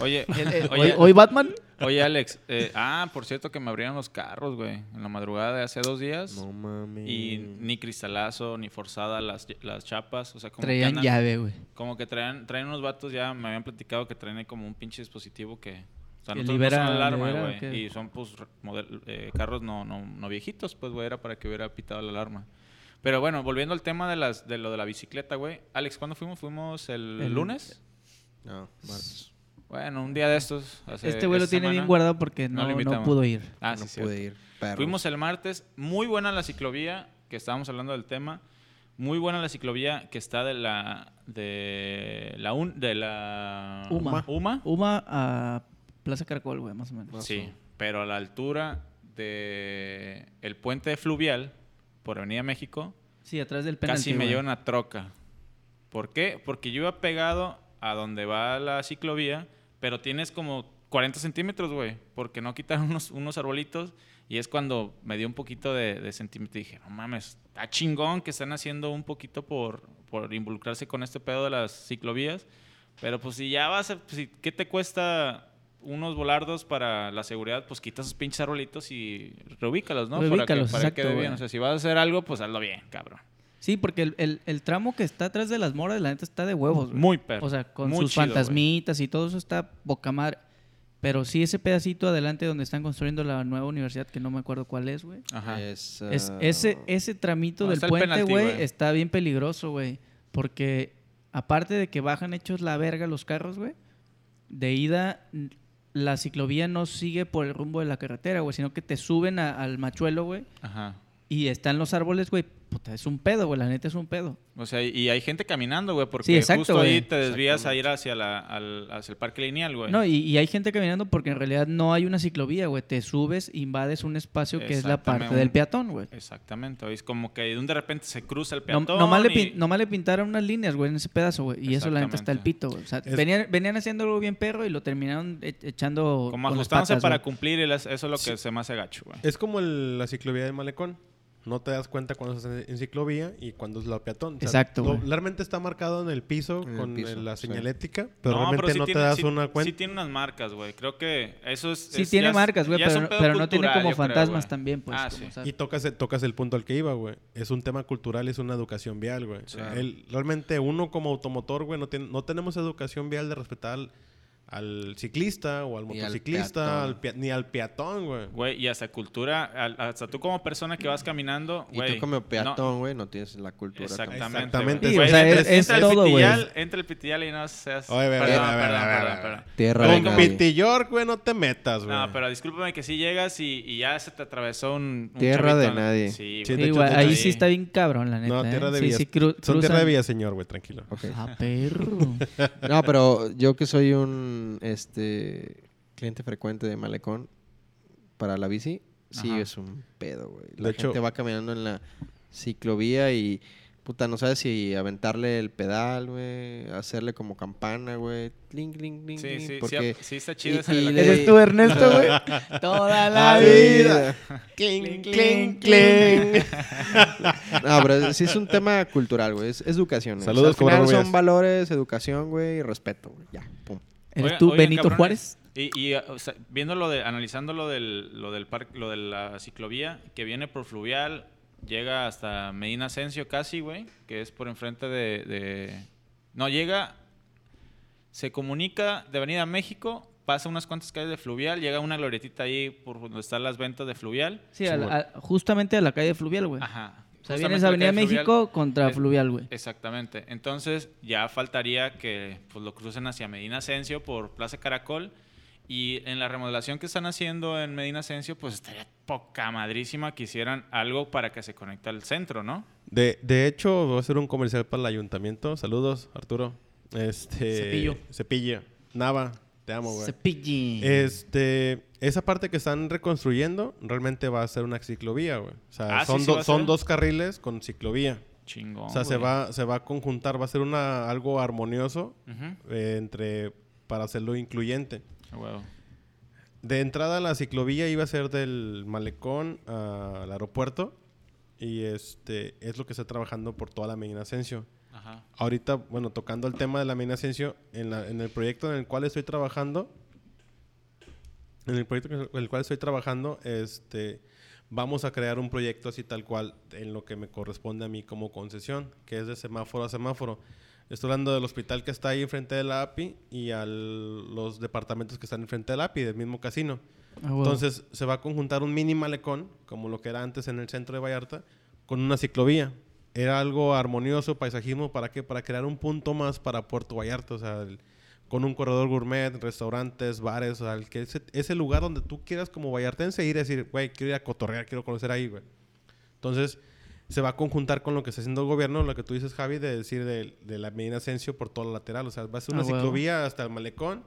Speaker 3: Oye,
Speaker 2: *laughs* El- el- hoy,
Speaker 3: oye,
Speaker 2: hoy Batman...
Speaker 3: oye, Alex. eh, ah, por cierto, que me abrieron los carros, güey. En la madrugada de hace dos días.
Speaker 1: No mames.
Speaker 3: Y ni cristalazo, ni forzada las, las chapas. O sea, como que
Speaker 2: Traían
Speaker 3: andan-
Speaker 2: llave, güey.
Speaker 3: Como que traen, traen unos vatos, ya me habían platicado que traen ahí como un pinche dispositivo que... O sea,
Speaker 2: Que
Speaker 3: no son-
Speaker 2: libera-
Speaker 3: no son alarma,
Speaker 2: libera,
Speaker 3: güey.
Speaker 2: ¿o qué?
Speaker 3: Y son, pues, re- model- eh, carros no, no, no viejitos, pues, güey, era para que hubiera pitado la alarma. Pero bueno, volviendo al tema de, las, de lo de la bicicleta, güey. Alex, ¿cuándo fuimos? ¿Fuimos el,
Speaker 2: El-
Speaker 3: lunes?
Speaker 1: No, martes.
Speaker 3: Bueno, un día de estos. hace-
Speaker 2: este güey lo
Speaker 3: esta
Speaker 2: tiene
Speaker 3: semana.
Speaker 2: bien guardado porque no,
Speaker 3: No lo
Speaker 2: no,
Speaker 3: invitamos.
Speaker 2: pudo ir.
Speaker 3: Ah,
Speaker 1: no
Speaker 3: sí, cierto.
Speaker 1: pude ir. Perros.
Speaker 3: Fuimos el martes. Muy buena la ciclovía, que estábamos hablando del tema. Muy buena la ciclovía que está de la... De la... Un, de la
Speaker 2: Uma.
Speaker 3: Uma.
Speaker 2: Uma a Plaza Caracol, güey, más o menos.
Speaker 3: Sí, pero a la altura de el puente fluvial por Avenida México,
Speaker 2: Sí, atrás del penalti,
Speaker 3: casi me
Speaker 2: güey.
Speaker 3: lleva una troca. ¿Por qué? Porque yo iba pegado a donde va la ciclovía, pero tienes como 40 centímetros, güey, porque no quitaron unos, unos arbolitos y es cuando me dio un poquito de, de centímetro y dije, no mames, está chingón que están haciendo un poquito por, por involucrarse con este pedo de las ciclovías, pero pues si ya vas, a, pues, si- ¿qué te cuesta unos volardos para la seguridad? Pues quita esos pinches arbolitos y reubícalos, ¿no?
Speaker 2: Reubícalos,
Speaker 3: para que, para que
Speaker 2: exacto,
Speaker 3: quede bien.
Speaker 2: güey.
Speaker 3: O sea, si vas a hacer algo, pues hazlo bien, cabrón.
Speaker 2: Sí, porque el, el- el tramo que está atrás de las moras, la neta, está de huevos. güey.
Speaker 3: Muy perro.
Speaker 2: O sea, con
Speaker 3: Muy
Speaker 2: sus
Speaker 3: chido, güey.
Speaker 2: fantasmitas y todo eso está boca madre. Pero sí, ese pedacito adelante donde están construyendo la nueva universidad, que no me acuerdo cuál es, güey.
Speaker 3: Ajá.
Speaker 4: Eh.
Speaker 1: Es,
Speaker 2: Es,
Speaker 1: ah,
Speaker 2: ese, ese tramito
Speaker 3: ¿Dónde
Speaker 2: del
Speaker 3: está el
Speaker 2: puente,
Speaker 3: penalti,
Speaker 2: güey,
Speaker 3: güey?
Speaker 2: está bien peligroso, güey. Porque aparte de que bajan hechos la verga los carros, güey, de ida n- la ciclovía no sigue por el rumbo de la carretera, güey, sino que te suben a- al machuelo, güey,
Speaker 3: Ajá.
Speaker 2: y están los árboles, güey. Puta, es un pedo, güey, la neta es un pedo.
Speaker 3: O sea, y hay gente caminando, güey, porque
Speaker 2: Sí, exacto,
Speaker 3: justo ahí
Speaker 2: güey.
Speaker 3: te desvías a ir hacia, la, al- hacia el parque lineal, güey.
Speaker 2: No, y, y hay gente caminando porque en realidad no hay una ciclovía, güey. Te subes, invades un espacio que es la
Speaker 3: Exactamente,
Speaker 2: parte del
Speaker 3: un-
Speaker 2: peatón, güey.
Speaker 3: Exactamente, güey. es como que de un de repente se cruza el
Speaker 2: No,
Speaker 3: peatón.
Speaker 2: nomás, le
Speaker 3: y-
Speaker 2: pin- nomás le pintaron unas líneas, güey, en ese pedazo, güey. Y eso la neta está el
Speaker 3: Exactamente.
Speaker 2: pito, güey. O sea,
Speaker 4: Es-
Speaker 2: venían, venían haciendo algo bien perro y lo terminaron e- echando.
Speaker 3: como
Speaker 2: con las
Speaker 3: ajustándose
Speaker 2: patas,
Speaker 3: para
Speaker 2: güey.
Speaker 3: cumplir, el- eso es lo que se me hace gacho, güey.
Speaker 4: Es como el- la ciclovía del malecón. No te das cuenta cuando estás en- en ciclovía y cuando es la peatón. O sea,
Speaker 2: Exacto,
Speaker 4: lo-
Speaker 2: güey.
Speaker 4: realmente está marcado en el piso
Speaker 1: En el
Speaker 4: con
Speaker 1: piso,
Speaker 4: el- la
Speaker 1: sí.
Speaker 4: señalética, pero
Speaker 3: No,
Speaker 4: realmente
Speaker 3: sí
Speaker 4: no
Speaker 3: tiene-
Speaker 4: te das
Speaker 3: sí-
Speaker 4: una cuenta.
Speaker 3: Sí tiene unas marcas, güey. Creo que eso es...
Speaker 2: Sí,
Speaker 3: es- ya
Speaker 2: tiene
Speaker 3: es-
Speaker 2: marcas, güey,
Speaker 3: ya es
Speaker 2: pero,
Speaker 3: un pedo
Speaker 2: pero no tiene
Speaker 3: cultural,
Speaker 2: como
Speaker 3: yo creo,
Speaker 2: fantasmas
Speaker 3: güey.
Speaker 2: también, pues.
Speaker 3: Ah,
Speaker 2: como,
Speaker 3: sí.
Speaker 2: o sea,
Speaker 4: Y tocas, el- tocas el punto al que iba, güey. Es un tema cultural, es una educación vial, güey.
Speaker 3: Sí.
Speaker 4: El- realmente uno como automotor, güey, no, tiene- no tenemos educación vial de respetar al ciclista o al
Speaker 1: Ni al
Speaker 4: motociclista,
Speaker 1: peatón.
Speaker 4: al pea- ni al peatón, güey.
Speaker 3: Güey, y hasta cultura, al- hasta tú como persona que vas caminando,
Speaker 1: Y
Speaker 3: güey.
Speaker 1: tú como
Speaker 3: no-
Speaker 1: peatón, güey, no, tienes la cultura. tampoco.
Speaker 3: Exactamente.
Speaker 4: Exactamente,
Speaker 3: güey.
Speaker 4: Sí, o
Speaker 3: Güey,
Speaker 4: sea,
Speaker 3: entra-
Speaker 4: es-
Speaker 3: entra
Speaker 5: es
Speaker 3: el
Speaker 5: todo, güey.
Speaker 3: pitillal- Entra el pitillal y no seas.
Speaker 4: Oye, a ver, a ver,
Speaker 3: perdón,
Speaker 4: a ver,
Speaker 3: perdón,
Speaker 4: a ver,
Speaker 3: perdón,
Speaker 4: a ver.
Speaker 3: perdón.
Speaker 1: Tierra de
Speaker 4: Con
Speaker 1: nadie.
Speaker 4: pitillor, güey, no te metas, güey.
Speaker 3: No, pero discúlpame que sí llegas y, y ya se te atravesó un. un
Speaker 1: Tierra de
Speaker 3: chavito, ¿no?
Speaker 1: nadie.
Speaker 3: Sí,
Speaker 4: Sí,
Speaker 3: güey.
Speaker 4: de
Speaker 2: Sí,
Speaker 4: hecho,
Speaker 2: güey,
Speaker 4: de hecho,
Speaker 2: ahí
Speaker 3: sí.
Speaker 2: sí está bien cabrón, la neta.
Speaker 4: No, tierra
Speaker 2: ¿eh?
Speaker 4: de
Speaker 2: Sí,
Speaker 4: Villas.
Speaker 2: sí, cru-
Speaker 4: Son tierra de
Speaker 2: cruzan-
Speaker 4: Villaseñor, güey, tranquilo.
Speaker 1: Ok.
Speaker 2: Ah,
Speaker 3: *laughs*
Speaker 2: perro.
Speaker 1: No, pero yo que soy un este cliente frecuente de Malecón para la bici, sí
Speaker 3: Ajá.
Speaker 1: es un pedo, güey. La
Speaker 4: De hecho-
Speaker 1: gente va caminando en la ciclovía y puta, no sabes si aventarle el pedal, güey, hacerle como campana, güey. Tling, tling, tling,
Speaker 3: Sí,
Speaker 1: tling,
Speaker 3: sí,
Speaker 1: porque
Speaker 3: sí, sí está
Speaker 1: y-
Speaker 3: chido esa de
Speaker 1: y
Speaker 3: la
Speaker 1: le-
Speaker 5: ¿Eres tú, Ernesto, güey? Toda
Speaker 1: la
Speaker 5: la vida.
Speaker 1: vida.
Speaker 5: Cling,
Speaker 1: cling,
Speaker 5: cling,
Speaker 1: cling. No, pero sí es un tema cultural, güey. Es es educación.
Speaker 4: Saludos,
Speaker 1: Saludos, Al final
Speaker 4: Cobra Rubias.
Speaker 1: son valores, educación, güey, y respeto, güey. Ya, pum.
Speaker 2: ¿Eres
Speaker 3: Oigan-
Speaker 2: tú
Speaker 3: oigan,
Speaker 2: Benito Juárez?
Speaker 3: cabrones, Y, y, o sea, viendo lo de, analizando lo del, lo del parque, lo de la ciclovía, que viene por fluvial, llega hasta Medina Asensio casi, güey, que es por enfrente de, de- No, llega, se comunica de Avenida México, pasa unas cuantas calles de fluvial, llega una glorietita ahí por donde están las ventas de fluvial.
Speaker 2: Sí, a la- a- justamente a la calle Fluvial, güey.
Speaker 3: Ajá.
Speaker 2: Pues, O sea,
Speaker 3: justamente
Speaker 2: vienes
Speaker 3: la
Speaker 2: Avenida
Speaker 3: calle Fluvial.
Speaker 2: México contra
Speaker 3: Es-
Speaker 2: Fluvial, güey.
Speaker 3: Exactamente. Entonces, ya faltaría que pues, lo crucen hacia Medina Asensio por Plaza Caracol. Y en la remodelación que están haciendo en Medina Asensio, pues estaría poca madrísima que hicieran algo para que se conecte al centro, ¿no?
Speaker 4: De, de hecho, voy a hacer un comercial para el ayuntamiento. Saludos, Arturo. Este,
Speaker 2: Cepillo.
Speaker 4: Cepillo. Nava, te amo, güey.
Speaker 2: Cepillín.
Speaker 4: Este, esa parte que están reconstruyendo realmente va a ser una ciclovía, güey. O sea,
Speaker 3: Ah, sí,
Speaker 4: son,
Speaker 3: sí
Speaker 4: do-
Speaker 3: va a
Speaker 4: son
Speaker 3: ser.
Speaker 4: dos carriles con ciclovía.
Speaker 3: Chingón.
Speaker 4: o sea, se
Speaker 3: güey.
Speaker 4: va, se va a conjuntar, va a ser una, algo armonioso
Speaker 3: Ujú.
Speaker 4: eh, entre, para hacerlo incluyente.
Speaker 3: A huevo.
Speaker 4: De entrada la ciclovía iba a ser del malecón al aeropuerto y este es lo que está trabajando por toda la Medina Asensio.
Speaker 3: Ajá.
Speaker 4: Ahorita, bueno, tocando el tema de la Medina Asensio, en, la- en el proyecto en el cual estoy trabajando, en el proyecto en el cual estoy trabajando, este, vamos a crear un proyecto así tal cual en lo que me corresponde a mí como concesión, que es de semáforo a semáforo. Estoy hablando del hospital que está ahí enfrente de la API y a los departamentos que están enfrente de la API, del mismo casino.
Speaker 2: Ah, güey.
Speaker 4: Entonces se va a conjuntar un mini malecón, como lo que era antes en el centro de Vallarta, con una ciclovía. Era algo armonioso, paisajismo, ¿para qué? Para crear un punto más para Puerto Vallarta, o sea, el- con un corredor gourmet, restaurantes, bares, o sea, el que ese, ese lugar donde tú quieras como vallartense ir a decir, güey, quiero ir a cotorrear, quiero conocer ahí, güey. Entonces se va a conjuntar con lo que está haciendo el gobierno, lo que tú dices, Javi, de decir de, de la Medina Asensio por todo el lateral, o sea, va a ser una
Speaker 2: Ah, huevo.
Speaker 4: ciclovía hasta el malecón.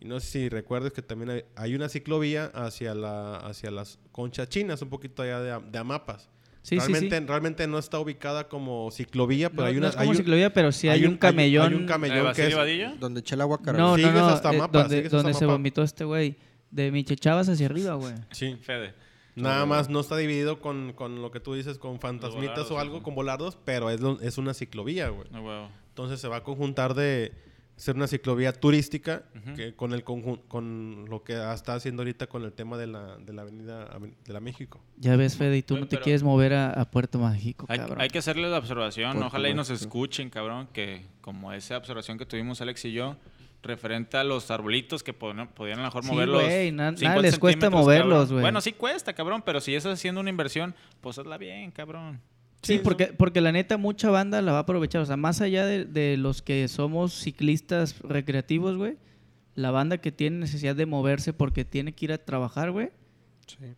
Speaker 4: Y no sé si recuerdes que también hay- hay una ciclovía hacia, la, hacia las conchas chinas, un poquito allá de, Am- de Amapas.
Speaker 2: Sí, sí,
Speaker 4: realmente,
Speaker 2: sí.
Speaker 4: realmente no está ubicada como ciclovía, pero
Speaker 2: No,
Speaker 4: hay
Speaker 2: no
Speaker 4: una...
Speaker 2: es como
Speaker 4: hay un-
Speaker 2: ciclovía, pero sí hay,
Speaker 4: hay un- hay
Speaker 2: un
Speaker 4: un-
Speaker 2: camellón.
Speaker 4: hay un camellón.
Speaker 3: ¿La de
Speaker 4: que
Speaker 3: Basilio
Speaker 4: es-
Speaker 3: Vadillo?
Speaker 1: Donde echa el agua,
Speaker 2: No, no,
Speaker 4: Sigues
Speaker 2: no.
Speaker 4: hasta
Speaker 2: eh,
Speaker 4: Mapa,
Speaker 2: donde
Speaker 4: sigues hasta
Speaker 2: donde se
Speaker 4: Mapa.
Speaker 2: vomitó este güey. De Michechavas hacia arriba, güey.
Speaker 4: Sí.
Speaker 3: Fede.
Speaker 4: Nada más no está dividido con, con lo que tú dices, con fantasmitas
Speaker 3: volardos,
Speaker 4: o algo,
Speaker 3: ajá.
Speaker 4: con volardos, pero es, lo- es una ciclovía, güey.
Speaker 3: A huevo.
Speaker 4: Entonces se va a conjuntar de ser una ciclovía turística
Speaker 3: Ujú.
Speaker 4: que con el conjun- con lo que está haciendo ahorita con el tema de la, de la avenida Aven- de la México.
Speaker 2: Ya ves, Fede, y tú
Speaker 3: Oye,
Speaker 2: no te
Speaker 3: pero-
Speaker 2: quieres mover a, a Puerto Mágico,
Speaker 3: Hay,
Speaker 2: Oh, cabrón.
Speaker 3: hay que hacerle la observación,
Speaker 1: Por
Speaker 3: ojalá y nos
Speaker 1: supuesto.
Speaker 3: escuchen, cabrón, que como esa observación que tuvimos Alex y yo, referente a los arbolitos que podían, podían a lo mejor
Speaker 2: Sí,
Speaker 3: moverlos.
Speaker 2: güey, na- nada
Speaker 3: 50
Speaker 2: les cuesta
Speaker 3: centímetros,
Speaker 2: moverlos,
Speaker 3: cabrón.
Speaker 2: güey.
Speaker 3: Bueno, sí cuesta, cabrón, pero si estás haciendo una inversión, pues hazla bien, cabrón.
Speaker 2: Sí,
Speaker 4: Sí,
Speaker 2: porque, porque la neta mucha banda la va a aprovechar. O sea, más allá de, de los que somos ciclistas recreativos, güey, la banda que tiene necesidad de moverse porque tiene que ir a trabajar, güey,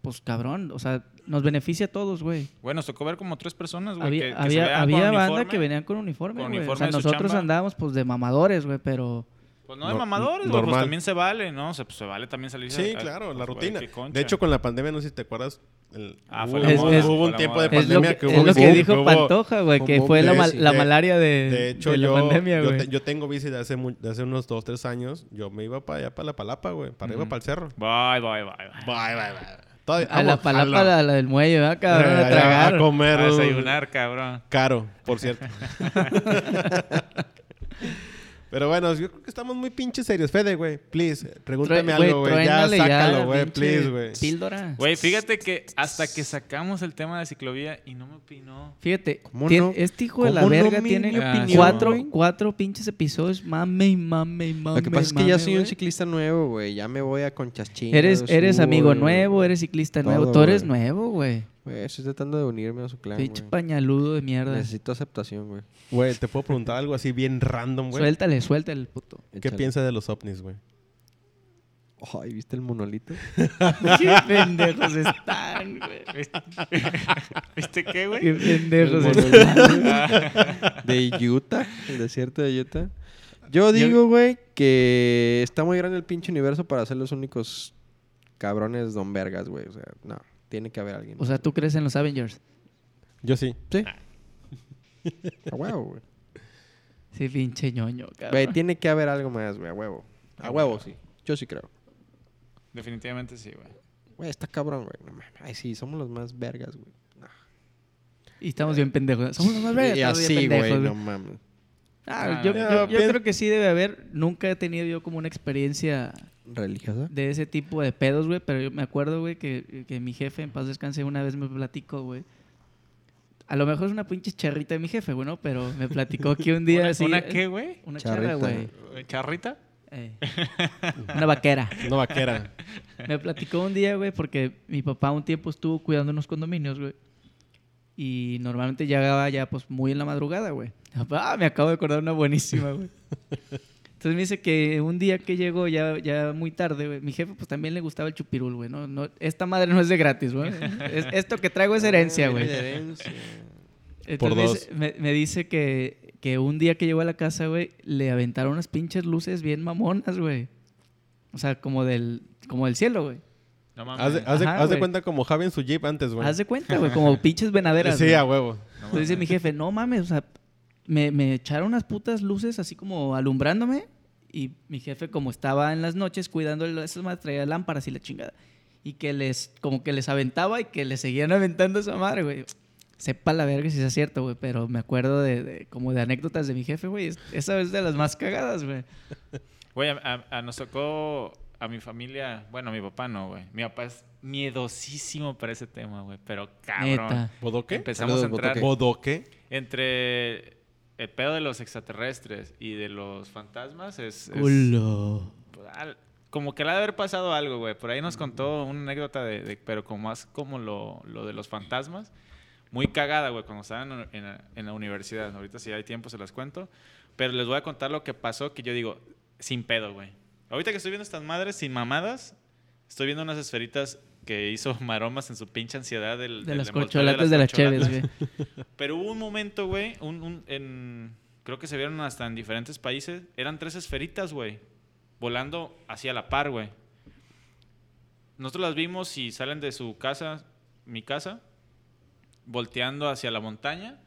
Speaker 2: pues cabrón, o sea, nos beneficia a todos, güey.
Speaker 3: Bueno, nos tocó ver como tres personas, Pues, güey. que-
Speaker 2: Había,
Speaker 3: que se
Speaker 2: había,
Speaker 3: vean
Speaker 2: había
Speaker 3: con
Speaker 2: banda
Speaker 3: uniforme.
Speaker 2: que venían con uniforme,
Speaker 3: con
Speaker 2: güey. O
Speaker 3: uniforme
Speaker 2: sea,
Speaker 3: de su
Speaker 2: nosotros
Speaker 3: chamba.
Speaker 2: andábamos pues de mamadores, güey, pero...
Speaker 3: Pues no de
Speaker 4: No-
Speaker 3: mamadores, güey, pues
Speaker 4: normal.
Speaker 3: también se vale, ¿no? O sea, pues se vale también salir.
Speaker 4: Sí,
Speaker 3: a-
Speaker 4: claro,
Speaker 3: pues,
Speaker 4: la
Speaker 3: güey,
Speaker 4: rutina.
Speaker 3: qué concha.
Speaker 4: De hecho, con la pandemia, no sé si te acuerdas, el-
Speaker 3: Ah,
Speaker 4: hubo,
Speaker 3: fue
Speaker 2: la
Speaker 4: hubo-
Speaker 2: moda,
Speaker 4: hubo
Speaker 3: fue
Speaker 4: un
Speaker 3: la
Speaker 4: tiempo
Speaker 3: moda.
Speaker 4: de
Speaker 2: Es lo
Speaker 4: pandemia
Speaker 2: que,
Speaker 4: que,
Speaker 2: es
Speaker 4: hubo
Speaker 2: lo
Speaker 4: un
Speaker 2: que
Speaker 4: boom,
Speaker 2: dijo
Speaker 4: hubo-
Speaker 2: Pantoja, güey,
Speaker 1: un
Speaker 2: que
Speaker 1: boom
Speaker 2: fue la,
Speaker 4: de-
Speaker 2: mal- la
Speaker 4: de-
Speaker 2: malaria de,
Speaker 4: De hecho,
Speaker 2: de la
Speaker 4: yo,
Speaker 2: pandemia,
Speaker 4: yo,
Speaker 2: güey.
Speaker 4: te- yo tengo bici de hace, mu- de hace unos 2, 3 años. Yo me iba para allá, para la palapa, güey. Para arriba,
Speaker 3: Ujú.
Speaker 4: para el cerro.
Speaker 3: Bye, bye, bye. bye.
Speaker 4: Bye, bye, bye. Todavía-
Speaker 2: A la
Speaker 4: vamos,
Speaker 2: palapa,
Speaker 4: jalo.
Speaker 2: la, la del muelle, ¿verdad, cabrón?
Speaker 4: Eh,
Speaker 2: a tragar.
Speaker 4: A comer.
Speaker 3: A desayunar, cabrón.
Speaker 4: Caro, por cierto. *laughs* Pero bueno, yo creo que estamos muy pinches serios. Fede, güey, please, pregúntame
Speaker 2: True- güey,
Speaker 4: algo, güey. Ya
Speaker 2: truénale la
Speaker 4: sácalo, güey,
Speaker 2: pinche
Speaker 4: please, güey.
Speaker 2: Píldora.
Speaker 3: Güey, fíjate que hasta que sacamos el tema de ciclovía y no me opinó.
Speaker 2: Fíjate,
Speaker 1: ¿Cómo
Speaker 2: tien-
Speaker 1: no?
Speaker 2: este hijo de la
Speaker 1: ¿Cómo no
Speaker 2: verga
Speaker 1: mi
Speaker 2: tiene
Speaker 3: opinión,
Speaker 2: cuatro,
Speaker 1: güey?
Speaker 2: cuatro pinches episodios. Mame y mame y mame.
Speaker 1: Lo que pasa es que
Speaker 2: mame,
Speaker 1: ya soy un
Speaker 2: güey.
Speaker 1: ciclista nuevo, güey. Ya me voy a conchaschinas.
Speaker 2: Eres, eres amigo
Speaker 1: Uber.
Speaker 2: nuevo, eh. eres ciclista nuevo.
Speaker 1: Todo,
Speaker 2: Tú eres
Speaker 1: güey.
Speaker 2: nuevo, güey.
Speaker 1: Güey, estoy tratando de unirme a su clan,
Speaker 2: Pinche
Speaker 1: güey.
Speaker 2: pañaludo de mierda.
Speaker 1: Necesito aceptación, güey.
Speaker 4: Güey, te puedo preguntar algo así bien random, güey.
Speaker 2: Suéltale, suéltale
Speaker 1: *laughs*
Speaker 2: el puto.
Speaker 4: ¿Qué
Speaker 1: Échale.
Speaker 4: piensas de los ovnis, güey?
Speaker 1: Ay, ¿viste el monolito?
Speaker 2: Qué pendejos están, güey.
Speaker 3: ¿Viste ¿Este qué, güey?
Speaker 2: Qué pendejos
Speaker 1: El
Speaker 2: están.
Speaker 1: *laughs* De Utah, el desierto de Utah. Yo digo, güey, que está muy grande el pinche universo para ser los únicos cabrones don vergas, güey. O sea, no, tiene que haber alguien.
Speaker 2: O sea, ¿tú crees en los Avengers?
Speaker 4: Yo sí.
Speaker 1: sí. A huevo, güey.
Speaker 2: Sí, pinche ñoño, cabrón.
Speaker 1: Güey, tiene que haber algo más, güey, a huevo. A huevo, sí. Yo sí creo.
Speaker 3: Definitivamente sí, güey.
Speaker 1: Güey, está cabrón, güey. No mames. Ay, sí, somos los más vergas, güey. No.
Speaker 2: Y estamos bien pendejos. Somos los más verdes.
Speaker 1: Y así, güey, no mames.
Speaker 2: Ah, yo, yo- yo creo que sí debe haber. Nunca he tenido yo como una experiencia
Speaker 1: ¿Religiosa?
Speaker 2: de ese tipo de pedos, güey. Pero yo me acuerdo, güey, que, que mi jefe, en paz descanse, una vez me platicó, güey. A lo mejor es una pinche charrita de mi jefe, güey, ¿no? Pero me platicó que un día
Speaker 3: *laughs* ¿Una,
Speaker 2: así. eh,
Speaker 3: una qué, güey?
Speaker 2: Una charra,
Speaker 1: Charrita.
Speaker 2: güey.
Speaker 3: ¿Charrita? *laughs*
Speaker 2: Eh, Una vaquera.
Speaker 4: No vaquera.
Speaker 2: Me platicó un día, güey, porque mi papá un tiempo estuvo cuidando unos condominios, güey. Y normalmente llegaba ya, pues, muy en la madrugada, güey. Ah, me acabo de acordar una buenísima, güey. Entonces me dice que un día que llegó ya, ya muy tarde, güey, mi jefe pues también le gustaba el chupirul, güey. No, no, esta madre no es de gratis, güey. Es- esto que traigo es Pues herencia, güey.
Speaker 1: Ah, Herencia.
Speaker 2: Entonces
Speaker 4: Por
Speaker 2: me
Speaker 4: dos.
Speaker 2: dice- Me, me dice que, que un día que llegó a la casa, güey, le aventaron unas pinches luces bien mamonas, güey. O sea, como del, como del cielo, güey.
Speaker 3: No *laughs* mames.
Speaker 4: Haz de, haz de-
Speaker 2: Ajá,
Speaker 4: haz de
Speaker 2: güey.
Speaker 4: cuenta como Javi en su jeep antes, güey.
Speaker 2: Haz de cuenta, güey, como pinches venaderas.
Speaker 4: Sí,
Speaker 2: güey.
Speaker 4: ah, a huevo.
Speaker 3: No
Speaker 2: Entonces dice mi jefe, no mames, o sea, me, me echaron unas putas luces así como alumbrándome. Y mi jefe, como estaba en las noches cuidando el- esas madres, traía lámparas y la chingada. Y que les, como que les aventaba y que le seguían aventando esa madre, güey. Sepa la verga si es cierto, güey, pero me acuerdo de, de- como de anécdotas de mi jefe, güey. Es- Esa es de las más cagadas, güey.
Speaker 3: Güey, a, a- a- nos tocó a mi familia, bueno, a mi papá no, güey. Mi papá es miedosísimo para ese tema, güey, pero cabrón.
Speaker 2: Neta.
Speaker 4: ¿Bodoque?
Speaker 3: Empezamos
Speaker 1: Saludos,
Speaker 3: a entrar
Speaker 1: Botoque.
Speaker 4: ¿Bodoque?
Speaker 3: entre el pedo de los extraterrestres y de los fantasmas es, es-
Speaker 2: Culo.
Speaker 3: pues, al- como que le ha de haber pasado algo, güey. Por ahí nos contó una anécdota de, de- pero como más como lo, lo de los fantasmas. Muy cagada, güey, cuando estaban en, en la- en la universidad. Ahorita si hay tiempo se las cuento. Pero les voy a contar lo que pasó que yo digo, sin pedo, güey. Ahorita que estoy viendo estas madres sin mamadas, estoy viendo unas esferitas que hizo *laughs* maromas en su pinche ansiedad del,
Speaker 2: De
Speaker 3: del
Speaker 2: las
Speaker 3: envoltorio
Speaker 2: corcholatas de las cheves,
Speaker 3: corcholatas.
Speaker 2: güey.
Speaker 3: *laughs* Pero hubo un momento, güey, un, un- en- creo que se vieron hasta en diferentes países, eran tres esferitas, güey, volando hacia la par, güey. Nosotros las vimos y salen de su casa, mi casa, volteando hacia la montaña.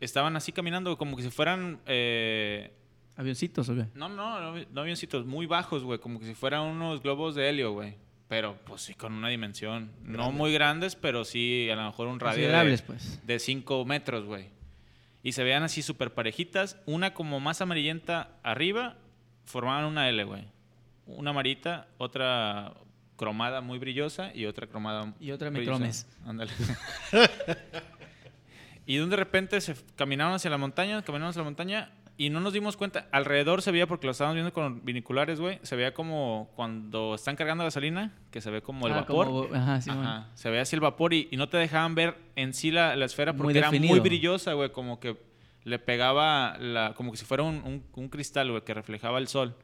Speaker 3: Estaban así caminando como que si fueran... eh,
Speaker 2: Avioncitos, güey.
Speaker 3: no, no, no, avi- no avioncitos, muy bajos, güey, como que si fueran unos globos de helio, güey. Pero pues sí, con una dimensión. No muy grandes, pero sí a lo mejor un radio de,
Speaker 2: Considerables, pues.
Speaker 3: de 5 metros, güey. Y se veían así súper parejitas. Una como más amarillenta arriba, formaban una L, güey. Una amarita, otra cromada muy brillosa y otra cromada...
Speaker 2: Y otra
Speaker 3: brillosa.
Speaker 2: micromes.
Speaker 3: Ándale. *laughs* y de un de repente se f- caminaron hacia la montaña, caminaron hacia la montaña y no nos dimos cuenta. Alrededor se veía, porque lo estábamos viendo con binoculares, güey, se veía como cuando están cargando gasolina, que se ve como el
Speaker 2: Ah,
Speaker 3: vapor.
Speaker 2: como- ajá, sí,
Speaker 3: Ajá,
Speaker 2: güey.
Speaker 3: se veía así el vapor y, y no te dejaban ver en sí la, la esfera
Speaker 2: Muy
Speaker 3: porque era muy
Speaker 2: definido.
Speaker 3: brillosa, güey, como que le pegaba la, como que si fuera un, un- un cristal, güey, que reflejaba el sol.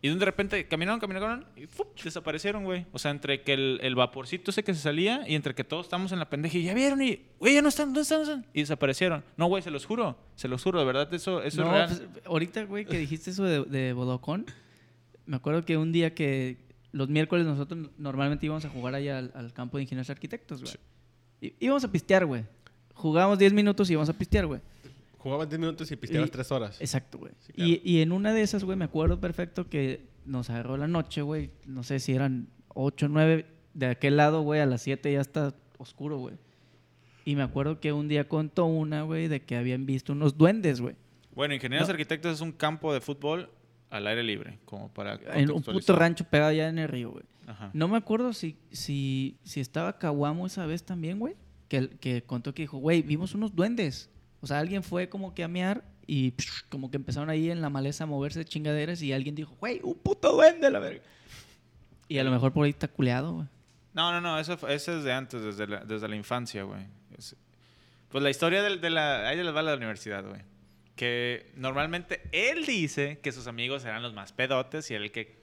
Speaker 3: Y de repente caminaron, caminaron y ¡fup! desaparecieron, güey. O sea, entre que el, el vaporcito ese que se salía y entre que todos estamos en la pendeja y ya vieron y, güey, ya no están, ¿dónde están? ¿Dónde están?" Y desaparecieron. No, güey, se los juro, se los juro, de verdad, eso, eso
Speaker 2: no,
Speaker 3: es real.
Speaker 2: pues, ahorita, güey, que dijiste eso de, de Bodocón, me acuerdo que un día que los miércoles nosotros normalmente íbamos a jugar allá al, al campo de ingenieros arquitectos, güey. I- íbamos a pistear, güey. Jugábamos 10 minutos y íbamos a pistear, güey.
Speaker 4: Jugabas 10 minutos y pisteabas
Speaker 2: Y-
Speaker 4: 3 horas.
Speaker 2: Exacto, güey.
Speaker 4: Sí, claro.
Speaker 2: y, y en una de esas, güey, me acuerdo perfecto que nos agarró la noche, güey. No sé si eran 8, 9. De aquel lado, güey, a las 7 ya está oscuro, güey. Y me acuerdo que un día contó una, güey, de que habían visto unos duendes, güey.
Speaker 3: Bueno, ingenieros arquitectos es un campo de fútbol al aire libre, como para
Speaker 2: En un puto
Speaker 3: contextualizar.
Speaker 2: rancho pegado allá en el río, güey.
Speaker 3: Ajá.
Speaker 2: No me acuerdo si, si, si estaba Caguamo esa vez también, güey. Que, el- que contó que dijo, güey, vimos unos duendes. O sea, alguien fue como que a mear y como que empezaron ahí en la maleza a moverse chingaderas y alguien dijo, güey, un puto duende, la verga. Y a lo mejor por ahí está culeado, güey.
Speaker 3: No, no, no, eso, fue- eso es de antes, desde la, desde la infancia, güey. Es- Pues la historia del- de, la... Ahí les va la universidad, güey. Que normalmente él dice que sus amigos eran los más pedotes y era el que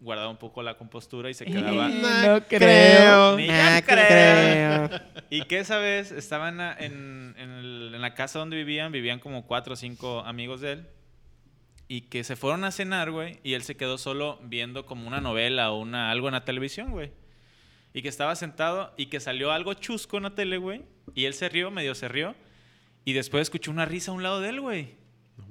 Speaker 3: guardaba un poco la compostura y
Speaker 2: *laughs*
Speaker 3: se quedaba...
Speaker 5: No
Speaker 3: creo.
Speaker 5: creo.
Speaker 3: Ni yo
Speaker 5: No
Speaker 3: creo.
Speaker 5: creo.
Speaker 3: Y que esa vez estaban a- en, en el- en la casa donde vivían, vivían como cuatro o cinco amigos de él. Y que se fueron a cenar, güey, y él se quedó solo viendo como una novela o una, algo en la televisión, güey. Y que estaba sentado y que salió algo chusco en la tele, güey. Y él se rió, medio se rió. Y después escuchó una risa a un lado de él, güey.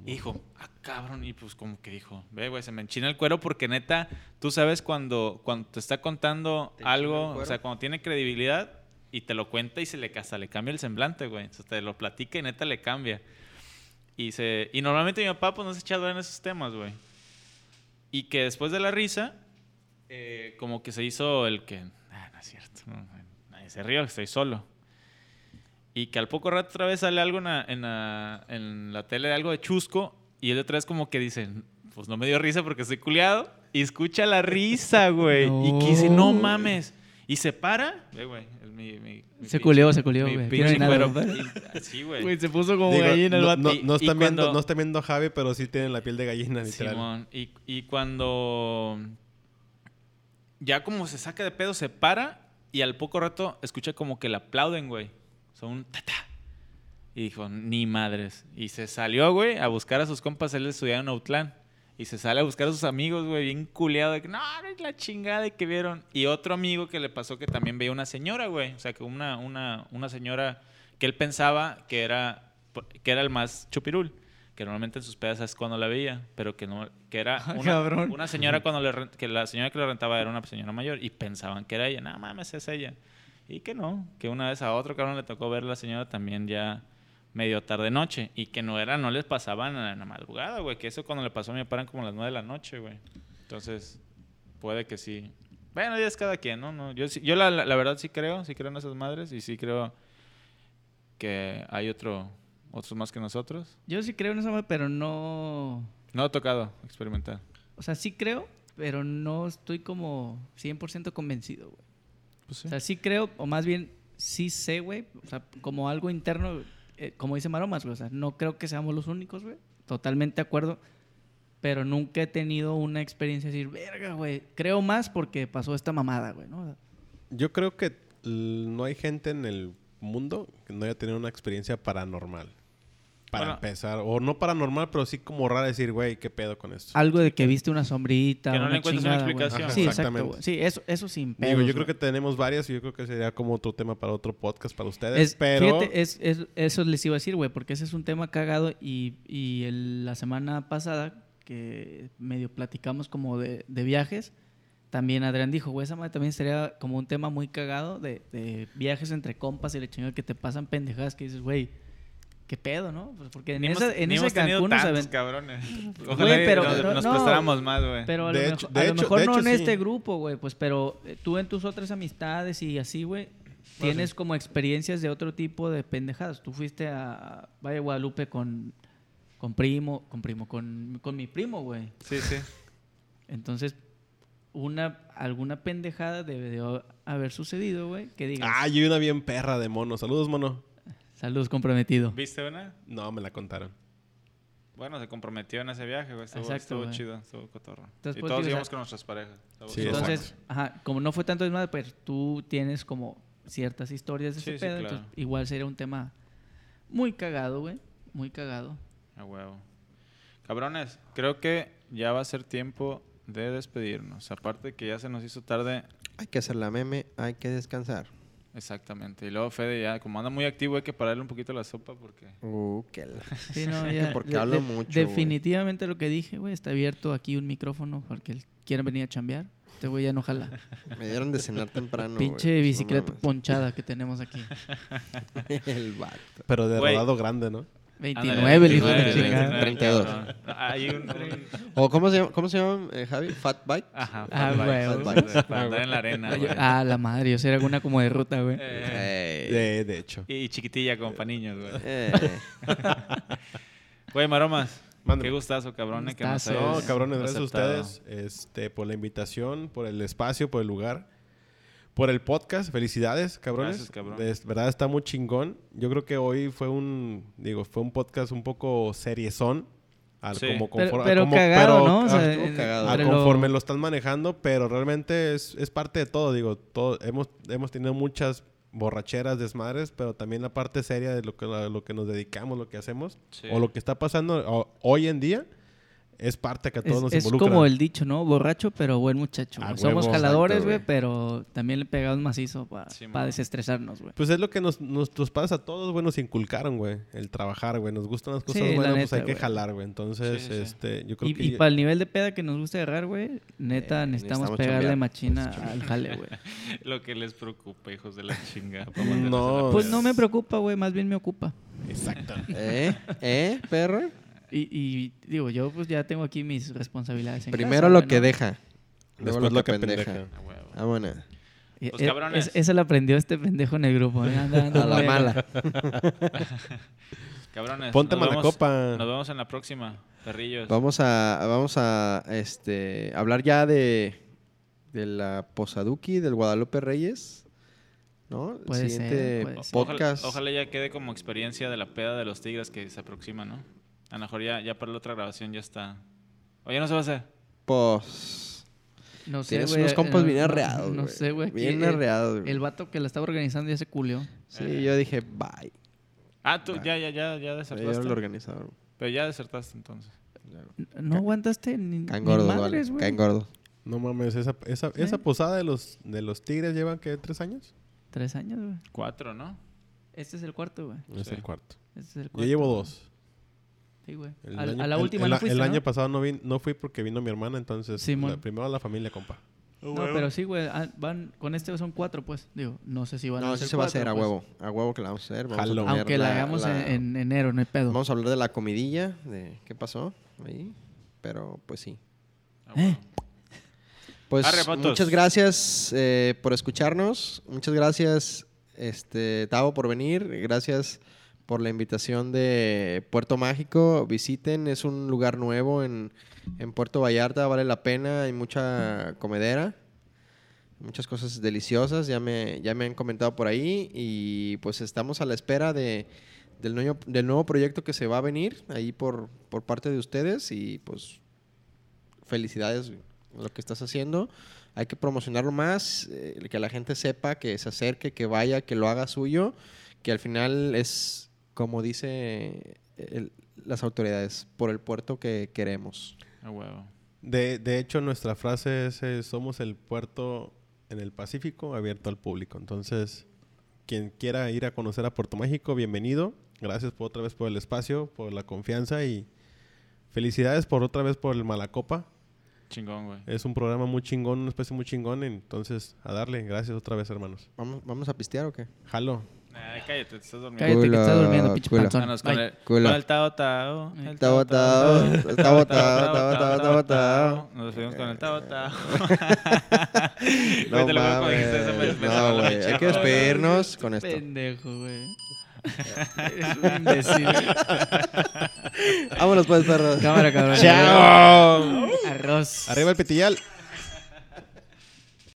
Speaker 3: Y dijo, ah, cabrón. Y pues como que dijo, ve, güey, se me enchina el cuero porque neta, tú sabes cuando, cuando te está contando
Speaker 1: Te enchina el
Speaker 3: algo, o
Speaker 1: cuero.
Speaker 3: sea, cuando tiene credibilidad y te lo cuenta y se le hasta le cambia el semblante, güey. O sea, te lo platica y neta le cambia. Y, se, y normalmente mi papá pues no se echa a hablar en esos temas, güey. Y que después de la risa, eh, como que se hizo el que, ah, no es cierto, no, nadie se rió, estoy solo. Y que al poco rato otra vez sale algo en la, en la- en la tele de algo de chusco y él otra vez como que dice, pues no me dio risa porque estoy culiado. Y escucha
Speaker 2: *laughs*
Speaker 3: la risa, güey. Y que dice,
Speaker 2: No.
Speaker 3: no mames. Y se para. Ve, güey, el- mi- mi-
Speaker 2: *laughs*
Speaker 3: mi
Speaker 2: Se
Speaker 3: pinche-
Speaker 2: culeó, se culeó,
Speaker 3: mi
Speaker 2: güey.
Speaker 3: pinche
Speaker 2: Quiero ir a
Speaker 3: cuero. Y- Sí, güey.
Speaker 2: se puso como
Speaker 4: Digo, no, no-
Speaker 3: Y-
Speaker 4: no
Speaker 3: y
Speaker 4: están viendo,
Speaker 3: cuando-
Speaker 4: no están viendo a Javi, pero sí tienen la piel de gallina, literal.
Speaker 3: Simón. Y, y cuando ya como se saca de pedo, se para y al poco rato escucha como que le aplauden, güey. Son un tata. Y dijo, ni madres. Y se salió, güey, a buscar a sus compas. Él estudiaba en Outland. Y se sale a buscar a sus amigos, güey, bien culeado. De que, no, eres la chingada de que vieron. Y otro amigo que le pasó que también veía una señora, güey. O sea, que una, una, una señora que él pensaba que era, que era el más chupirul. Que normalmente en sus pedas es cuando la veía. Pero que no, que era
Speaker 2: Ah,
Speaker 3: una,
Speaker 2: cabrón.
Speaker 3: una señora cuando le ren- que la señora que lo rentaba era una señora mayor. Y pensaban que era ella. No mames, es ella. Y que no, que una vez a otro cabrón le tocó ver a la señora también ya medio tarde noche y que no era, no les pasaban en la- en la madrugada, güey, que eso cuando le pasó a mi papá eran como las 9 de la noche, güey. Entonces, puede que sí. Bueno, ya es cada quien, ¿no? no yo sí- yo la, la- la verdad sí creo, sí creo en esas madres y sí creo que hay otro, otros más que nosotros.
Speaker 2: Yo sí creo en esa madre, pero no...
Speaker 3: No he tocado experimentar.
Speaker 2: O sea, sí creo, pero no estoy como 100% convencido, güey.
Speaker 3: Pues
Speaker 2: O sea, sí creo, o más bien sí sé, güey. O sea, como algo interno, eh, como dice Maromas, güey. O sea, no creo que seamos los únicos, güey. Totalmente de acuerdo. Pero nunca he tenido una experiencia de decir, verga, güey. Creo más porque pasó esta mamada, güey, ¿no? O sea,
Speaker 4: Yo creo que l- no hay gente en el mundo que no haya tenido una experiencia paranormal. Para
Speaker 3: Bueno.
Speaker 4: empezar, o no paranormal, pero sí como rara decir, güey, ¿qué pedo con esto?
Speaker 2: algo de que viste una sombrita.
Speaker 3: Que no le
Speaker 2: una
Speaker 3: encuentras una
Speaker 2: chingada, güey.
Speaker 3: explicación.
Speaker 2: Sí, exacto,
Speaker 4: Ajá, exactamente.
Speaker 2: güey. Sí, eso, eso sin
Speaker 4: Digo,
Speaker 2: pedos,
Speaker 4: yo creo
Speaker 2: güey.
Speaker 4: que tenemos varias y yo creo que sería como otro tema para otro podcast para ustedes,
Speaker 2: Es-
Speaker 4: pero...
Speaker 2: fíjate, es- es- eso les iba a decir, güey, porque ese es un tema cagado y, y el- la semana pasada que medio platicamos como de, de viajes, también Adrián dijo, güey, esa madre también sería como un tema muy cagado de, de viajes entre compas y la chingada que te pasan pendejadas que dices, güey, qué pedo, ¿no? Pues porque en,
Speaker 3: Ni hemos-
Speaker 2: esa, en
Speaker 3: ni
Speaker 2: ese
Speaker 3: hemos tenido
Speaker 2: Cancún nos
Speaker 3: tantos,
Speaker 2: avent-
Speaker 3: cabrones. Ojalá
Speaker 2: Güey,
Speaker 3: y
Speaker 2: pero-
Speaker 3: nos,
Speaker 2: no,
Speaker 3: nos
Speaker 2: no.
Speaker 3: prestáramos más, güey.
Speaker 2: Pero a,
Speaker 4: De
Speaker 2: lo,
Speaker 4: hecho-
Speaker 2: mejor,
Speaker 4: de
Speaker 2: a lo
Speaker 4: hecho-
Speaker 2: mejor
Speaker 4: de
Speaker 2: no
Speaker 4: hecho,
Speaker 2: en
Speaker 4: sí.
Speaker 2: este grupo, güey, pues, pero eh, tú en tus otras amistades y así, güey, tienes como experiencias de otro tipo de pendejadas. Tú fuiste a Valle de Guadalupe con, con primo, con primo, con, con mi primo, güey.
Speaker 3: Sí,
Speaker 2: *laughs*
Speaker 3: sí.
Speaker 2: Entonces, una, alguna pendejada debió haber sucedido, güey, que digas,
Speaker 4: Ah, yo una bien perra de mono. Saludos, mono.
Speaker 2: saludos comprometido.
Speaker 3: ¿Viste una?
Speaker 4: No, me la contaron.
Speaker 3: Bueno, se comprometió en ese viaje, güey. Estuvo,
Speaker 2: Exacto,
Speaker 3: estuvo
Speaker 2: güey.
Speaker 3: chido, estuvo cotorro.
Speaker 2: Entonces,
Speaker 3: y
Speaker 2: pues,
Speaker 3: todos
Speaker 2: digo, o
Speaker 3: íbamos
Speaker 2: sea,
Speaker 3: con nuestras parejas. Estuvo
Speaker 4: Sí,
Speaker 3: chido.
Speaker 4: exacto.
Speaker 2: Entonces, ajá, como no fue tanto desmadre, pero tú tienes como ciertas historias de
Speaker 3: Sí,
Speaker 2: ese
Speaker 3: sí,
Speaker 2: pedo,
Speaker 3: claro.
Speaker 2: entonces igual sería un tema muy cagado, güey, muy cagado.
Speaker 3: A huevo. Cabrones, creo que ya va a ser tiempo de despedirnos. Aparte que ya se nos hizo tarde,
Speaker 1: Hay que hacer la meme, hay que descansar.
Speaker 3: exactamente. Y luego Fede ya, como anda muy activo, hay que pararle un poquito la sopa porque...
Speaker 1: Uh, qué la-
Speaker 2: *laughs*
Speaker 1: *laughs*
Speaker 2: Sí, no, ya,
Speaker 1: Porque
Speaker 2: de-
Speaker 1: hablo
Speaker 2: de-
Speaker 1: mucho, güey.
Speaker 2: Definitivamente lo que dije, güey, está abierto aquí un micrófono porque quieren venir a chambear. Este güey ya no jala.
Speaker 1: Me dieron de cenar temprano. güey. pues,
Speaker 2: Pinche
Speaker 1: No
Speaker 2: bicicleta
Speaker 1: mames.
Speaker 2: *laughs* ponchada que tenemos aquí.
Speaker 1: *laughs* El vato.
Speaker 4: Pero de
Speaker 3: Güey.
Speaker 4: rodado grande, ¿no?
Speaker 2: 29, el hijo de la
Speaker 3: 29,
Speaker 2: chingada.
Speaker 1: 32.
Speaker 3: cabrón. Hay un- un...
Speaker 1: ¿O cómo se llama, cómo se llama eh, Javi? Fat Bike.
Speaker 3: Ajá,
Speaker 2: Ah,
Speaker 3: fat bikes,
Speaker 2: huevo.
Speaker 3: fat bikes, Para andar en la arena, güey.
Speaker 2: Ah, la madre, yo sería alguna como de ruta, güey.
Speaker 3: Eh,
Speaker 1: Eh,
Speaker 4: De, de hecho.
Speaker 3: y chiquitilla con paniños, güey.
Speaker 1: eh.
Speaker 3: Güey, Maromas,
Speaker 4: Mándame.
Speaker 3: qué gustazo, cabrón, que nos
Speaker 2: Gustazo.
Speaker 3: hayas
Speaker 4: No, cabrones, gracias
Speaker 3: aceptado.
Speaker 4: a ustedes este, por la invitación, por el espacio, por el lugar, por el podcast. Felicidades, cabrones.
Speaker 3: Gracias, cabrón.
Speaker 4: De verdad está muy chingón. Yo creo que hoy fue un, digo, fue un podcast un poco seriezón. Al,
Speaker 3: Sí.
Speaker 4: como
Speaker 2: Pero,
Speaker 4: conforme-
Speaker 2: pero
Speaker 4: como-
Speaker 2: cagado,
Speaker 4: pero- ah,
Speaker 2: ¿no? O sea,
Speaker 4: a-
Speaker 1: estuvo
Speaker 2: en-
Speaker 1: cagado.
Speaker 4: a
Speaker 2: entre lo-
Speaker 4: conforme lo... están manejando, pero realmente es, es parte de todo. Digo, todo, hemos, hemos tenido muchas borracheras, desmadres, pero también la parte seria de lo que, lo que nos dedicamos, lo que hacemos,
Speaker 3: Sí.
Speaker 4: o lo que está pasando o- hoy en día, es parte que a todos
Speaker 2: Es,
Speaker 4: nos
Speaker 2: es
Speaker 4: involucra.
Speaker 2: como el dicho, ¿no? Borracho, pero buen muchacho.
Speaker 4: A
Speaker 2: güey. Somos
Speaker 4: huevo.
Speaker 2: jaladores,
Speaker 1: Ah, Exacto,
Speaker 2: güey,
Speaker 1: güey.
Speaker 2: pero también le pegamos macizo para
Speaker 3: Sí, man.
Speaker 2: desestresarnos, güey.
Speaker 4: Pues es lo que nos, nuestros padres a todos, güey, nos inculcaron, güey. El trabajar, güey. Nos gustan las cosas
Speaker 2: Sí, la
Speaker 4: buenas, pues
Speaker 2: neta,
Speaker 4: hay que
Speaker 2: güey.
Speaker 4: jalar, güey. Entonces,
Speaker 3: Sí, sí, sí.
Speaker 4: este, yo creo
Speaker 2: Y,
Speaker 4: que...
Speaker 2: y para el nivel de peda que nos gusta agarrar, güey, neta,
Speaker 1: Eh,
Speaker 2: necesitamos,
Speaker 1: necesitamos
Speaker 2: pegarle
Speaker 1: chambear.
Speaker 2: machina al jale, güey.
Speaker 1: *laughs*
Speaker 3: Lo que les preocupa, hijos de la chinga.
Speaker 4: No,
Speaker 2: Pues no me preocupa, güey, más bien me ocupa. *laughs*
Speaker 4: Exacto.
Speaker 1: ¿Eh? ¿Eh, perro?
Speaker 2: Y, y, digo, yo pues ya tengo aquí mis responsabilidades. en
Speaker 1: Primero
Speaker 2: casa,
Speaker 1: lo
Speaker 2: güey,
Speaker 1: que
Speaker 2: ¿no?
Speaker 1: deja. Luego
Speaker 4: Después lo que pendeja.
Speaker 1: Ah, bueno.
Speaker 2: Y-
Speaker 3: Pues,
Speaker 2: e-
Speaker 3: cabrones.
Speaker 2: es- esa la aprendió este pendejo en el grupo. ¿eh? Anda, anda,
Speaker 1: *laughs* A la
Speaker 2: güey.
Speaker 1: mala.
Speaker 3: Cabrones.
Speaker 4: Ponte
Speaker 3: nos vemos-
Speaker 4: malacopa.
Speaker 3: Nos vemos en la próxima, perrillos.
Speaker 1: Vamos a, vamos a este, hablar ya de, de la Posaduki, del Guadalupe Reyes. ¿No? El
Speaker 2: Puede ser,
Speaker 1: siguiente
Speaker 2: puede ser.
Speaker 1: podcast.
Speaker 3: Ojalá, ojalá ya quede como experiencia de la peda de los tigres que se aproxima, ¿no? A lo mejor ya, ya para la otra grabación ya está. Oye, no se va a hacer.
Speaker 1: Pues,
Speaker 2: No sé,
Speaker 1: tienes
Speaker 2: güey,
Speaker 1: unos compas
Speaker 2: no-
Speaker 1: bien
Speaker 2: no-
Speaker 1: arreados.
Speaker 2: No, sé, güey. aquí
Speaker 1: Bien
Speaker 2: el-
Speaker 1: arreados. güey.
Speaker 2: El vato que la estaba organizando ya se culió.
Speaker 1: Sí, yo dije, bye.
Speaker 3: Ah, tú ya, ya, ya, ya
Speaker 1: Yo era el
Speaker 3: desertaste.
Speaker 1: organizador.
Speaker 3: Pero ya desertaste entonces.
Speaker 2: No aguantaste ni,
Speaker 1: Caen
Speaker 2: ni
Speaker 1: gordos, vale.
Speaker 2: madres, güey.
Speaker 1: Caen gordos.
Speaker 4: No mames, esa, esa,
Speaker 2: Sí.
Speaker 4: esa posada de los, de los tigres lleva, ¿qué? ¿Tres años?
Speaker 2: Tres años, güey.
Speaker 3: Cuatro, ¿no?
Speaker 2: Este es el cuarto, güey.
Speaker 4: Es
Speaker 3: Sí.
Speaker 4: el cuarto.
Speaker 2: Este es el
Speaker 4: Yo
Speaker 2: cuarto,
Speaker 4: llevo
Speaker 2: güey.
Speaker 4: dos.
Speaker 2: Sí, güey.
Speaker 4: El
Speaker 2: Al-
Speaker 4: año-
Speaker 2: a la
Speaker 4: el-
Speaker 2: última
Speaker 4: el,
Speaker 2: no
Speaker 4: a-
Speaker 2: fuiste,
Speaker 4: El
Speaker 2: ¿no?
Speaker 4: año pasado no, vi, no fui porque vino mi hermana, entonces...
Speaker 2: Simón.
Speaker 4: la- primero la familia, compa.
Speaker 2: No, pero sí, güey. ah, Van, con este son cuatro, pues. Digo, no sé si van
Speaker 1: No,
Speaker 2: a ser
Speaker 1: sí se va a
Speaker 2: cuatro,
Speaker 1: hacer a
Speaker 2: pues.
Speaker 1: huevo. A huevo que la vamos a hacer. Vamos
Speaker 4: Jalo.
Speaker 1: a poner
Speaker 2: Aunque la, hagamos
Speaker 1: la-
Speaker 2: En, en enero, no hay pedo.
Speaker 1: Vamos a hablar de la comidilla, de qué pasó ahí. Pero pues sí.
Speaker 3: Ah, bueno.
Speaker 1: Pues
Speaker 3: Arre, vatos.
Speaker 1: muchas gracias eh, por escucharnos. Muchas gracias, este, Tavo, por venir. Gracias por la invitación de Puerto Mágico. Visiten, es un lugar nuevo en, en Puerto Vallarta, vale la pena. Hay mucha comedera, muchas cosas deliciosas. Ya me, ya me han comentado por ahí. Y pues estamos a la espera de, del, nuevo, del nuevo proyecto que se va a venir ahí por, por parte de ustedes. Y pues felicidades güey, lo que estás haciendo. Hay que promocionarlo más, eh, que la gente sepa, que se acerque, que vaya, que lo haga suyo, que al final es como dice eh, el- las autoridades, por el puerto que queremos.
Speaker 3: A huevo.
Speaker 4: De, de hecho, nuestra frase es, eh, somos el puerto en el Pacífico abierto al público. Entonces, quien quiera ir a conocer a Puerto México, bienvenido. Gracias por otra vez por el espacio, por la confianza y felicidades por otra vez por el Malacopa.
Speaker 3: Chingón, güey.
Speaker 4: Es un programa muy chingón, un espacio muy chingón. Entonces, a darle. Gracias otra vez, hermanos.
Speaker 1: ¿Vamos, vamos a pistear o qué?
Speaker 4: Jalo.
Speaker 3: Ay, cállate, te estás durmiendo.
Speaker 2: Cállate que
Speaker 1: Culo,
Speaker 2: estás durmiendo, pinche
Speaker 1: culo.
Speaker 2: panzón.
Speaker 3: Vámonos Ah, con
Speaker 2: Bye.
Speaker 3: el,
Speaker 1: Culo.
Speaker 3: con el tao tao. el
Speaker 1: Tao, tao,
Speaker 3: tao,
Speaker 1: tao,
Speaker 3: tao, tao,
Speaker 1: tao,
Speaker 3: tao,
Speaker 1: tao,
Speaker 3: tao,
Speaker 1: tao.
Speaker 3: Nos despedimos con el tao *laughs* tao.
Speaker 1: No,
Speaker 3: Güey, te lo juro, cuando dijiste eso, me-
Speaker 1: mames.
Speaker 3: me
Speaker 1: No,
Speaker 3: sonó la
Speaker 1: güey,
Speaker 3: pinche
Speaker 1: hay que
Speaker 3: rola, güey.
Speaker 1: despedirnos con esto.
Speaker 2: Pendejo,
Speaker 1: *laughs*
Speaker 2: güey. Eres un imbécil.
Speaker 1: Vámonos pues, perros.
Speaker 2: Cámara, cabrón.
Speaker 4: ¡Chao!
Speaker 2: Arroz.
Speaker 4: Arriba el pitillal.